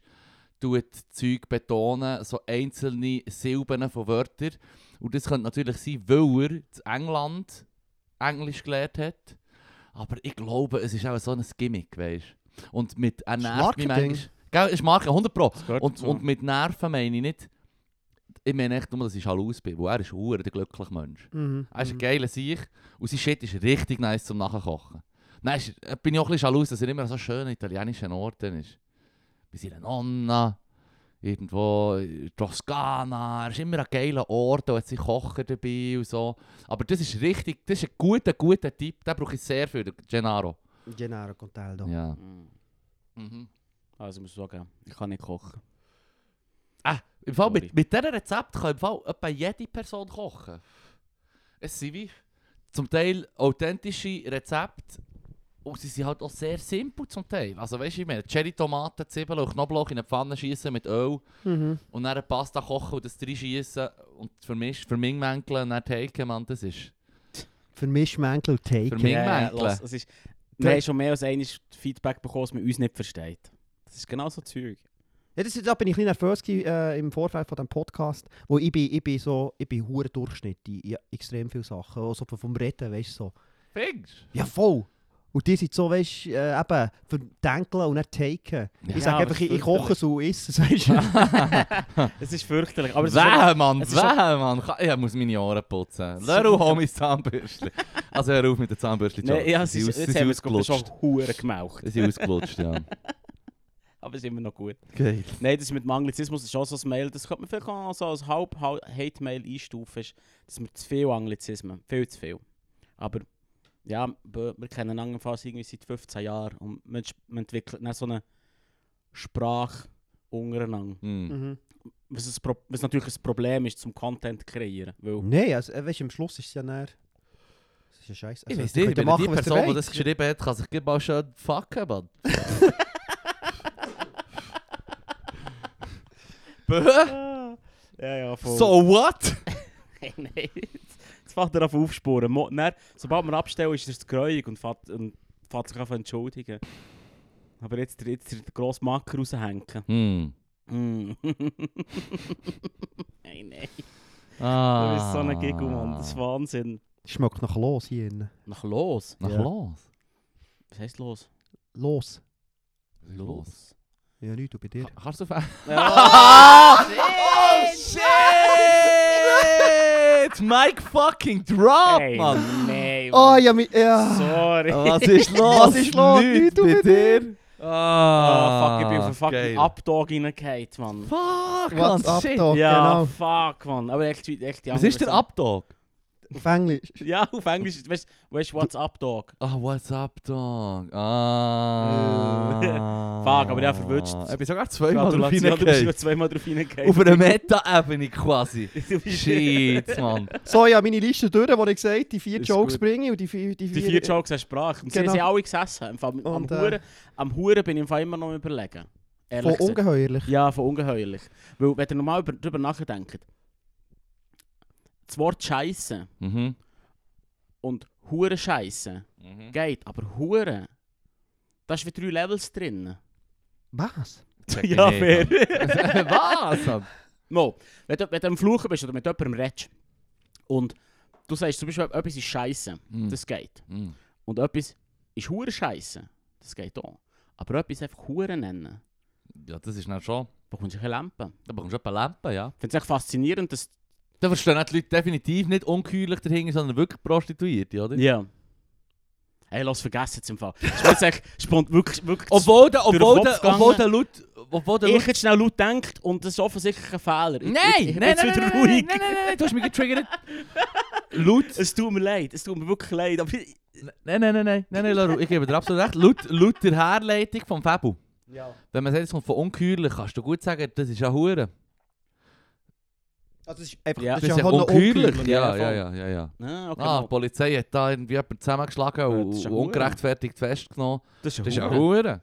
Speaker 1: tut Zeug betonen, so einzelne Silben von Wörtern. Und das könnte natürlich sein, weil er in England Englisch gelernt hat. Aber ich glaube, es ist auch so ein Gimmick, weißt du. Und mit er nervt mich
Speaker 3: Marketing.
Speaker 1: manchmal. Gell, ist Marke, 100 Pro.
Speaker 2: Das gehört
Speaker 1: Und,
Speaker 2: dazu.
Speaker 1: und mit Nerven meine ich nicht, ich meine echt nur, dass ich jaloux bin, weil er ist verdammt der glückliche Mensch.
Speaker 3: Mhm.
Speaker 1: Er Ah, ist ein
Speaker 3: mhm.
Speaker 1: geiler Sieg und sein Shit ist richtig nice zum Nachkochen. Nein, ist, äh, bin ich auch ein bisschen jaloux, dass er immer an so schönen italienischen Orten ist. Bei seiner Nonna, irgendwo in Toskana, er ist immer an geilen Orten und hat seinen Kocher dabei und so. Aber das ist richtig, das ist ein guter, guter Typ, den brauche ich sehr für, den Gennaro.
Speaker 3: Gennaro Contaldo.
Speaker 1: Ja.
Speaker 2: Mm.
Speaker 1: Mhm.
Speaker 2: Also ich muss sagen, ich kann nicht kochen.
Speaker 1: Ah, im Fall
Speaker 2: Sorry.
Speaker 1: mit, mit diesem Rezept kann im Fall etwa jede Person kochen. Es sind wie zum Teil authentische Rezepte und sie sind halt auch sehr simpel zum Teil. Also weißt du, ich meine, Cherry-Tomaten, Zwiebeln und Knoblauch in eine Pfanne schießen mit Öl
Speaker 3: Mhm.
Speaker 1: und dann eine Pasta kochen und das reinschießen und vermischen, vermingmänkeln und dann taken, man, das ist...
Speaker 3: Für mich Mänkel
Speaker 1: Für
Speaker 3: Take.
Speaker 1: mich-
Speaker 2: Ja, ja,
Speaker 1: Mingmänteln.
Speaker 2: Äh, lass, es ist, wir haben schon mehr als einmal Feedback bekommen, dass man uns nicht versteht. Das ist genau so Zeug.
Speaker 3: Ja, das, da bin ich ein bisschen nervös gewesen, äh, im Vorfeld von diesem Podcast, wo ich bin, ich bin so, ich bin hure Durchschnitt in, in extrem viele Sachen, also vom- vom Reden, weißt du, so.
Speaker 1: Fingst?
Speaker 3: Ja, voll! Und die sind so, weißt du, äh, eben, verdenken und nicht taken.
Speaker 1: Ja,
Speaker 3: ich sage
Speaker 2: aber
Speaker 3: einfach,
Speaker 2: es
Speaker 3: ich,
Speaker 2: ist
Speaker 3: ich koche
Speaker 2: fürchterlich.
Speaker 3: so und esse es, weißt du.
Speaker 1: *laughs*
Speaker 2: Es ist fürchterlich. Aber es ist schon-
Speaker 1: Wäh, Mann,
Speaker 2: es ist schon-
Speaker 1: wäh, Mann. Ka- Ich muss meine Ohren putzen. Lass auf, hol mein Zahnbürstchen. Also hör auf mit der Zahnbürstchen.
Speaker 2: Nein, ja, es
Speaker 1: Sie
Speaker 2: ist,
Speaker 1: aus- sie
Speaker 2: jetzt
Speaker 1: sind
Speaker 2: haben wir es gerade schon
Speaker 1: ausgelutscht.
Speaker 2: hure gemaucht.
Speaker 1: Sie sind ausgelutscht, ja.
Speaker 2: *laughs* Aber es ist immer noch gut.
Speaker 1: Geil.
Speaker 2: Nein, das mit dem Anglizismus ist auch so ein Mail, das könnte man vielleicht auch so als halb halb- Hate-Mail einstufen, ist, dass wir zu viel Anglizismen, viel zu viel. Aber ja, b- wir kennen Angelfass irgendwie seit 15 Jahren und man, sch- man entwickelt dann so eine Sprache untereinander.
Speaker 1: Hm.
Speaker 3: mhm.
Speaker 2: Was, ein Pro was natürlich ein Problem ist, zum Content zu kreieren. Weil
Speaker 3: Nein, also, äh, weißt du, am Schluss ist es ja näher. Das ist ja scheiße.
Speaker 1: Ich
Speaker 3: Also,
Speaker 1: weiß
Speaker 3: ihr
Speaker 1: nicht,
Speaker 3: könnt ja
Speaker 1: wenn Dus die
Speaker 3: was ihr
Speaker 1: Person, die
Speaker 3: wollt.
Speaker 1: das geschrieben hat, kann sich gleich mal schön fucken, Mann. Bö?
Speaker 2: Ah. ja, ja,
Speaker 1: So what?
Speaker 2: Hey, nein. Jetzt fängt er auf aufspuren. Mo- Dann, sobald wir abstellen, ist er zu gräuig und fährt und fährt sich an zu entschuldigen. Aber jetzt, jetzt der grosse Macker raushängen.
Speaker 1: Hm.
Speaker 2: Mm. *laughs* nein, nein.
Speaker 1: Ah.
Speaker 2: Das ist so ein Giggle, Mann. Das ist Wahnsinn.
Speaker 3: Schmeckt nach los hier innen.
Speaker 2: Nach los.
Speaker 1: Nach
Speaker 3: Ja.
Speaker 1: los.
Speaker 2: Was heisst los?
Speaker 3: Los.
Speaker 1: Los.
Speaker 3: Ja, nicht, du bei dir.
Speaker 1: Kannst du auf...
Speaker 2: Ah,
Speaker 1: *laughs* Oh shit! Mike fucking drop,
Speaker 2: Hey,
Speaker 1: Mann! *laughs*
Speaker 2: nein.
Speaker 3: Oh,
Speaker 2: Mann.
Speaker 3: ja, mi- ja.
Speaker 2: Sorry.
Speaker 1: Was ist los?
Speaker 3: Was ist los?
Speaker 1: Nichts
Speaker 3: Nicht
Speaker 1: bei
Speaker 3: mit
Speaker 1: dir?
Speaker 2: Ah,
Speaker 1: Ah,
Speaker 2: fuck, ich bin auf einen
Speaker 1: geil.
Speaker 2: fucking Abdog reingefallen, Mann.
Speaker 1: Fuck,
Speaker 3: What's
Speaker 1: Mann,
Speaker 3: up,
Speaker 1: shit.
Speaker 3: Doc?
Speaker 2: Ja,
Speaker 3: Genau.
Speaker 2: fuck, Mann. Aber echt, echt die
Speaker 1: Was
Speaker 2: anderen
Speaker 1: ist der
Speaker 2: sind-
Speaker 1: Abdog?
Speaker 3: Auf Englisch.
Speaker 2: Ja, auf Englisch. ist- Weißt du, weißt, what's up, Dog?
Speaker 1: Ah, what's up, Dog? Ah.
Speaker 2: Eh. Fuck, aber der verwünscht.
Speaker 1: Ich bin sogar zweimal drauf
Speaker 2: Gratulation, du bist schon
Speaker 1: hineingefallen.
Speaker 2: zweimal drauf hineingegangen.
Speaker 1: Auf einer Meta-Ebene quasi.
Speaker 2: *laughs* Du bist-
Speaker 1: Shit, Mann.
Speaker 3: So, ja, meine Liste durch, wo ich gesagt die vier
Speaker 2: Ist
Speaker 3: Jokes
Speaker 2: gut.
Speaker 3: bringe ich und die vier... Die
Speaker 2: Die
Speaker 3: vier,
Speaker 2: vier Jokes hast du gebracht. Und sie
Speaker 3: Genau.
Speaker 2: sind alle gesessen. Im Fall, am- am,
Speaker 3: Und, äh,
Speaker 2: Huren, am Huren bin ich im Fall immer noch am überlegen. Ehrlich
Speaker 3: Von
Speaker 2: gesagt.
Speaker 3: ungeheuerlich.
Speaker 2: Ja, von ungeheuerlich. Weil, wenn ihr normal über, darüber nachdenkt, das Wort Scheiße
Speaker 1: Mhm.
Speaker 2: und hure Scheiße
Speaker 1: Mhm.
Speaker 2: geht, aber hure. Da ist wie drei Levels drin.
Speaker 3: Was?
Speaker 2: *laughs*
Speaker 1: Check ich nicht, *laughs*
Speaker 2: Was? Mo, wenn du, wenn du am Fluchen bist oder mit jemandem redest und du sagst zum Beispiel, etwas ist scheiße,
Speaker 1: Mhm.
Speaker 2: das geht.
Speaker 1: Mhm.
Speaker 2: Und etwas ist hure scheiße, das geht auch. Aber etwas einfach hure nennen,
Speaker 1: Ja, das ist dann schon.
Speaker 2: bekommst du eine Lampe.
Speaker 1: Da bekommst du etwa Lampen, ja.
Speaker 2: Ich finde es echt dus- faszinierend, dass...
Speaker 1: Da verstehen auch die Leute definitiv nicht ungeheuerlich dahinter, sondern wirklich Prostituierte, oder?
Speaker 2: Ja. Hey, lass vergessen jetzt im *laughs* Fall. Ich bin jetzt echt spont wirklich... wirklich
Speaker 1: Obwohl der,
Speaker 2: Durch den
Speaker 1: obwohl der,
Speaker 2: Kopf gegangen.
Speaker 1: obwohl der Leute, obwohl der
Speaker 2: ich hätte schnell laut gedacht und das ist offensichtlich ein Fehler. Ich- ich, ich, bin jetzt wieder ruhig.
Speaker 1: nein, nein, nein, du hast mich getriggert. Laut,
Speaker 2: Es tut mir leid, es tut mir wirklich leid, aber... ich-
Speaker 1: nein, nein, nein, nein, nein, nein, Laru, ich gebe dir absolut recht. Laut, laut der Herleitung vom Fabu.
Speaker 3: Ja.
Speaker 1: Wenn man sagt, es kommt von ungeheuerlich, kannst du gut sagen, das ist ja Hure.
Speaker 3: Also, es ist einfach
Speaker 2: Ja.
Speaker 1: Das
Speaker 3: das
Speaker 1: ist
Speaker 3: ist
Speaker 1: ja
Speaker 3: einfach noch
Speaker 1: ungeheuerlich. Ja,
Speaker 2: ja,
Speaker 1: ja,
Speaker 2: voll.
Speaker 1: ja, ja, ja.
Speaker 2: Ah, okay,
Speaker 1: Ah, die
Speaker 2: mal.
Speaker 1: Polizei hat da irgendwie jemanden zusammengeschlagen
Speaker 2: das
Speaker 1: und
Speaker 2: ist ja Hure.
Speaker 1: ungerechtfertigt festgenommen.
Speaker 2: Das
Speaker 1: Das ist ja
Speaker 2: Hure.
Speaker 1: Hure.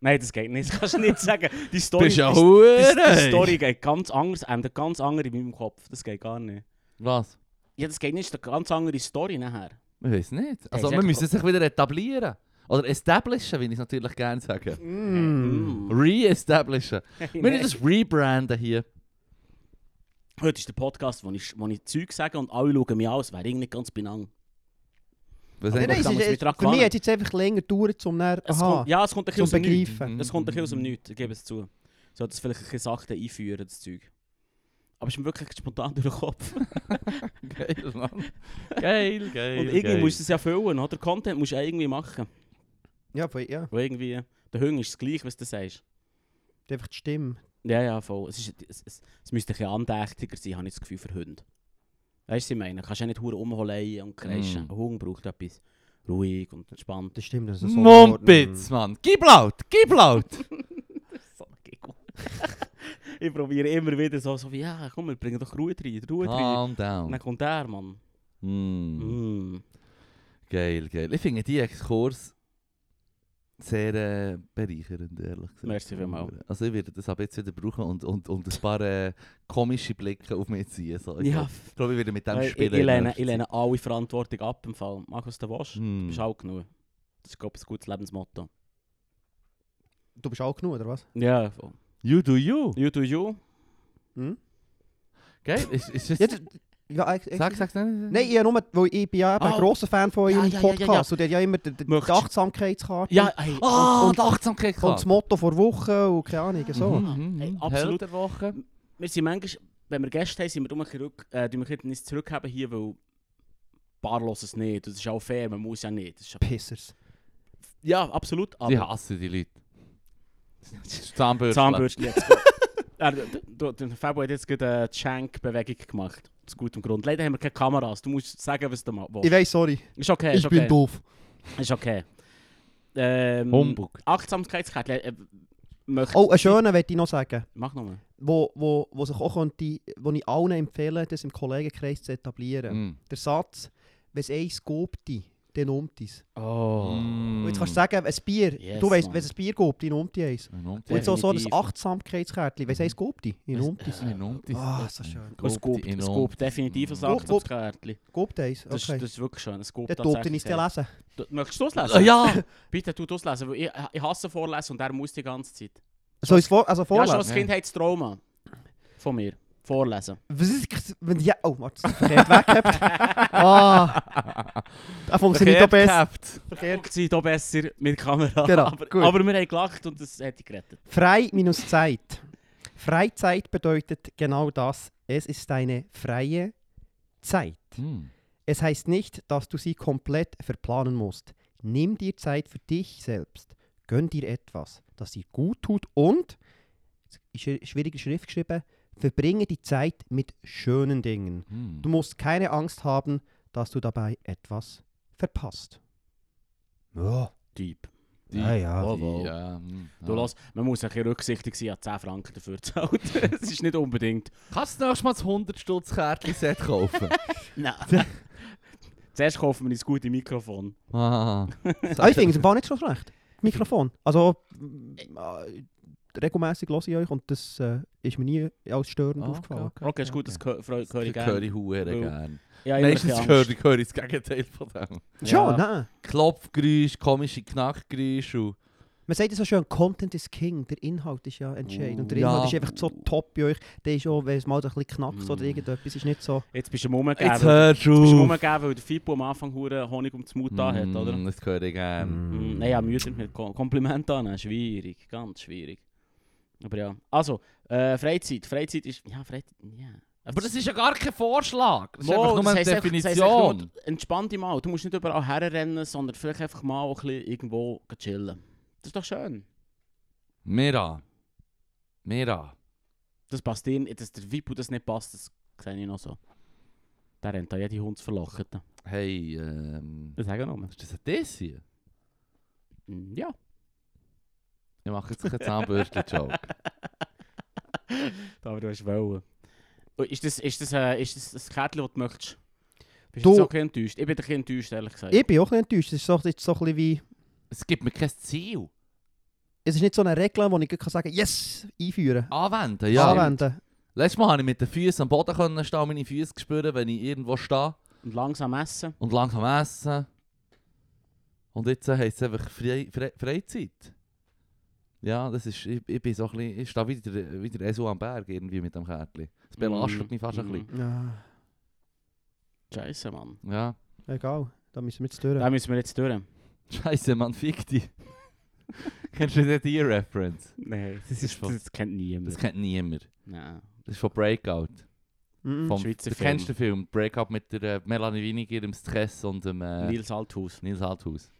Speaker 2: Nein, das geht nicht. Das kannst du nicht sagen. Die Story,
Speaker 1: Das ist ja
Speaker 2: die, die, die
Speaker 1: Hure.
Speaker 2: Story geht ganz anders, endet ganz anders in meinem Kopf. Das geht gar nicht.
Speaker 1: Was?
Speaker 2: Ja, das geht nicht. Das ist eine ganz andere Story nachher.
Speaker 1: Ich weiß nicht. Also,
Speaker 2: ist
Speaker 1: wir
Speaker 2: echt-
Speaker 1: müssen sich wieder etablieren. Oder establishen, wie ich es natürlich gerne sage.
Speaker 2: *laughs* Hm.
Speaker 3: Mm.
Speaker 1: Re-establishen.
Speaker 2: Hey,
Speaker 1: Wir
Speaker 2: nein.
Speaker 1: müssen das rebranden hier.
Speaker 2: Heute ist der Podcast, wo ich, wo ich Zeug sage und alle schauen mich an, als wäre ich nicht ganz benannt.
Speaker 1: Was
Speaker 3: Nein,
Speaker 2: Aber
Speaker 3: nein,
Speaker 1: eigentlich-
Speaker 3: es
Speaker 2: damals mit
Speaker 3: ist,
Speaker 2: Drack
Speaker 3: für mich
Speaker 2: gewarnt.
Speaker 3: hat es jetzt einfach länger gedauert, um dann,
Speaker 2: Es
Speaker 3: aha,
Speaker 2: kommt, ja, es kommt ein bisschen
Speaker 3: zum
Speaker 2: aus dem Nichts.
Speaker 3: Begreifen.
Speaker 1: Mhm.
Speaker 2: Es kommt ein bisschen aus dem Nichts, ich gebe es zu. Ich sollte es vielleicht ein bisschen sachte einführen, das Zeug. Aber es ist mir wirklich spontan durch den Kopf.
Speaker 1: Geil, Mann. *laughs* Geil, geil.
Speaker 2: und irgendwie
Speaker 1: geil.
Speaker 2: musst du es ja füllen, oder? Content musst du ja irgendwie machen.
Speaker 3: Ja, voll, ja.
Speaker 2: Wo irgendwie... Der Hunger ist das gleiche, was du sagst.
Speaker 3: Das ist einfach die Stimme.
Speaker 2: Ja, ja, voll. Es, ist, es, es, es müsste ein bisschen andächtiger sein, habe ich das Gefühl, für Hunde. Weißt du, was ich meine? Du kannst ja nicht hure rumholen und kreischen.
Speaker 1: Mm.
Speaker 2: Ein Hund braucht etwas ruhig und entspannt.
Speaker 3: Das stimmt. Das ist so
Speaker 1: Mumpitz, Mann. Gib laut, gib laut.
Speaker 2: So ein Gegel. ich probiere immer wieder so, so wie, ja, komm, wir bringen doch Ruhe rein, Ruhe rein.
Speaker 1: Calm
Speaker 2: Und
Speaker 1: down.
Speaker 2: dann kommt der, Mann.
Speaker 1: Ah, Mm.
Speaker 2: Mm.
Speaker 1: Geil, geil. Ich finde die Exkurs sehr äh, bereichernd, ehrlich gesagt.
Speaker 2: Merci vielmals.
Speaker 1: Also ich werde das ab jetzt wieder brauchen und, und, und ein paar äh, komische Blicke auf mich ziehen. So. Ich
Speaker 2: Ja, Eh,
Speaker 1: glaube, ich, glaub, ich werde mit dem
Speaker 2: Weil ich, ich,
Speaker 1: spielen.
Speaker 2: lehne, ich lehne alle Verantwortung ab im Fall. Mach was nou. du willst. Du
Speaker 1: Mm.
Speaker 2: bist auch genug. Das ist, glaube ich, ein gutes Lebensmotto.
Speaker 3: Du bist auch genug, oder was?
Speaker 2: Ja, voll.
Speaker 1: You do you.
Speaker 2: You do you.
Speaker 3: Hm?
Speaker 1: Geil, ist, ist das...
Speaker 3: Ja, das- ja, ex- ex-
Speaker 1: sag, sag, nein.
Speaker 3: Nein, ich, habe nur, weil ich bin ja eben
Speaker 2: Ah.
Speaker 3: ein grosser Fan von
Speaker 2: Ja,
Speaker 3: eurem
Speaker 2: ja, ja, ja,
Speaker 3: Podcast. Und der hat ja immer die, die, die
Speaker 2: Möchtest-
Speaker 3: Achtsamkeitskarte
Speaker 2: Ja, hey,
Speaker 1: Ah,
Speaker 3: Und- und-
Speaker 1: die Achtsamkeit.
Speaker 3: und, und das Motto vor Woche und keine Ahnung. So.
Speaker 1: Mhm, mhm.
Speaker 2: Ey,
Speaker 1: Held
Speaker 2: absolut.
Speaker 1: der Woche.
Speaker 2: Wir sind manchmal, wenn wir Gäste haben, sind wir immer ein bisschen rück- äh, tun wir ein bisschen zurückhaben hier, weil ein paar Dus hören es nicht. Das ist auch fair, man muss ja nicht. Das ist ja,
Speaker 3: Pissers.
Speaker 2: ja, absolut. Aber
Speaker 1: Die hassen die Leute. Zahnbürste.
Speaker 2: Zahnbürste jetzt. *laughs* äh, du, du, der Fabio hat jetzt gerade eine Schenk-Bewegung gemacht. Aus gutem Grund. Leider haben wir keine Kameras. Du musst sagen, was du mal
Speaker 3: Ich
Speaker 2: willst.
Speaker 3: weiß, sorry.
Speaker 2: Ist okay,
Speaker 3: ich
Speaker 2: ist okay.
Speaker 3: bin doof.
Speaker 2: Ist okay. Ähm,
Speaker 1: Humbug.
Speaker 2: Achtsamkeitskärtchen. Äh, möchtest
Speaker 3: Oh,
Speaker 2: du-
Speaker 3: einen schönen möchte ich noch sagen.
Speaker 2: Mach nochmal.
Speaker 3: Wo, wo, wo, sich auch könnte, wo ich allen empfehlen das im Kollegenkreis zu etablieren.
Speaker 1: Mm.
Speaker 3: Der Satz, wenn es eins gibt, dann ummt es.
Speaker 2: Oh.
Speaker 3: Und jetzt kannst du sagen, ein Bier,
Speaker 2: Yes,
Speaker 3: du weißt,
Speaker 2: Mann.
Speaker 3: wenn es ein Bier gibt, dann ummt eins.
Speaker 1: Ein Umti.
Speaker 3: Und jetzt auch so das
Speaker 2: Definitiv. Mhm.
Speaker 3: Achtsamkeitskärtchen, wenn es eins gibt, dann ummt es.
Speaker 1: Ein Umti.
Speaker 3: Ah,
Speaker 2: Mm.
Speaker 3: so schön.
Speaker 2: Es gibt
Speaker 1: Ein
Speaker 2: es
Speaker 1: Umti.
Speaker 2: gibt definitiv ein
Speaker 3: Gob, Gob.
Speaker 2: Achtsamkeitskärtchen.
Speaker 3: Gibt eins?
Speaker 2: Das, ist-
Speaker 3: Okay.
Speaker 2: das ist wirklich schön. Es gibt
Speaker 3: Dann tobt er uns den lesen.
Speaker 2: Du- Möchtest du auslesen?
Speaker 1: Ah, Ja!
Speaker 2: Bitte tu auslesen, weil ich, ich hasse vorlesen und er muss die ganze Zeit.
Speaker 3: Soll ich es vor, also
Speaker 2: Vorlesen.
Speaker 3: vorlesen?
Speaker 2: Ja, schon ein Kindheitstrauma. Von mir. Vorlesen.
Speaker 3: Was ist das? Wenn ja, oh, warte, das ist verkehrt
Speaker 2: *laughs*
Speaker 3: weggehabt. ah, das funktioniert doch besser.
Speaker 1: Verkehrt gehabt.
Speaker 3: Verkehrt.
Speaker 2: Sie hier besser mit Kamera.
Speaker 3: Genau,
Speaker 2: aber,
Speaker 3: gut.
Speaker 2: aber wir haben gelacht und das hätte ich gerettet.
Speaker 3: Frei minus Zeit. Freizeit bedeutet genau das. Es ist eine freie Zeit.
Speaker 1: Hm.
Speaker 3: Es heißt nicht, dass du sie komplett verplanen musst. Nimm dir Zeit für dich selbst. Gönn dir etwas, das dir gut tut und, sch- schwierige Schrift geschrieben, verbringe die Zeit mit schönen Dingen.
Speaker 1: Hm.
Speaker 3: Du musst keine Angst haben, dass du dabei etwas verpasst. Ja,
Speaker 2: Typ.
Speaker 1: Die-
Speaker 3: ja, Ah, ja.
Speaker 2: Oh, wow.
Speaker 1: Ja, hm.
Speaker 2: Du
Speaker 1: Ja.
Speaker 2: lass, man muss ein bisschen rücksichtig sein, hat 10 Franken dafür zahlt. *laughs* Es ist nicht unbedingt.
Speaker 1: Kannst du nächstes Mal das 100 Stutz *laughs* Kärtchen-Set kaufen?
Speaker 2: *laughs* Nein. Zuerst kaufen wir ein gutes Mikrofon.
Speaker 1: ah.
Speaker 3: Ah, Aber ich finde es im Fall nicht so schlecht. Mikrofon. Also, äh, regelmässig höre ich euch und das äh, ist mir nie als störend
Speaker 1: Ah, okay,
Speaker 3: aufgefallen.
Speaker 2: Okay, ist gut, das gehö- freu- höre ich
Speaker 1: Ich
Speaker 2: gerne.
Speaker 1: höre ich hure
Speaker 2: Weil-
Speaker 1: gerne.
Speaker 2: Ja, immer ein bisschen
Speaker 1: Meistens
Speaker 2: Angst.
Speaker 1: höre ich, höre ich das Gegenteil von dem.
Speaker 3: Schon,
Speaker 2: Ja.
Speaker 3: nein.
Speaker 1: Klopfgeräusch, komische Knackgeräusche und...
Speaker 3: Man sagt ja so schön, Content is King, der Inhalt ist ja entscheidend. Und der
Speaker 1: Ja.
Speaker 3: Inhalt ist einfach so top bei euch, der ist auch, wenn es mal so ein bisschen knackt oder
Speaker 2: Mm.
Speaker 3: irgendetwas, ist nicht so...
Speaker 2: Jetzt bist du rumgegeben.
Speaker 1: Jetzt
Speaker 2: Jetzt bist
Speaker 1: hörst
Speaker 2: du
Speaker 1: du auf!
Speaker 2: rumgegeben, weil der Fippo am Anfang hure Honig um den Mund da hat, oder?
Speaker 1: Mm, Das höre ich gerne.
Speaker 3: Hm.
Speaker 2: Mm. Nein, ja, Mühe mit Kom Kompliment annehmen. Schwierig, ganz schwierig. Aber ja, also, äh, Freizeit. Freizeit ist. Ja, Freizeit. Ja.
Speaker 1: Aber das ist ja gar kein Vorschlag. Das ist
Speaker 2: Mo,
Speaker 1: einfach nur
Speaker 2: das
Speaker 1: eine
Speaker 2: heisst einfach- das heisst
Speaker 1: Definition.
Speaker 2: einfach nur, entspann dich mal. Du musst nicht überall herrennen, sondern vielleicht einfach mal ein bisschen irgendwo chillen. Das ist doch schön.
Speaker 1: Mira. Mira.
Speaker 2: Das passt dir, nicht, dass der Vipu das nicht passt, das sehe ich noch so. Der rennt da jede Hund verlachen.
Speaker 1: Hey, ähm...
Speaker 2: Das sagen wir
Speaker 1: Ist das ein Diss hier?
Speaker 2: Mm, Ja. *laughs*
Speaker 1: Ich mache jetzt keinen Zahnbürstchen-Joke.
Speaker 2: *laughs* Aber du hast wollen. Oh, Ist das, ist das, äh, ist das das Kärtchen, das du möchtest? Bist
Speaker 3: Du-
Speaker 2: du jetzt auch ein bisschen enttäuscht? Ich bin ein bisschen enttäuscht, ehrlich gesagt.
Speaker 3: Ich bin auch ein bisschen enttäuscht, es ist so, es ist so ein bisschen wie...
Speaker 1: Es gibt mir kein Ziel.
Speaker 3: Es ist nicht so eine Regel, wo ich gleich kann sagen «Yes!» einführen.
Speaker 1: Anwenden, Ah, ja.
Speaker 3: Anwenden.
Speaker 1: Letztes Mal konnte ich mit den Füßen am Boden können stehen und meine Füße spüren, wenn ich irgendwo stehe.
Speaker 2: Und langsam essen.
Speaker 1: Und langsam essen. Und jetzt äh, heisst es einfach Frei Fre Freizeit. Ja, das ist, ich, ich bin so ein bisschen, ich stehe wieder, wieder Esu am Berg irgendwie mit dem Kärtchen. Das belastet
Speaker 2: Mhm.
Speaker 1: mich fast ein
Speaker 2: Mhm.
Speaker 1: bisschen.
Speaker 3: Ja,
Speaker 2: Scheiße, Mann.
Speaker 1: Ja. *laughs*
Speaker 3: egal, da müssen wir jetzt durch.
Speaker 2: Da müssen wir jetzt durch.
Speaker 1: Scheiße, Mann, fick dich. *laughs* Kennst du nicht die Reference?
Speaker 2: Nein, das,
Speaker 1: ist von-
Speaker 2: das kennt niemand.
Speaker 1: Das kennt niemand.
Speaker 2: Nein.
Speaker 1: Das ist von Breakout.
Speaker 3: Mhm.
Speaker 1: Vom,
Speaker 2: Schweizer
Speaker 1: du
Speaker 2: Film.
Speaker 1: kennst den Film Breakup mit der äh, Melanie Winiger, dem Stress und dem äh, Nils.
Speaker 2: Nils Althaus.
Speaker 1: Althaus.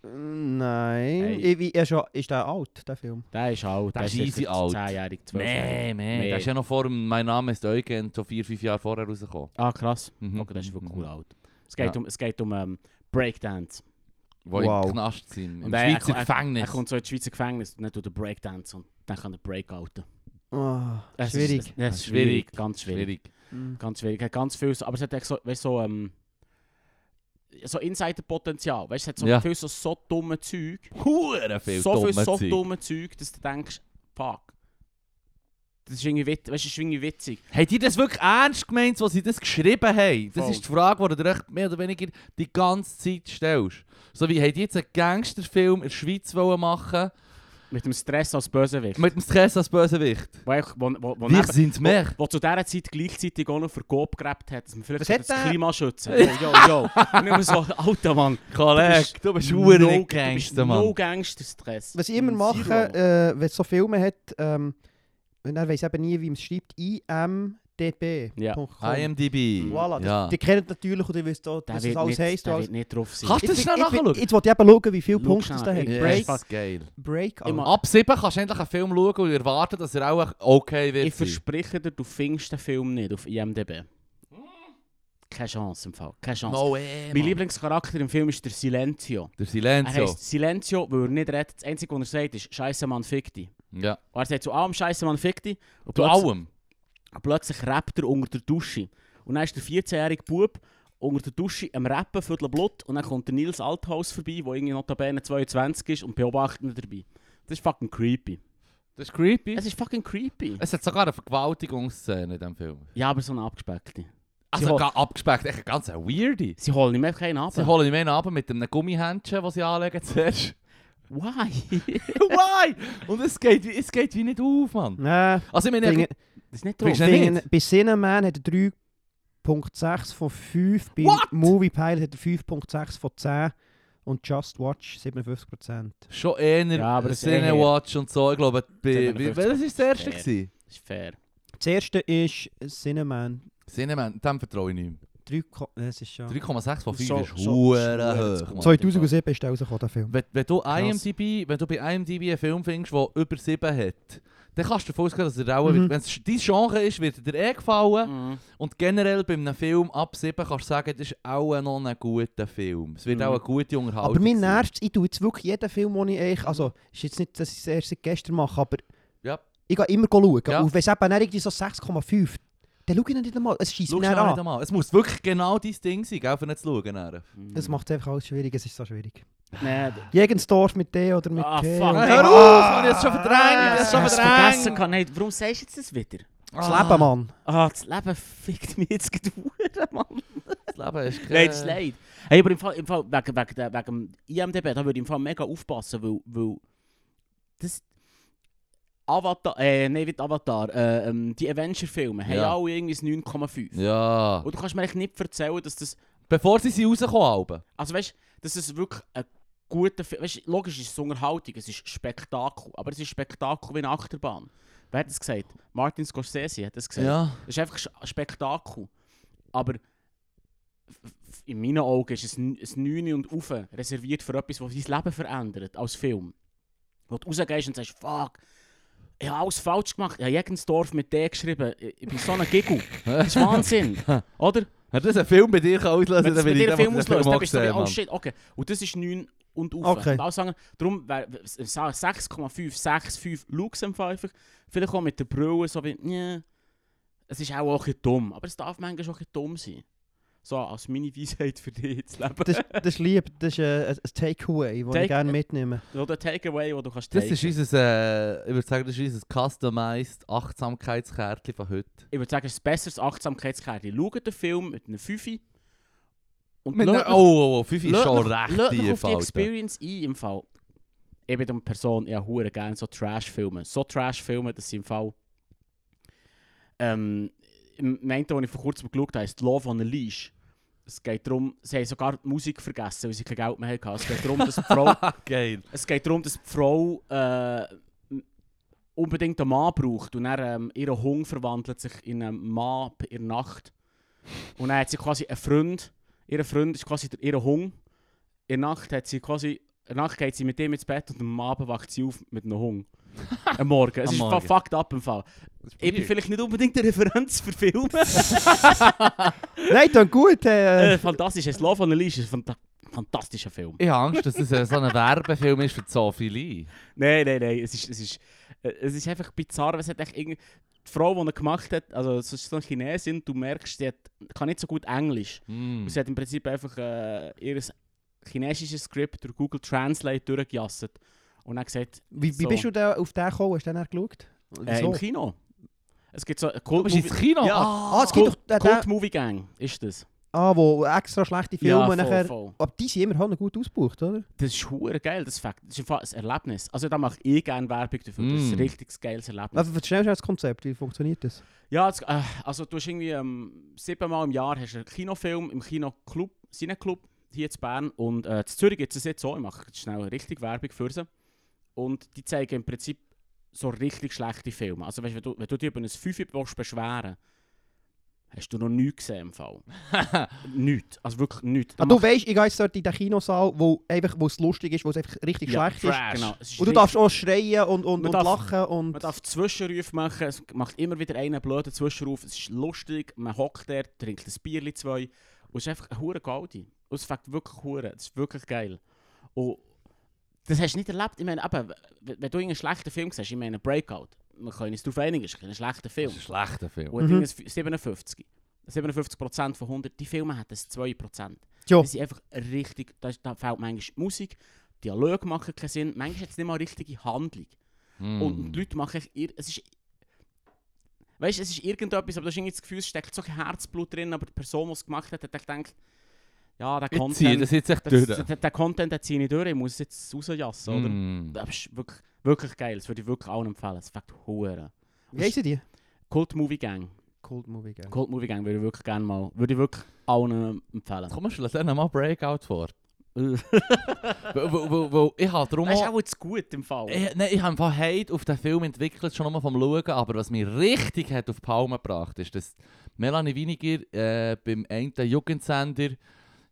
Speaker 3: Nein,
Speaker 2: Hey.
Speaker 3: ich, wie- er ist, ja, ist der alt, der Film?
Speaker 2: Der ist alt.
Speaker 1: Der ist easy alt.
Speaker 2: 10-jährig, 12
Speaker 1: Nee, nee,
Speaker 2: Nee.
Speaker 1: Der ist ja noch vor dem Mein Name ist Eugen, so vier, fünf Jahre vorher rausgekommen.
Speaker 2: Ah, krass.
Speaker 1: Mhm.
Speaker 2: Okay, das ist wirklich
Speaker 1: Mhm.
Speaker 2: cool alt. Es geht
Speaker 1: Ja.
Speaker 2: um, es geht um ähm, Breakdance.
Speaker 1: Wo
Speaker 3: Wow.
Speaker 1: im Knast sind, im
Speaker 2: Und er-
Speaker 1: Schweizer
Speaker 2: er, Er,
Speaker 1: Gefängnis.
Speaker 2: er kommt so ins Schweizer Gefängnis und dann tut er Breakdance und dann kann er Breakouten.
Speaker 3: Ah,
Speaker 2: Es ist-
Speaker 3: schwierig.
Speaker 2: Es, es ist
Speaker 1: Schwierig.
Speaker 2: schwierig. Ganz schwierig.
Speaker 1: Schwierig.
Speaker 3: Mhm.
Speaker 2: Ganz schwierig. Hat ganz viel, so- aber es hat echt so, weißt, so, ähm, so Insider-Potenzial. Weißt, es hat so
Speaker 1: Ja.
Speaker 2: viel so, so dumme Zeug.
Speaker 1: Hure viel
Speaker 2: so viel
Speaker 1: dumme
Speaker 2: so
Speaker 1: Zeug.
Speaker 2: dumme Zeug, dass du denkst, fuck. Das ist irgendwie, wit weißt, das ist irgendwie witzig.
Speaker 1: Habt ihr das wirklich ernst gemeint, was sie das geschrieben haben? Das
Speaker 2: Voll.
Speaker 1: ist die Frage, die du dir echt mehr oder weniger die ganze Zeit stellst. So wie, habt ihr jetzt einen Gangsterfilm in der Schweiz wollen machen
Speaker 2: Mit dem Stress als Bösewicht.
Speaker 1: mit dem Stress als Bösewicht?
Speaker 2: wo, ich- wo, wo, wo,
Speaker 1: Wir
Speaker 2: neben-
Speaker 1: sind mehr.
Speaker 2: wo zu dieser Zeit gleichzeitig auch noch für Coop gerebt hat, dass man vielleicht
Speaker 3: Was hat
Speaker 2: das
Speaker 3: der?
Speaker 1: *laughs*
Speaker 2: Klima schützen Yo, yo, yo. Und immer so, alter Mann.
Speaker 1: Kollege, du bist
Speaker 2: no-
Speaker 1: hure
Speaker 2: du bist
Speaker 1: Gangster,
Speaker 2: No
Speaker 1: Mann.
Speaker 2: Gangster-Stress.
Speaker 3: Was ich immer
Speaker 2: Zero.
Speaker 3: mache, äh, wenn es so Filme hat, ähm, und er weiß eben nie, wie man es schreibt, imdb.com.
Speaker 2: Ja.
Speaker 1: IMDb.
Speaker 3: Voilà, das,
Speaker 1: ja.
Speaker 3: die kennt natürlich und ihr wisst auch,
Speaker 2: der
Speaker 3: was das
Speaker 2: wird
Speaker 3: alles
Speaker 2: nicht,
Speaker 3: heisst.
Speaker 2: Der
Speaker 3: alles.
Speaker 2: wird nicht drauf sein.
Speaker 1: Kannst du
Speaker 3: Jetzt
Speaker 1: das
Speaker 3: will-
Speaker 1: schnell
Speaker 3: jetzt will-
Speaker 1: nachschauen?
Speaker 3: Jetzt wollte ich eben schauen, wie viele
Speaker 2: Schau
Speaker 3: Punkte es da
Speaker 2: schnell,
Speaker 3: hat.
Speaker 2: ich-
Speaker 1: Ja,
Speaker 2: Break-
Speaker 1: das ist geil.
Speaker 3: Break
Speaker 2: Ich mag-
Speaker 1: Ab 7 kannst du endlich einen Film schauen und erwarten, dass er auch okay wird.
Speaker 2: Ich
Speaker 1: sein.
Speaker 2: verspreche dir, du findest den Film nicht auf IMDb. Keine Chance im Fall. Keine Chance.
Speaker 1: No way, Dus
Speaker 2: mein
Speaker 1: Mann.
Speaker 2: Lieblingscharakter im Film ist der Silenzio.
Speaker 1: Der
Speaker 2: Er
Speaker 1: Silenzio.
Speaker 2: heißt Silenzio, weil er nicht redet. Das Einzige, was er sagt, ist Scheiße Mann, fick dich.
Speaker 1: Ja.
Speaker 2: Und er sagt zu allem Scheiße Mann, fick dich. Und
Speaker 1: Zu
Speaker 2: plötzlich-
Speaker 1: allem.
Speaker 2: Und plötzlich rappt er unter der Dusche. Und dann ist der 14-jährige Bub unter der Dusche am Rappen, viertel Blut. Und dann kommt der Nils Althaus vorbei, der irgendwie notabene 22 ist und beobachtet ihn dabei. Das ist fucking creepy.
Speaker 1: Das ist creepy.
Speaker 2: Es ist fucking creepy.
Speaker 1: Es hat sogar eine Vergewaltigungsszene eh, in diesem Film.
Speaker 2: Ja, aber so eine abgespeckte.
Speaker 1: Also
Speaker 2: hol-
Speaker 1: ga- abgespeckt, echt eine ganz eine weirde.
Speaker 2: Sie holen ihm einfach keinen ab.
Speaker 1: Sie holen ihn mehr ab mit einem Gummihändchen, das sie *laughs* anlegen
Speaker 2: *laughs*
Speaker 1: zuerst.
Speaker 2: Why?
Speaker 1: Why? Und es geht, wie- es geht wie nicht auf, Mann.
Speaker 3: Nein,
Speaker 1: Also ich meine,
Speaker 3: Dinge-
Speaker 2: Das ist nicht
Speaker 1: Findest
Speaker 2: drauf.
Speaker 1: du nicht?
Speaker 3: Dinge- bei Cineman hat er 3.6 von 5, bei
Speaker 1: What?
Speaker 3: Movie Pilot hat er 5.6 von 10 und Just Watch 57%.
Speaker 1: schon eher
Speaker 2: Ja, aber das ist eher-
Speaker 1: Cinewatch und so. Ich glaube, bei, bei,
Speaker 2: 57
Speaker 1: welches ist das erste?
Speaker 2: Fair.
Speaker 1: gewesen?
Speaker 2: Das ist fair.
Speaker 3: Das erste ist Cineman.
Speaker 1: Cineman, dem vertraue ich nicht mehr.
Speaker 3: 3, Ko- das ist schon...
Speaker 1: 3,6 von 5
Speaker 2: So-
Speaker 1: ist
Speaker 2: so-
Speaker 1: hure
Speaker 2: so-
Speaker 1: hoch. Mann.
Speaker 3: 2007 ist der rausgekommen, der Film.
Speaker 1: Wenn, wenn, du
Speaker 2: Krass.
Speaker 1: IMDb, wenn du bei IMDb einen Film findest, der über 7 hat, dann kannst du davon ausgehen, dass er auch...
Speaker 3: Mhm.
Speaker 1: Wenn es dein Genre ist, wird er dir eh gefallen.
Speaker 2: Mhm.
Speaker 1: Und generell bei einem Film ab 7 kannst du sagen, das ist auch noch ein guter Film. Es wird
Speaker 2: Mhm.
Speaker 1: auch eine gute Unterhaltung
Speaker 3: Aber mir
Speaker 1: sein.
Speaker 3: nervt es, ich tue jetzt wirklich jeden Film, den ich eigentlich, also ist jetzt nicht, dass ich es erst seit gestern mache, aber
Speaker 1: Ja.
Speaker 3: ich gehe immer schauen.
Speaker 1: Ja.
Speaker 3: Und wenn es eben dann irgendwie so 6,5 Dann schau ich nicht einmal. Es schießt
Speaker 1: Schau
Speaker 3: mich
Speaker 1: schnell
Speaker 3: nicht
Speaker 1: nicht
Speaker 3: an.
Speaker 1: einmal. Es muss wirklich genau dein Ding sein, gell, für nicht zu schauen. nachher.
Speaker 2: Mhm.
Speaker 3: Es macht einfach alles schwierig, es ist so schwierig.
Speaker 2: Nein,
Speaker 3: Jegensdorf mit D oder mit
Speaker 2: Ah,
Speaker 3: G.
Speaker 2: fuck.
Speaker 3: und-
Speaker 2: Hör
Speaker 1: auf, Mann, ich hab's schon verdrängt, ich
Speaker 3: Ah,
Speaker 1: hab's schon
Speaker 2: ich hab's vergessen. gehabt. Nein, warum sagst du jetzt das wieder?
Speaker 3: Das Leben, Mann.
Speaker 2: Ah, das Leben fickt mich jetzt gedauert, *laughs* Mann.
Speaker 1: Das Leben ist kein...
Speaker 2: Nein, das ist leid. Hey, aber im Fall, im Fall wegen, wegen, der- wegen dem IMDb, da würde ich im Fall mega aufpassen, weil, weil das Avatar, äh, nein, nicht Avatar, äh, ähm, die Avenger-Filme haben
Speaker 1: Ja.
Speaker 2: alle irgendwie ein 9,5.
Speaker 1: Ja.
Speaker 2: Und du kannst mir echt nicht erzählen, dass das,
Speaker 1: Bevor sie sie rauskommen, Alben.
Speaker 2: also weißt, dass es wirklich ein guter Film, weißt, logisch ist es Unterhaltung, es ist Spektakel, aber es ist Spektakel wie eine Achterbahn. Wer hat das gesagt? Martin Scorsese hat das gesagt.
Speaker 1: Ja.
Speaker 2: Es ist einfach sch- ein Spektakel. Aber f- f- in meinen Augen ist es n- es 9 und auf reserviert für etwas, was dein Leben verändert, als Film. Wo du rausgehst und sagst, fuck, ich habe alles falsch gemacht. Ich habe jedes Dorf mit D geschrieben. Ich ich bin so ein Giggle. Das ist Wahnsinn. Oder?
Speaker 1: *laughs* Hat das ein Film bei dir auslösen
Speaker 2: Wenn
Speaker 1: dann
Speaker 2: es bei
Speaker 1: bin ich
Speaker 2: dir
Speaker 1: der,
Speaker 2: einen Film
Speaker 1: der den
Speaker 2: auslöst, dann
Speaker 1: auch
Speaker 2: bist du
Speaker 1: gesehen
Speaker 2: so, wie, oh
Speaker 1: hat.
Speaker 2: shit, okay. Und das ist 9 und auf.
Speaker 3: Okay.
Speaker 2: Und alle sagen, darum äh, wäre s- s- 6,5, 6,5 Lux einfach. Vielleicht auch mit der Brille, so wie, nee. Es ist auch, auch ein bisschen dumm, aber es darf manchmal auch ein bisschen dumm sein. So, als meine Weisheit für dich zu leben.
Speaker 3: Das, das ist lieb, das ist äh, ein ein Takeaway, das
Speaker 2: Take-
Speaker 3: ich gerne mitnehme.
Speaker 2: Oder ein Takeaway, wo du kannst
Speaker 1: Das
Speaker 2: taken.
Speaker 1: ist unser, äh, ich würde sagen, das ist unser customized Achtsamkeitskärtchen von heute.
Speaker 2: Ich würde sagen, es ist ein besseres Achtsamkeitskärtchen. Schaut den Film mit einer 5 und
Speaker 1: Mit
Speaker 2: lasst
Speaker 1: einer- oh, oh, oh, 5 ist
Speaker 2: Lass
Speaker 1: schon
Speaker 2: mich-
Speaker 1: recht
Speaker 2: lass mich
Speaker 1: tief,
Speaker 2: auf die
Speaker 1: Alter.
Speaker 2: Experience ein im Fall. Ich bin eine Person, ich hure gerne so Trash-Filme. So Trash-Filme, dass sie im Fall... Ähm, im einen, den ich vor kurzem geschaut habe, ist «Love on a Leash». Dus Es geht darum, sie haben sogar die Musik vergessen, weil sie kein Geld mehr hatten. Es geht darum, dass die Frau,
Speaker 1: Geil.
Speaker 2: es geht darum, dass die Frau äh, m- unbedingt einen Mann braucht. Und dann, ähm, ihr Hunger verwandelt sich in einen Mann p- in der Nacht. Und dann hat sie quasi einen Freund. Ihr Freund ist quasi der, ihr Hunger. In der Nacht hat sie quasi... In der Nacht geht sie mit ihm ins Bett und am Abend wacht sie auf mit einem Hunger. Am Morgen.
Speaker 1: *laughs*
Speaker 2: Es
Speaker 1: Am
Speaker 2: ist
Speaker 1: Morgen.
Speaker 2: fa- fucked up im Fall. Ich bin vielleicht nicht unbedingt eine Referenz für Filme.
Speaker 1: *laughs*
Speaker 3: Nein, dann gut. Äh,
Speaker 2: äh, fantastisch. Es Love on a Leash ist ein fanta- fantastischer Film.
Speaker 1: Ich habe Angst, dass das äh, so ein Werbefilm ist für die Zoophilie.
Speaker 2: Nein, nein, nein. Es ist, es ist, äh, es ist einfach bizarr. weil Es hat echt irgend... Die Frau, die er gemacht hat, also es ist so eine Chinesin, du merkst, die hat, kann nicht so gut Englisch.
Speaker 1: Mm.
Speaker 3: Hm.
Speaker 2: Und sie hat im Prinzip einfach äh, ihr chinesisches Skript durch Google Translate durchgejasset. Und dann gesagt,
Speaker 3: wie wie
Speaker 2: so.
Speaker 3: bist du da auf den gekommen? Hast du den dann geschaut?
Speaker 2: äh,
Speaker 3: Wieso?
Speaker 2: im Kino. Es gibt so eine
Speaker 1: Du bist ins
Speaker 2: Cult-Movie
Speaker 1: Kino?
Speaker 2: Ja.
Speaker 3: ah, es gibt doch den, den,
Speaker 2: Movie Gang, ist das.
Speaker 3: ah, wo extra schlechte Filme
Speaker 2: voll,
Speaker 3: nachher...
Speaker 2: voll.
Speaker 3: Aber die sind immer gut ausgebucht, oder?
Speaker 2: Das ist hure geil, das Fakt. Das ist im Fall ein Erlebnis. Also da mache ich gerne Werbung dafür. Das
Speaker 3: Hm.
Speaker 2: ist
Speaker 1: Mm.
Speaker 2: ein richtig geiles Erlebnis.
Speaker 3: Also, verstehst du das Konzept? Wie funktioniert das?
Speaker 2: Ja, das, äh, also du hast irgendwie ähm, siebenmal im Jahr hast du einen Kinofilm im Kinoclub, Cineclub hier in Bern und äh, in Zürich gibt es jetzt so, ich mache jetzt schnell richtig Werbung für sie. Und die zeigen im Prinzip so richtig schlechte Filme. Also weißt, du, wenn, du, wenn du dich über ein Fünfe willst beschweren hast du noch nichts gesehen
Speaker 3: *laughs*
Speaker 2: im Fall. nichts, also wirklich nichts.
Speaker 3: Ah,
Speaker 2: Da
Speaker 3: du
Speaker 2: macht-
Speaker 3: weißt, ich gehe jetzt dort in den Kinosaal, wo einfach, wo es lustig ist, wo es einfach richtig
Speaker 2: Ja,
Speaker 3: schlecht ist.
Speaker 2: Genau, es ist
Speaker 3: Und du darfst auch schreien und, und,
Speaker 2: Man
Speaker 3: und
Speaker 2: darf-
Speaker 3: lachen und...
Speaker 2: Man darf Zwischenrufe machen, es macht immer wieder einen blöden Zwischenruf, es ist lustig, man hockt da, trinkt ein Bierli zwei und es ist einfach ein hure Gaudi. Und es fängt wirklich hure, es ist wirklich geil. Und das hast du nicht erlebt, ich meine, eben, w- w- wenn du einen schlechten Film siehst, ich meine Breakout, man kann uns darauf einigen, es ist ein schlechter
Speaker 1: Das
Speaker 2: Film.
Speaker 1: ist ein schlechter Film.
Speaker 2: Und
Speaker 3: Mhm.
Speaker 2: mhm. 57. 57% von 100, die Filme hätten es 2%.
Speaker 3: Ja.
Speaker 2: Die sind einfach richtig, da, da fehlt manchmal die Musik, Dialoge machen keinen Sinn, manchmal hat es nicht mal richtige Handlung.
Speaker 1: Mm.
Speaker 2: Und die Leute machen echt ir es ist Weißt es ist irgendetwas, aber du hast irgendwie das Gefühl, es steckt so ein Herzblut drin, aber die Person, die es gemacht hat, hat echt gedacht, ja,
Speaker 1: Ich
Speaker 2: der
Speaker 1: ziehe
Speaker 2: Content,
Speaker 1: das jetzt echt
Speaker 2: das,
Speaker 1: durch.
Speaker 2: der, der Content den ziehe ich durch, ich muss es jetzt rausjassen, oder?
Speaker 1: Mm.
Speaker 2: Das ist wirklich, wirklich geil, das würde ich wirklich allen empfehlen, es fängt hure.
Speaker 3: Wie heissen die?
Speaker 2: Cult Movie Gang,
Speaker 3: Cold Movie Gang.
Speaker 2: Cult Movie Gang würde ich wirklich gerne mal, würde ich wirklich allen empfehlen.
Speaker 1: Komm, wir lassen mal Breakout vor.
Speaker 2: Das
Speaker 1: Weil- weil- weil- weil Ich habe darum
Speaker 2: ist
Speaker 1: auch...
Speaker 2: auch jetzt gut im Fall.
Speaker 1: Ich, nein, ich habe einfach Hate auf den Film entwickelt, schon nur vom Schauen, aber was mich richtig hat auf die Palme gebracht ist, dass Melanie Winiger äh, beim einen Jugendsender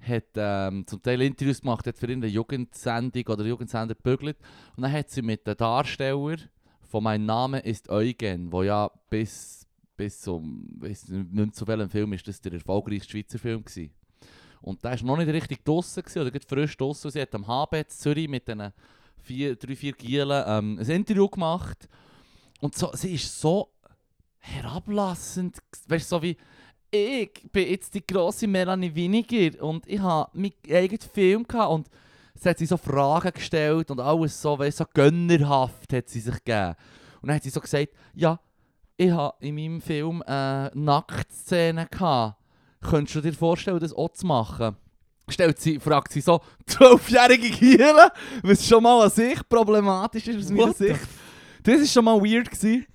Speaker 1: hat ähm, zum Teil Interviews gemacht, hat für ihn eine Jugendsendung oder Jugendsender gebügelt und dann hat sie mit den Darsteller von «Mein Name ist Eugen», wo ja bis, bis zum, weiss nicht zu welchem Film ist das der erfolgreichste Schweizer Film gewesen. Und der war noch nicht richtig draussen, gewesen, oder gerade frisch draussen. Sie hat am HB in Zürich mit diesen vier, drei, vier Gielen ähm, ein Interview gemacht. Und so, sie ist so herablassend. g- Weißt du, so wie ich bin jetzt die grosse Melanie Winiger und ich habe meinen eigenen Film gehabt und sie hat sie so Fragen gestellt und alles so, weißt, so gönnerhaft hat sie sich gegeben. Und dann hat sie so gesagt, ja, ich habe in meinem Film äh, Nacktszenen gehabt. Könntest du dir vorstellen, das auch zu machen? Stellt sie, fragt sie so, 12-jährige Kinder, was schon mal an sich problematisch ist aus meiner
Speaker 2: What the
Speaker 1: Sicht. Das war schon mal weird. Gewesen.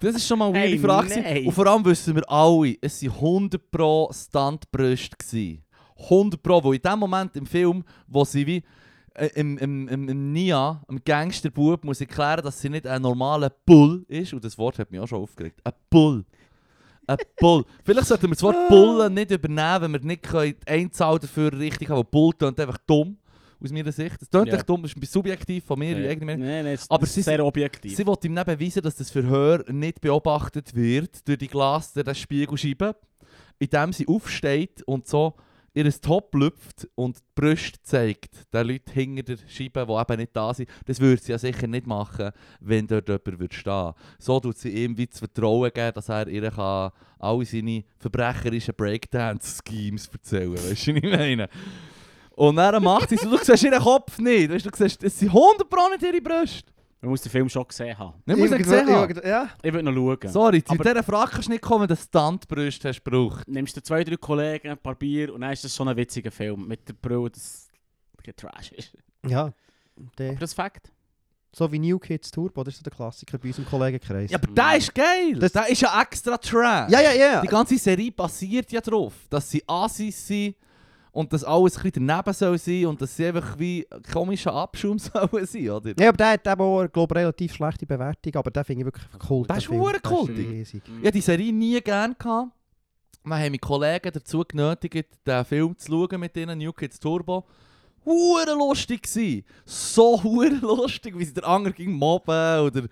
Speaker 1: Das ist schon mal eine weirde
Speaker 2: Ey,
Speaker 1: Frage.
Speaker 2: nein.
Speaker 1: gewesen. Und vor allem wissen wir alle, es waren 100 pro Standbrüste. gewesen. 100 pro, wo in dem Moment im Film, wo sie wie äh, im, im, im, im Nia, im Gangsterbub, muss erklären, dass sie nicht ein normaler Bull ist. Und das Wort hat mich auch schon aufgeregt. Ein Bull. Ein Bull. Vielleicht sollten wir das Wort Bullen nicht übernehmen, wenn wir nicht können, die Einzahl dafür richtig haben. Weil Bull tönt einfach dumm, aus meiner Sicht. Es tönt
Speaker 2: Ja.
Speaker 1: echt dus dumm, das ist subjektiv von mir.
Speaker 2: Nein,
Speaker 1: irgendwie.
Speaker 2: nein, nein, es
Speaker 1: Aber
Speaker 2: ist
Speaker 1: sie
Speaker 2: sehr objektiv.
Speaker 1: Sie wollte ihm dann beweisen, dass das Verhör nicht beobachtet wird durch die Glas, der das Spiegelscheibe, indem sie aufsteht und so ihr Top lüpft und die Brüste zeigt. Den Leuten hinter der Scheibe, die eben nicht da sind. Das würde sie ja sicher nicht machen, wenn dort jemand würde stehen So tut sie ihm wie das Vertrauen geben, dass er ihr kann alle seine verbrecherischen Breakdance-Schemes erzählen kann. Weißt du, was ich meine? Und dann macht sie es. und Du siehst ihren Kopf nicht. Weißt, du, du siehst, es sind 100% nicht ihre Brüste.
Speaker 2: Man muss den Film schon gesehen haben.
Speaker 1: Nicht muss ich gesehen haben.
Speaker 3: Ja.
Speaker 2: Ich will noch schauen.
Speaker 1: Sorry, zu
Speaker 2: Aber-
Speaker 1: dieser Frage kannst du nicht kommen, dass du Standbrüste hast gebraucht.
Speaker 2: Nimmst du zwei, drei Kollegen, ein paar Bier und dann ist das schon ein witziger Film. Mit der Brille, das ein Trash ist.
Speaker 3: ja. Der,
Speaker 2: Aber das ist Fakt.
Speaker 3: so wie New Kids Turbo, das ist so der Klassiker bei unserem Kollegenkreis.
Speaker 1: Ja, aber der ist geil.
Speaker 3: Das-
Speaker 1: der ist ja extra trash.
Speaker 3: ja, ja. ja.
Speaker 1: Die ganze Serie basiert ja darauf, dass sie Assis sind und dass alles ein bisschen daneben soll sein und dass sie einfach wie komischer Abschaum *laughs* sollen sein, oder?
Speaker 3: Ja, aber der hat eben auch, glaube relativ schlechte Bewertung, aber den finde ich wirklich cool.
Speaker 1: Der
Speaker 3: den
Speaker 1: ist
Speaker 3: Film.
Speaker 1: verdammt
Speaker 3: Der ist
Speaker 1: kultig.
Speaker 3: riesig.
Speaker 1: Ich hatte die Serie nie gerne. gehabt. Wir haben meine Kollegen dazu genötigt, den Film zu schauen mit ihnen, New Kids Turbo. Hure lustig gsi, So hure *laughs* lustig, wie sie der andere ging mobben oder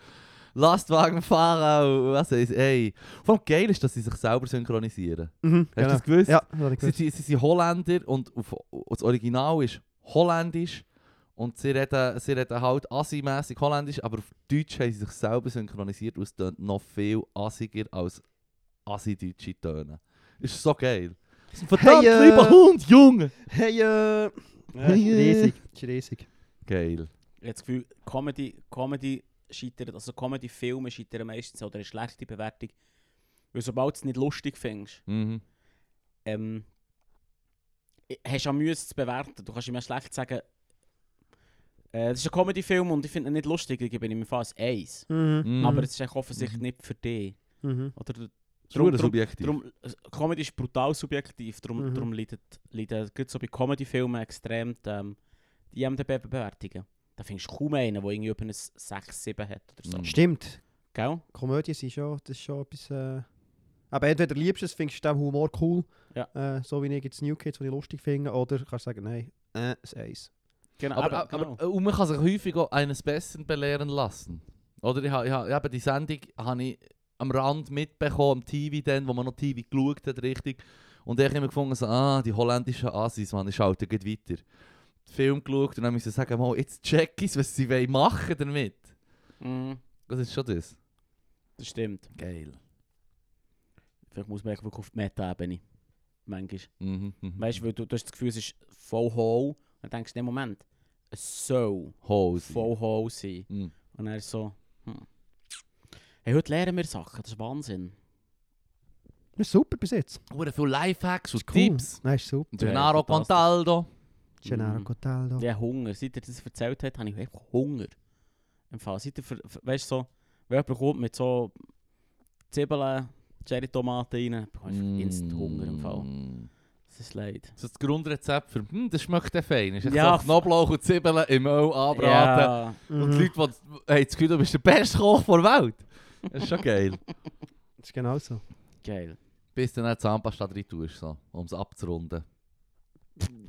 Speaker 1: Lastwagen fahren und was weiß ich. Ey. Vor allem geil ist, dass sie sich selber synchronisieren.
Speaker 3: Mhm,
Speaker 1: Hast du
Speaker 3: genau.
Speaker 1: das gewusst?
Speaker 3: Ja, das habe ich
Speaker 1: Sie,
Speaker 3: gewusst.
Speaker 1: sie, sie sind Holländer und auf, das Original ist Holländisch. Und sie reden, sie reden halt assi-mässig Holländisch, aber auf Deutsch haben sie sich selber synchronisiert und es tönt noch viel assiger als assi-deutsche Töne. Ist so geil. Das ist ein verdammt
Speaker 3: Hey, äh,
Speaker 1: lieber Hund, Junge!
Speaker 3: Hey, äh,
Speaker 2: Ja. Ich
Speaker 3: hey, äh. riesig. Das ist riesig.
Speaker 1: Geil.
Speaker 2: habe das Gefühl, Comedy, Comedy scheitert, also Comedy-Filme scheitern meistens oder eine schlechte Bewertung. Weil sobald du es nicht lustig findest,
Speaker 1: Mhm.
Speaker 2: ähm, i- hast du auch Mühe, es zu bewerten. Du kannst immer schlecht sagen, äh, das ist ein Comedy-Film und ich finde ihn nicht lustig, dann gebe ich ihm fast eins.
Speaker 3: Mhm.
Speaker 1: Mhm.
Speaker 2: Aber es ist eigentlich offensichtlich nicht für dich.
Speaker 3: Mhm.
Speaker 2: Oder du-
Speaker 1: Es ist
Speaker 2: drum-
Speaker 1: verdammt
Speaker 2: drum-
Speaker 1: subjektiv.
Speaker 2: Drum, äh, Comedy ist brutal subjektiv, darum
Speaker 3: Mhm.
Speaker 2: drum leidet, leidet gerade so bei Comedy-Filmen extrem die, ähm, die IMDb-Bewertungen. Da findest du kaum einen, der irgendwie über ein 6, 7 hat oder so.
Speaker 1: Mhm.
Speaker 3: Stimmt.
Speaker 2: Gell?
Speaker 3: Komödien sind schon, das ist schon etwas... Äh, aber entweder liebst du es, findest du den Humor cool,
Speaker 2: Ja.
Speaker 3: äh, so wie ich jetzt New Kids, die ich lustig finde, oder kannst du sagen, nein, äh, es Eis.
Speaker 2: Genau,
Speaker 1: Aber,
Speaker 2: eben,
Speaker 1: aber,
Speaker 2: genau.
Speaker 1: äh, und man kann sich häufig auch eines Besseren belehren lassen. Oder ich, ha- ich, ha- eben die Sendung habe ich am Rand mitbekommen, am TV dann, wo man noch TV geschaut hat, richtig. Und ich habe immer gefunden, so, ah, die holländischen Assis, man, ich schalte gleich weiter. Den Film geschaut und dann müssen sie sagen, mal, jetzt check ich was sie wollen machen damit.
Speaker 2: Mhm,
Speaker 1: Das ist schon das.
Speaker 2: das stimmt.
Speaker 1: Geil.
Speaker 2: Vielleicht muss man eigentlich wirklich auf die Meta-Ebene. Manchmal.
Speaker 1: Mhm. mhm.
Speaker 2: Weißt du, weil du, du hast das Gefühl, es ist voll hohl. Und dann denkst du, in dem Moment, es soll
Speaker 1: Hose.
Speaker 2: voll hohl sein.
Speaker 1: Mhm.
Speaker 2: Und er ist so, hm. Hey, heute lernen wir Sachen, das ist Wahnsinn.
Speaker 3: Das ist super bis jetzt.
Speaker 1: Hure viele Lifehacks und
Speaker 3: Cool.
Speaker 1: Tipps.
Speaker 3: Nein, ist super.
Speaker 2: Ja,
Speaker 1: Gennaro
Speaker 2: fantastisch.
Speaker 1: Contaldo.
Speaker 3: Gennaro
Speaker 2: Mhm.
Speaker 3: Cotaldo.
Speaker 2: Ja, Hunger. Seit er das erzählt hat, habe ich einfach Hunger. Im Fall. Seit er, ver- ver- weisst du, so, wenn jemand kommt mit so Zwiebeln, Cherry-Tomaten rein, bekomme ich mm. instant Hunger im Fall.
Speaker 1: Mm.
Speaker 2: Das ist leid.
Speaker 1: So das Grundrezept für, hm, das schmeckt ja fein. Ist echt
Speaker 2: Ja,
Speaker 1: so Knoblauch und Zwiebeln im Öl anbraten. Und die
Speaker 3: Mhm.
Speaker 1: Leute, die haben das Gefühl, du bist der beste Koch der Welt. Das ist schon geil.
Speaker 3: Das ist genau so.
Speaker 2: Ja, geil.
Speaker 1: Bis du dann die Zahnpasta rein tust, so, um es abzurunden.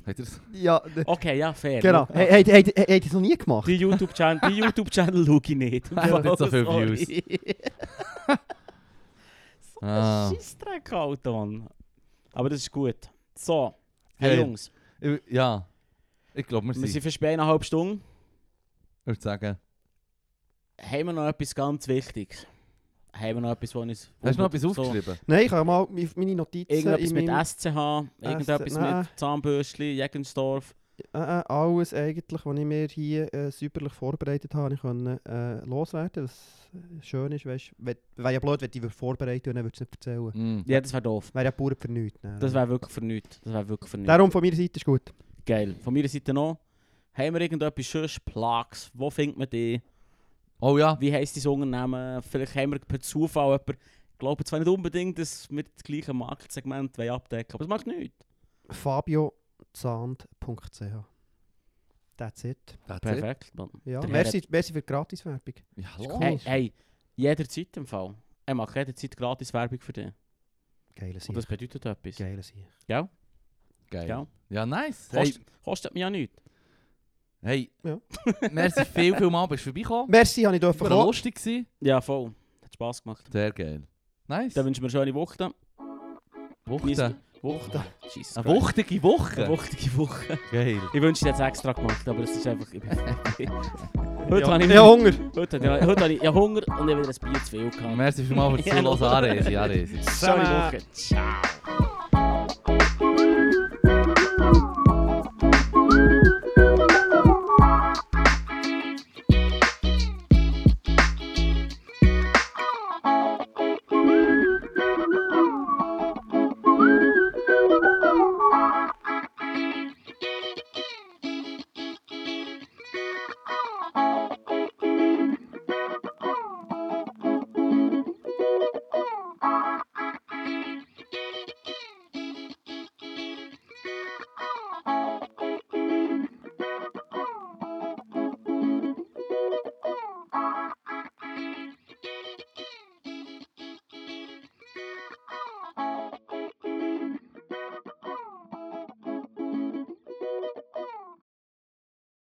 Speaker 1: Hat er das?
Speaker 3: Ja, d-
Speaker 2: Okay, ja, fair.
Speaker 3: genau.
Speaker 2: Ja.
Speaker 3: Hey, hey, hey, hey, hey, das noch nie gemacht?
Speaker 2: Die YouTube-Channel YouTube schaue
Speaker 1: *laughs*
Speaker 2: ich nicht. Im
Speaker 1: Er hat
Speaker 2: Fall,
Speaker 1: nicht so viele
Speaker 2: sorry.
Speaker 1: Views.
Speaker 2: so
Speaker 1: Ah.
Speaker 2: ein Scheissdreck, Alter, Mann. Aber das ist gut. So, hey
Speaker 1: Geil.
Speaker 2: Jungs,
Speaker 1: Ich- Ja. Ich glaube, wir
Speaker 2: wir
Speaker 1: sind,
Speaker 2: sind fast bei eineinhalb Stunden.
Speaker 1: ich würde sagen,
Speaker 2: Haben wir noch etwas ganz Wichtiges? Haben wir noch etwas, was uns...
Speaker 1: Hast du noch etwas aufgeschrieben?
Speaker 3: Nein, ich habe mal mi- meine Notizen
Speaker 2: Irgendetwas
Speaker 3: in
Speaker 2: mit
Speaker 3: meinem-
Speaker 2: SCH, irgendetwas
Speaker 3: nein.
Speaker 2: mit Zahnbürstli, Jägensdorf.
Speaker 3: Äh, äh, alles eigentlich, was ich mir hier äh, säuberlich vorbereitet habe, ich konnte äh, loswerden. Was schön ist, weißt du, wäre ja blöd, wenn du dich vorbereitet und dann würdest du es nicht erzählen.
Speaker 1: Mm.
Speaker 2: Ja, das wäre doof.
Speaker 3: Wäre ja pur für nichts. ne?
Speaker 2: Das wäre wirklich für nichts. Das wäre wirklich für nichts.
Speaker 3: Darum von meiner Seite ist gut.
Speaker 2: Geil. Von meiner Seite noch. Haben wir irgendetwas schönes Plugs? Wo findet man die?
Speaker 1: Oh ja,
Speaker 2: Wie heisst dein Unternehmen? Vielleicht haben wir per Zufall jemanden. Ich glaube zwar nicht unbedingt, dass wir das gleiche Marktsegment wollen abdecken aber das macht nichts.
Speaker 3: fabiozand.ch That's it.
Speaker 1: that's it.
Speaker 2: Perfekt, Mann.
Speaker 3: Ja.
Speaker 2: Der
Speaker 3: Merci, merci für die Gratiswerbung.
Speaker 1: Ja,
Speaker 3: Ist
Speaker 1: hallo.
Speaker 3: cool.
Speaker 2: Hey, hey, jederzeit im Fall. Er macht jederzeit gratis Werbung für dich.
Speaker 3: Geiles
Speaker 2: Und
Speaker 3: Sieg.
Speaker 2: das bedeutet etwas.
Speaker 3: Geiles Sieg.
Speaker 1: Geil.
Speaker 2: Gell?
Speaker 1: Ja, nice. Hey,
Speaker 2: Kostet, kostet mir ja nichts.
Speaker 1: hey.
Speaker 3: Ja.
Speaker 1: merci viel, viel mal, bist du vorbeigekommen.
Speaker 3: Merci, habe ich dürfen
Speaker 1: War
Speaker 3: kommen.
Speaker 1: lustig gewesen.
Speaker 2: Ja, voll. Hat Spass gemacht.
Speaker 1: Sehr geil. Nice.
Speaker 2: Dann wünschen wir eine schöne Woche.
Speaker 1: Wuchten.
Speaker 2: Woche. Jesus
Speaker 1: Eine
Speaker 2: Christ.
Speaker 1: wuchtige Woche.
Speaker 2: Eine wuchtige Woche.
Speaker 1: Geil.
Speaker 2: Ah, Ich wünsche, ich hätte es extra gemacht, aber es ist *laughs* einfach... Ich bin heute
Speaker 3: Ja,
Speaker 2: habe ich...
Speaker 3: ich habe Hunger.
Speaker 2: Heute, habe ich- heute habe ich ja Hunger und ich habe wieder ein Bier zu viel gehabt.
Speaker 1: Merci vielmals für das Zuhören. Aresi, Aresi.
Speaker 2: Schöne Woche. Ciao.